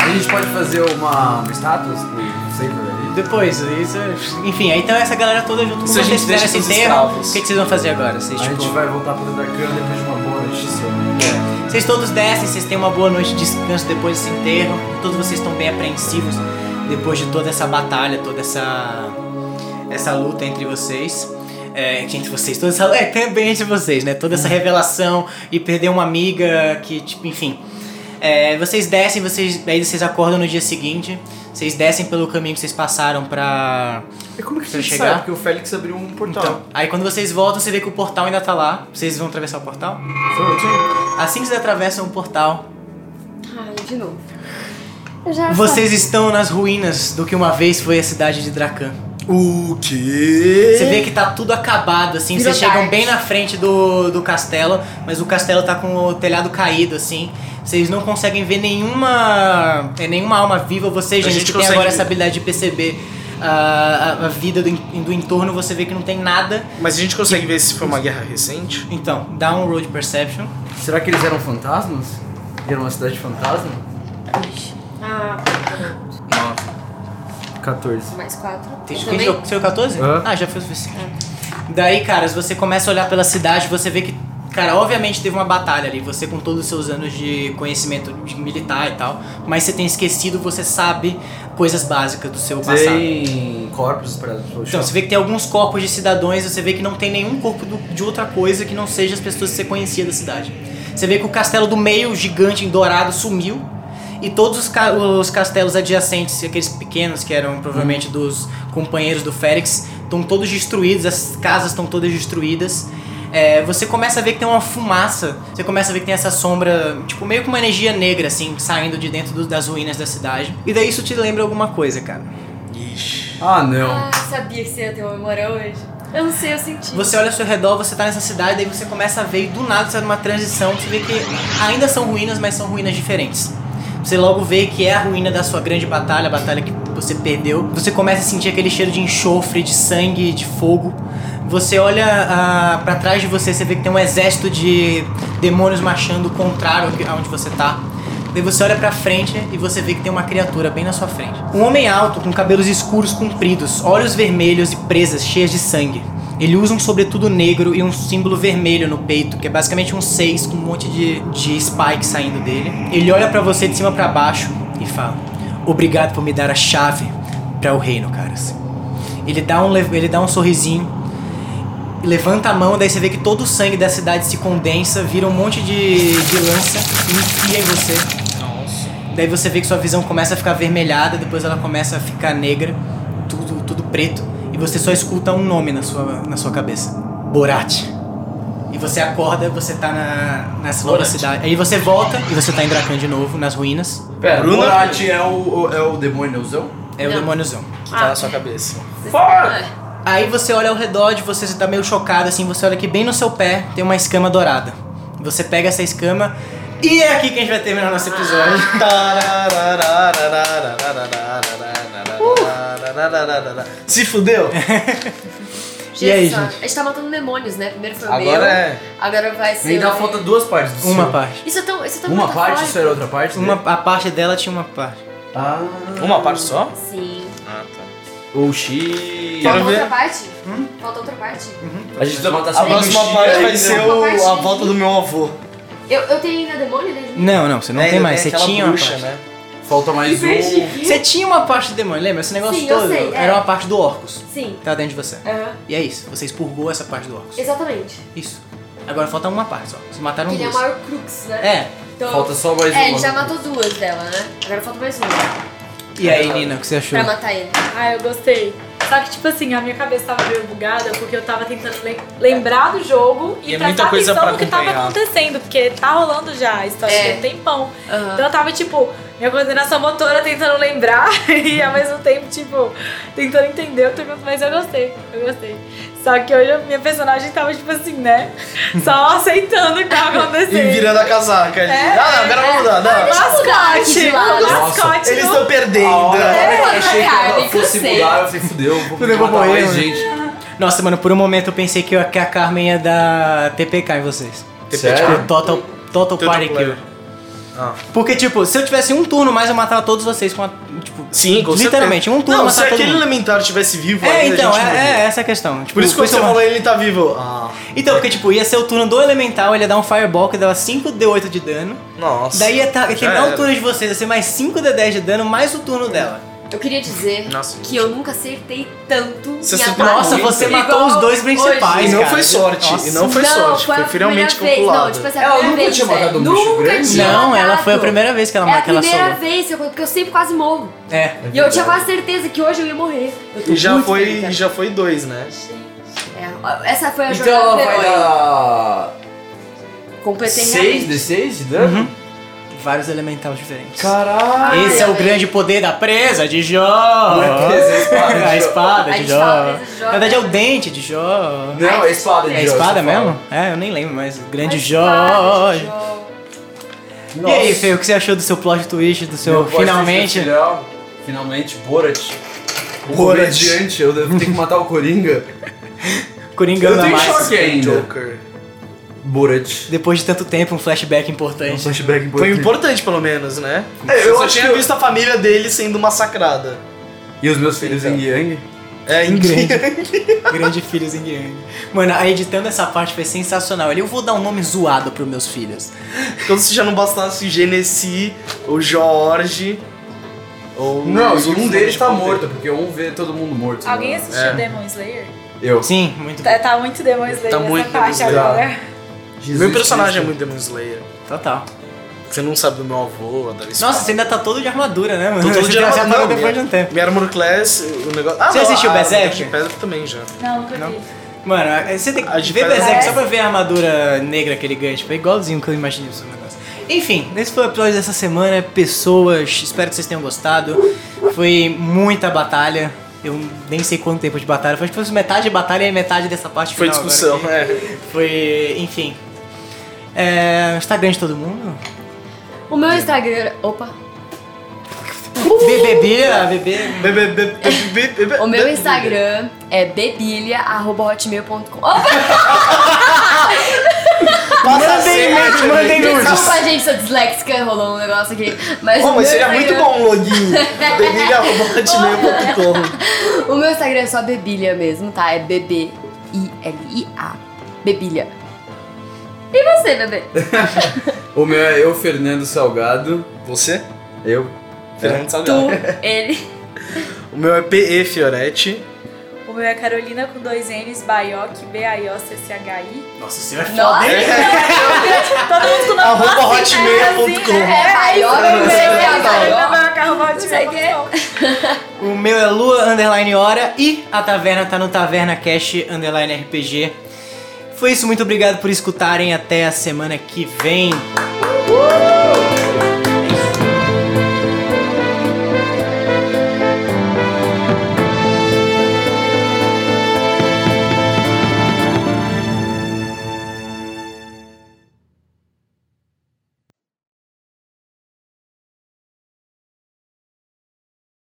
[SPEAKER 4] A gente pode fazer uma, uma estátua com o Saber ali?
[SPEAKER 1] Depois, isso. Enfim, aí então essa galera toda junto com
[SPEAKER 3] Se a gente
[SPEAKER 1] vocês fizeram esse
[SPEAKER 3] deixa todos
[SPEAKER 1] enterro. O
[SPEAKER 3] escravos.
[SPEAKER 1] que, que vocês vão fazer agora? Vocês,
[SPEAKER 4] A
[SPEAKER 1] tipo,
[SPEAKER 4] gente vai voltar pro Darkan depois de uma boa notícia. É.
[SPEAKER 1] vocês todos descem, vocês têm uma boa noite de descanso depois desse enterro. Todos vocês estão bem apreensivos depois de toda essa batalha, toda essa. essa luta entre vocês. É, que entre vocês, toda essa. É, também entre vocês, né? Toda essa revelação e perder uma amiga que, tipo, enfim. É, vocês descem, vocês, aí vocês acordam no dia seguinte. Vocês descem pelo caminho que vocês passaram pra.
[SPEAKER 4] E como que
[SPEAKER 1] Pra
[SPEAKER 4] você
[SPEAKER 1] chegar?
[SPEAKER 4] chegar? Porque o Félix abriu um portal.
[SPEAKER 1] Então, aí quando vocês voltam, você vê que o portal ainda tá lá. Vocês vão atravessar o portal?
[SPEAKER 4] Foi o time?
[SPEAKER 1] Assim que vocês atravessam o portal,
[SPEAKER 2] Ai, de novo.
[SPEAKER 1] vocês estão nas ruínas do que uma vez foi a cidade de Dracan.
[SPEAKER 3] Então, O quê?
[SPEAKER 1] Você vê que tá tudo acabado, assim.
[SPEAKER 2] Virou
[SPEAKER 1] Vocês chegam
[SPEAKER 2] tarde.
[SPEAKER 1] bem na frente do, do castelo, mas o castelo tá com o telhado caído, assim. Vocês não conseguem ver nenhuma. é, nenhuma alma viva. Você, gente,
[SPEAKER 3] gente
[SPEAKER 1] que tem
[SPEAKER 3] consegue
[SPEAKER 1] agora
[SPEAKER 3] ver.
[SPEAKER 1] essa habilidade de perceber ah, a, a vida do, en- do entorno, você vê que não tem nada.
[SPEAKER 3] Mas a gente consegue ver se foi uma guerra recente?
[SPEAKER 1] Então, dá um road perception.
[SPEAKER 4] Será que eles eram fantasmas? Era uma cidade de fantasma?
[SPEAKER 2] Ah,
[SPEAKER 4] Nossa. 14.
[SPEAKER 2] mais quatro.
[SPEAKER 1] Tem
[SPEAKER 2] Eu
[SPEAKER 1] quem tirou,
[SPEAKER 2] também?
[SPEAKER 1] tirou 14?
[SPEAKER 4] Hã?
[SPEAKER 1] Ah, já foi o suficiente. Daí, cara, se você começa a olhar pela cidade, você vê que, cara, obviamente teve uma batalha ali. Você, com todos os seus anos de conhecimento de militar e tal, mas você tem esquecido, você sabe coisas básicas do seu passado.
[SPEAKER 4] Tem corpos espalhados pelo chão.
[SPEAKER 1] Então, você vê que tem alguns corpos de cidadãos, você vê que não tem nenhum corpo do- de outra coisa que não seja as pessoas que você conhecia da cidade. Você vê que o castelo do meio, gigante, em dourado, sumiu. E todos os, ca- os castelos adjacentes, aqueles pequenos que eram provavelmente dos companheiros do Félix, estão todos destruídos, as casas estão todas destruídas. É, você começa a ver que tem uma fumaça, você começa a ver que tem essa sombra, tipo, meio que uma energia negra, assim, saindo de dentro do- das ruínas da cidade. E daí isso te lembra alguma coisa, cara.
[SPEAKER 3] Ixi.
[SPEAKER 4] Ah, não.
[SPEAKER 2] Ah, sabia que você ia ter uma memória hoje. Eu não sei, eu senti.
[SPEAKER 1] Você olha ao seu redor, você tá nessa cidade, daí você começa a ver e do nada você tá numa transição, você vê que ainda são ruínas, mas são ruínas diferentes. Você logo vê que é a ruína da sua grande batalha, a batalha que você perdeu. Você começa a sentir aquele cheiro de enxofre, de sangue, de fogo. Você olha ah, pra trás de você, você vê que tem um exército de demônios marchando contrário ao que- aonde você tá. Daí você olha pra frente e você vê que tem uma criatura bem na sua frente. Um homem alto, com cabelos escuros compridos, olhos vermelhos e presas cheias de sangue. Ele usa um sobretudo negro e um símbolo vermelho no peito, que é basicamente um 6 com um monte de, de spikes saindo dele. Ele olha pra você de cima pra baixo e fala: Obrigado por me dar a chave para o reino, caras. Ele dá um le- ele dá um sorrisinho, levanta a mão, daí você vê que todo o sangue da cidade se condensa, vira um monte de, de lança e enfia em você. Daí você vê que sua visão começa a ficar avermelhada, depois ela começa a ficar negra, tudo, tudo preto, e você só escuta um nome na sua, na sua cabeça: Borat. E você acorda, você tá na, nessa nova
[SPEAKER 8] Borat.
[SPEAKER 1] cidade. Aí você volta e você tá em Dracan de novo, nas ruínas.
[SPEAKER 4] Pera,
[SPEAKER 3] Bruna-
[SPEAKER 4] Borat é o, o- é o demôniozão?
[SPEAKER 1] É o
[SPEAKER 2] Não.
[SPEAKER 1] demôniozão.
[SPEAKER 3] que tá na sua cabeça.
[SPEAKER 2] Fuck!
[SPEAKER 1] Aí você olha ao redor de você, você tá meio chocado assim, você olha que bem no seu pé tem uma escama dourada. Você pega essa escama e é aqui que a gente vai terminar nosso episódio.
[SPEAKER 3] Ah. Se fudeu?
[SPEAKER 1] E aí, gente?
[SPEAKER 2] A gente tá matando demônios, né? Primeiro foi o meu.
[SPEAKER 3] Agora é.
[SPEAKER 2] Agora vai ser.
[SPEAKER 4] Ainda
[SPEAKER 2] o-
[SPEAKER 4] falta duas partes do
[SPEAKER 1] Uma
[SPEAKER 4] seu.
[SPEAKER 1] parte.
[SPEAKER 2] Isso é tão. Isso é tão
[SPEAKER 4] Uma parte?
[SPEAKER 2] metafórico.
[SPEAKER 4] Isso era outra parte?
[SPEAKER 1] Uma,
[SPEAKER 3] É.
[SPEAKER 4] dele?
[SPEAKER 1] a parte dela tinha uma parte.
[SPEAKER 4] Ah.
[SPEAKER 3] Uma parte só?
[SPEAKER 2] Sim.
[SPEAKER 3] Ah, tá.
[SPEAKER 4] Oh, shit.
[SPEAKER 3] Quero
[SPEAKER 2] Falta
[SPEAKER 3] ver.
[SPEAKER 2] outra parte? Falta outra parte?
[SPEAKER 4] A gente vai matar
[SPEAKER 3] A
[SPEAKER 4] só
[SPEAKER 3] próxima
[SPEAKER 4] um
[SPEAKER 3] parte
[SPEAKER 4] shit
[SPEAKER 3] vai
[SPEAKER 4] ainda.
[SPEAKER 3] ser o- a volta do meu avô.
[SPEAKER 2] Eu, eu tenho ainda demônio né? dentro de mim?
[SPEAKER 1] Não, não, você não
[SPEAKER 3] Ainda
[SPEAKER 1] tem mais. Você
[SPEAKER 3] É, aquela
[SPEAKER 1] tinha
[SPEAKER 3] bruxa,
[SPEAKER 1] uma parte.
[SPEAKER 3] né?
[SPEAKER 4] Falta mais um.
[SPEAKER 1] Você tinha uma parte do demônio, lembra? Esse negócio
[SPEAKER 2] Sim, eu
[SPEAKER 1] todo
[SPEAKER 2] sei, é.
[SPEAKER 1] era uma parte do Orcus.
[SPEAKER 2] Sim.
[SPEAKER 1] Tá dentro de você.
[SPEAKER 2] Aham.
[SPEAKER 1] E é isso, você expurgou essa parte do Orcus.
[SPEAKER 2] Exatamente.
[SPEAKER 1] Isso. Agora falta uma parte só. Vocês mataram
[SPEAKER 2] Que ele é o
[SPEAKER 1] duas.
[SPEAKER 2] maior crux, né?
[SPEAKER 1] É.
[SPEAKER 2] Então,
[SPEAKER 4] Falta só mais um
[SPEAKER 2] É,
[SPEAKER 4] uma.
[SPEAKER 2] ele já matou duas dela, né? Agora falta mais uma
[SPEAKER 1] E aí, Nina, o que você achou?
[SPEAKER 2] pra matar ele.
[SPEAKER 5] Ah, eu gostei. Só que, tipo assim, a minha cabeça tava meio bugada porque eu tava tentando lem- lembrar do jogo e,
[SPEAKER 8] E é
[SPEAKER 5] prestar
[SPEAKER 8] muita coisa
[SPEAKER 5] atenção
[SPEAKER 8] pra
[SPEAKER 5] no que tava
[SPEAKER 8] acompanhar.
[SPEAKER 5] acontecendo, porque tá rolando já a história
[SPEAKER 2] É.
[SPEAKER 5] tem um tempão.
[SPEAKER 2] Aham.
[SPEAKER 5] Então eu tava, tipo, minha coordenação motora tentando lembrar e ao mesmo tempo, tipo, tentando entender o que aconteceu. Mas eu gostei, eu gostei. Só que hoje a minha personagem tava, tipo assim, né? Só aceitando o que tava acontecendo.
[SPEAKER 3] E virando a casaca ali. Ah, não, pera, vamos mudar. Não.
[SPEAKER 5] Mascote!
[SPEAKER 2] Deixa eu mudar de lado.
[SPEAKER 5] Mascote!
[SPEAKER 3] Eles
[SPEAKER 5] não-
[SPEAKER 3] estão perdendo.
[SPEAKER 4] A hora eu
[SPEAKER 2] É,
[SPEAKER 4] achei que
[SPEAKER 2] cara,
[SPEAKER 4] ela
[SPEAKER 2] me
[SPEAKER 4] fosse
[SPEAKER 2] cansei.
[SPEAKER 4] mudar, eu falei, fudeu, vou
[SPEAKER 1] Fudeu, vou
[SPEAKER 4] matar
[SPEAKER 1] morrer,
[SPEAKER 4] mais
[SPEAKER 1] né?
[SPEAKER 4] gente.
[SPEAKER 1] Nossa, mano, por um momento eu pensei que, eu- que a Carmen ia dar TPK em vocês.
[SPEAKER 4] Sério?
[SPEAKER 1] Tipo, total, total party
[SPEAKER 3] player.
[SPEAKER 1] kill. Porque, tipo, se eu tivesse um turno mais, eu matava todos vocês com a, tipo,
[SPEAKER 3] Sim, com
[SPEAKER 1] Literalmente,
[SPEAKER 3] certeza.
[SPEAKER 1] um turno
[SPEAKER 3] Não,
[SPEAKER 1] matar
[SPEAKER 3] se
[SPEAKER 1] todo
[SPEAKER 3] aquele
[SPEAKER 1] mundo.
[SPEAKER 3] elementar estivesse vivo,
[SPEAKER 1] É,
[SPEAKER 3] ainda a
[SPEAKER 1] então,
[SPEAKER 3] gente
[SPEAKER 1] é,
[SPEAKER 3] morria.
[SPEAKER 1] é essa a questão. Tipo,
[SPEAKER 3] Por isso que
[SPEAKER 1] foi
[SPEAKER 3] quando você
[SPEAKER 1] uma-
[SPEAKER 3] falou ele tá vivo. Ah,
[SPEAKER 1] Então, porque, tipo, ia ser o turno do elemental, ele ia dar um fireball que dava 5d8 de dano.
[SPEAKER 3] nossa.
[SPEAKER 1] Daí ia, tá, ia
[SPEAKER 3] Já
[SPEAKER 1] terminar o
[SPEAKER 3] era.
[SPEAKER 1] turno de vocês, ia ser mais 5d10 de dano, mais o turno dela.
[SPEAKER 2] Eu queria dizer
[SPEAKER 3] Nossa,
[SPEAKER 2] que eu nunca acertei tanto
[SPEAKER 3] Você
[SPEAKER 2] em
[SPEAKER 3] acertou
[SPEAKER 2] ataque
[SPEAKER 1] Nossa, você
[SPEAKER 2] igual
[SPEAKER 1] matou os dois
[SPEAKER 2] hoje.
[SPEAKER 1] principais,
[SPEAKER 3] E não
[SPEAKER 1] cara.
[SPEAKER 3] foi sorte.
[SPEAKER 1] Nossa.
[SPEAKER 3] E não foi sorte. Foi
[SPEAKER 2] a
[SPEAKER 3] friamente
[SPEAKER 2] primeira vez.
[SPEAKER 3] calculado.
[SPEAKER 2] Não, tipo assim, a
[SPEAKER 4] Ela
[SPEAKER 2] primeira
[SPEAKER 4] nunca
[SPEAKER 2] vez,
[SPEAKER 4] tinha matado
[SPEAKER 2] velho.
[SPEAKER 4] um bicho
[SPEAKER 2] Nunca
[SPEAKER 4] grande?
[SPEAKER 2] tinha
[SPEAKER 1] Não, ela
[SPEAKER 2] matado.
[SPEAKER 1] foi a primeira vez que ela
[SPEAKER 2] É a
[SPEAKER 1] marca ela
[SPEAKER 2] primeira
[SPEAKER 1] solo.
[SPEAKER 2] vez, eu- porque eu sempre quase morro.
[SPEAKER 1] É.
[SPEAKER 2] E eu tinha quase certeza que hoje eu ia morrer. Eu tô
[SPEAKER 3] E já
[SPEAKER 2] muito
[SPEAKER 3] foi,
[SPEAKER 2] feliz,
[SPEAKER 3] e já foi dois, né?
[SPEAKER 2] cara. É, essa foi a
[SPEAKER 4] Então ela
[SPEAKER 2] jornada do
[SPEAKER 4] vai
[SPEAKER 2] herói.
[SPEAKER 4] dar.
[SPEAKER 2] Completei
[SPEAKER 4] 6
[SPEAKER 2] realmente.
[SPEAKER 4] de 6 de dano?
[SPEAKER 1] Vários elementais diferentes.
[SPEAKER 4] Caralho!
[SPEAKER 1] Esse é o
[SPEAKER 2] Ai,
[SPEAKER 1] grande poder da presa de Jó.
[SPEAKER 4] Não é presa, é espada
[SPEAKER 1] A
[SPEAKER 4] de Jó.
[SPEAKER 1] espada
[SPEAKER 2] A
[SPEAKER 1] de
[SPEAKER 2] gente
[SPEAKER 1] Jó.
[SPEAKER 2] fala presa de Jó,
[SPEAKER 1] Na verdade é o
[SPEAKER 2] né?
[SPEAKER 1] dente de Jó.
[SPEAKER 4] Não, é espada de
[SPEAKER 1] É a
[SPEAKER 4] Jó,
[SPEAKER 1] espada
[SPEAKER 4] você fala.
[SPEAKER 1] mesmo? É, eu nem lembro, mas o grande
[SPEAKER 2] Mas
[SPEAKER 1] Jó.
[SPEAKER 2] claro, Jó.
[SPEAKER 1] E aí,
[SPEAKER 4] Nossa.
[SPEAKER 1] Fê, o que você achou do seu plot twist, do seu
[SPEAKER 4] Meu é voz
[SPEAKER 1] finalmente?
[SPEAKER 4] tem final. Finalmente, Borat. O
[SPEAKER 3] Borat.
[SPEAKER 4] comediante, eu devo ter que matar o Coringa.
[SPEAKER 1] Coringão
[SPEAKER 4] Eu
[SPEAKER 1] da
[SPEAKER 4] tenho
[SPEAKER 1] mais.
[SPEAKER 4] choque ainda.
[SPEAKER 3] Joker.
[SPEAKER 4] Borat.
[SPEAKER 1] Depois de tanto tempo, um flashback importante.
[SPEAKER 4] Flashback
[SPEAKER 3] Foi importante, pelo menos, né?
[SPEAKER 4] É,
[SPEAKER 3] eu
[SPEAKER 4] eu
[SPEAKER 3] só
[SPEAKER 4] acho
[SPEAKER 3] tinha
[SPEAKER 4] que eu-
[SPEAKER 3] visto a família dele sendo massacrada.
[SPEAKER 4] E os meus filhos em Yang?
[SPEAKER 3] É, em
[SPEAKER 1] Grande. Grande filhos em Yang. Mano, a editando essa parte foi sensacional. Ele, Eu vou dar um nome zoado pros meus filhos.
[SPEAKER 3] Então se já não bastasse o Genesi, o Jorge, ou... tipo,
[SPEAKER 4] Não,
[SPEAKER 3] os
[SPEAKER 4] e um
[SPEAKER 3] outros
[SPEAKER 4] deles
[SPEAKER 3] nomes
[SPEAKER 4] tá
[SPEAKER 3] que eu tenho.
[SPEAKER 4] morto, porque um vê todo mundo morto.
[SPEAKER 5] Alguém assim?
[SPEAKER 4] né?
[SPEAKER 5] assistiu
[SPEAKER 3] É.
[SPEAKER 5] Demon Slayer?
[SPEAKER 4] Eu.
[SPEAKER 1] Sim, muito
[SPEAKER 5] Tá, tá muito Demon Slayer
[SPEAKER 3] Tá
[SPEAKER 5] essa
[SPEAKER 3] muito
[SPEAKER 5] parte
[SPEAKER 3] Demon Slayer.
[SPEAKER 5] agora.
[SPEAKER 4] Jesus
[SPEAKER 3] Meu personagem é
[SPEAKER 4] Cristo.
[SPEAKER 3] muito Demon Slayer.
[SPEAKER 1] Total.
[SPEAKER 3] Você não sabe do meu avô, da escola.
[SPEAKER 1] Nossa, você ainda tá todo de armadura, né, mano?
[SPEAKER 3] Tô todo
[SPEAKER 1] Você
[SPEAKER 3] de
[SPEAKER 1] tá- você
[SPEAKER 3] armadura,
[SPEAKER 1] parou
[SPEAKER 3] não,
[SPEAKER 1] depois de
[SPEAKER 3] minha-
[SPEAKER 1] um tempo.
[SPEAKER 3] Minha Armor Class, o negócio... Ah,
[SPEAKER 1] Você
[SPEAKER 3] não,
[SPEAKER 1] assistiu
[SPEAKER 3] a-
[SPEAKER 1] Berserk?
[SPEAKER 3] A de pedra também já.
[SPEAKER 5] Não, nunca vi.
[SPEAKER 1] Mano, é, você tem
[SPEAKER 3] A
[SPEAKER 1] que
[SPEAKER 3] gente
[SPEAKER 1] ver
[SPEAKER 3] faz-
[SPEAKER 1] Berserk
[SPEAKER 5] É.
[SPEAKER 1] só pra ver a armadura negra que ele ganha. Tipo, é igualzinho que eu imaginei do seu negócio. Enfim, esse foi o episódio dessa semana. Pessoas, espero que vocês tenham gostado. Foi muita batalha. Eu nem sei quanto tempo de batalha. Foi tipo metade de batalha e metade dessa parte
[SPEAKER 3] Foi
[SPEAKER 1] final agora,
[SPEAKER 3] discussão,
[SPEAKER 1] que-
[SPEAKER 3] é.
[SPEAKER 1] Foi, enfim. É, Instagram de todo mundo.
[SPEAKER 2] O meu Instagram. Opa!
[SPEAKER 1] Bebê, bebê, bebê.
[SPEAKER 3] Be- be- be- be- be- be- be-
[SPEAKER 2] O meu
[SPEAKER 3] be-
[SPEAKER 2] Instagram é bebilha.hotmail.com. Opa!
[SPEAKER 3] Passa
[SPEAKER 1] Mandem,
[SPEAKER 3] certo,
[SPEAKER 1] nudes, mandem nudes.
[SPEAKER 2] Desculpa, gente, sou disléxica, rolou um negócio aqui. Mas,
[SPEAKER 3] Oh,
[SPEAKER 2] o
[SPEAKER 3] mas
[SPEAKER 2] meu
[SPEAKER 3] seria muito
[SPEAKER 2] Instagram-
[SPEAKER 3] bom um login. Bebilha.hotmail.com
[SPEAKER 2] O meu Instagram é só bebilha mesmo, tá? É B-B-I-L-I-A. Bebilha. E você, bebê?
[SPEAKER 4] O meu é eu, Fernando Salgado.
[SPEAKER 3] Você?
[SPEAKER 4] Eu.
[SPEAKER 3] Fernando
[SPEAKER 2] Tu,
[SPEAKER 3] Salgado.
[SPEAKER 2] ele.
[SPEAKER 3] O meu é PE Fioretti.
[SPEAKER 5] O meu é Carolina com dois N's, Baioc, B-A-I-O-C-C-H-I.
[SPEAKER 1] Nossa, o seu é
[SPEAKER 2] Nossa.
[SPEAKER 1] foda, hein?
[SPEAKER 5] Todo mundo com nome
[SPEAKER 3] Arroba
[SPEAKER 5] fácil,
[SPEAKER 3] hotmail.com.
[SPEAKER 5] né? É,
[SPEAKER 2] Baioc,
[SPEAKER 5] Baioc,
[SPEAKER 2] você é
[SPEAKER 5] Carolina
[SPEAKER 2] Baioc.
[SPEAKER 5] Baioc, arroba
[SPEAKER 2] Não sei o quê.
[SPEAKER 5] hotmail.com.
[SPEAKER 1] O meu é Lua Underline Hora e a taverna tá no Taverna Cash Underline RPG. Foi isso, muito obrigado por escutarem. Até a semana que vem.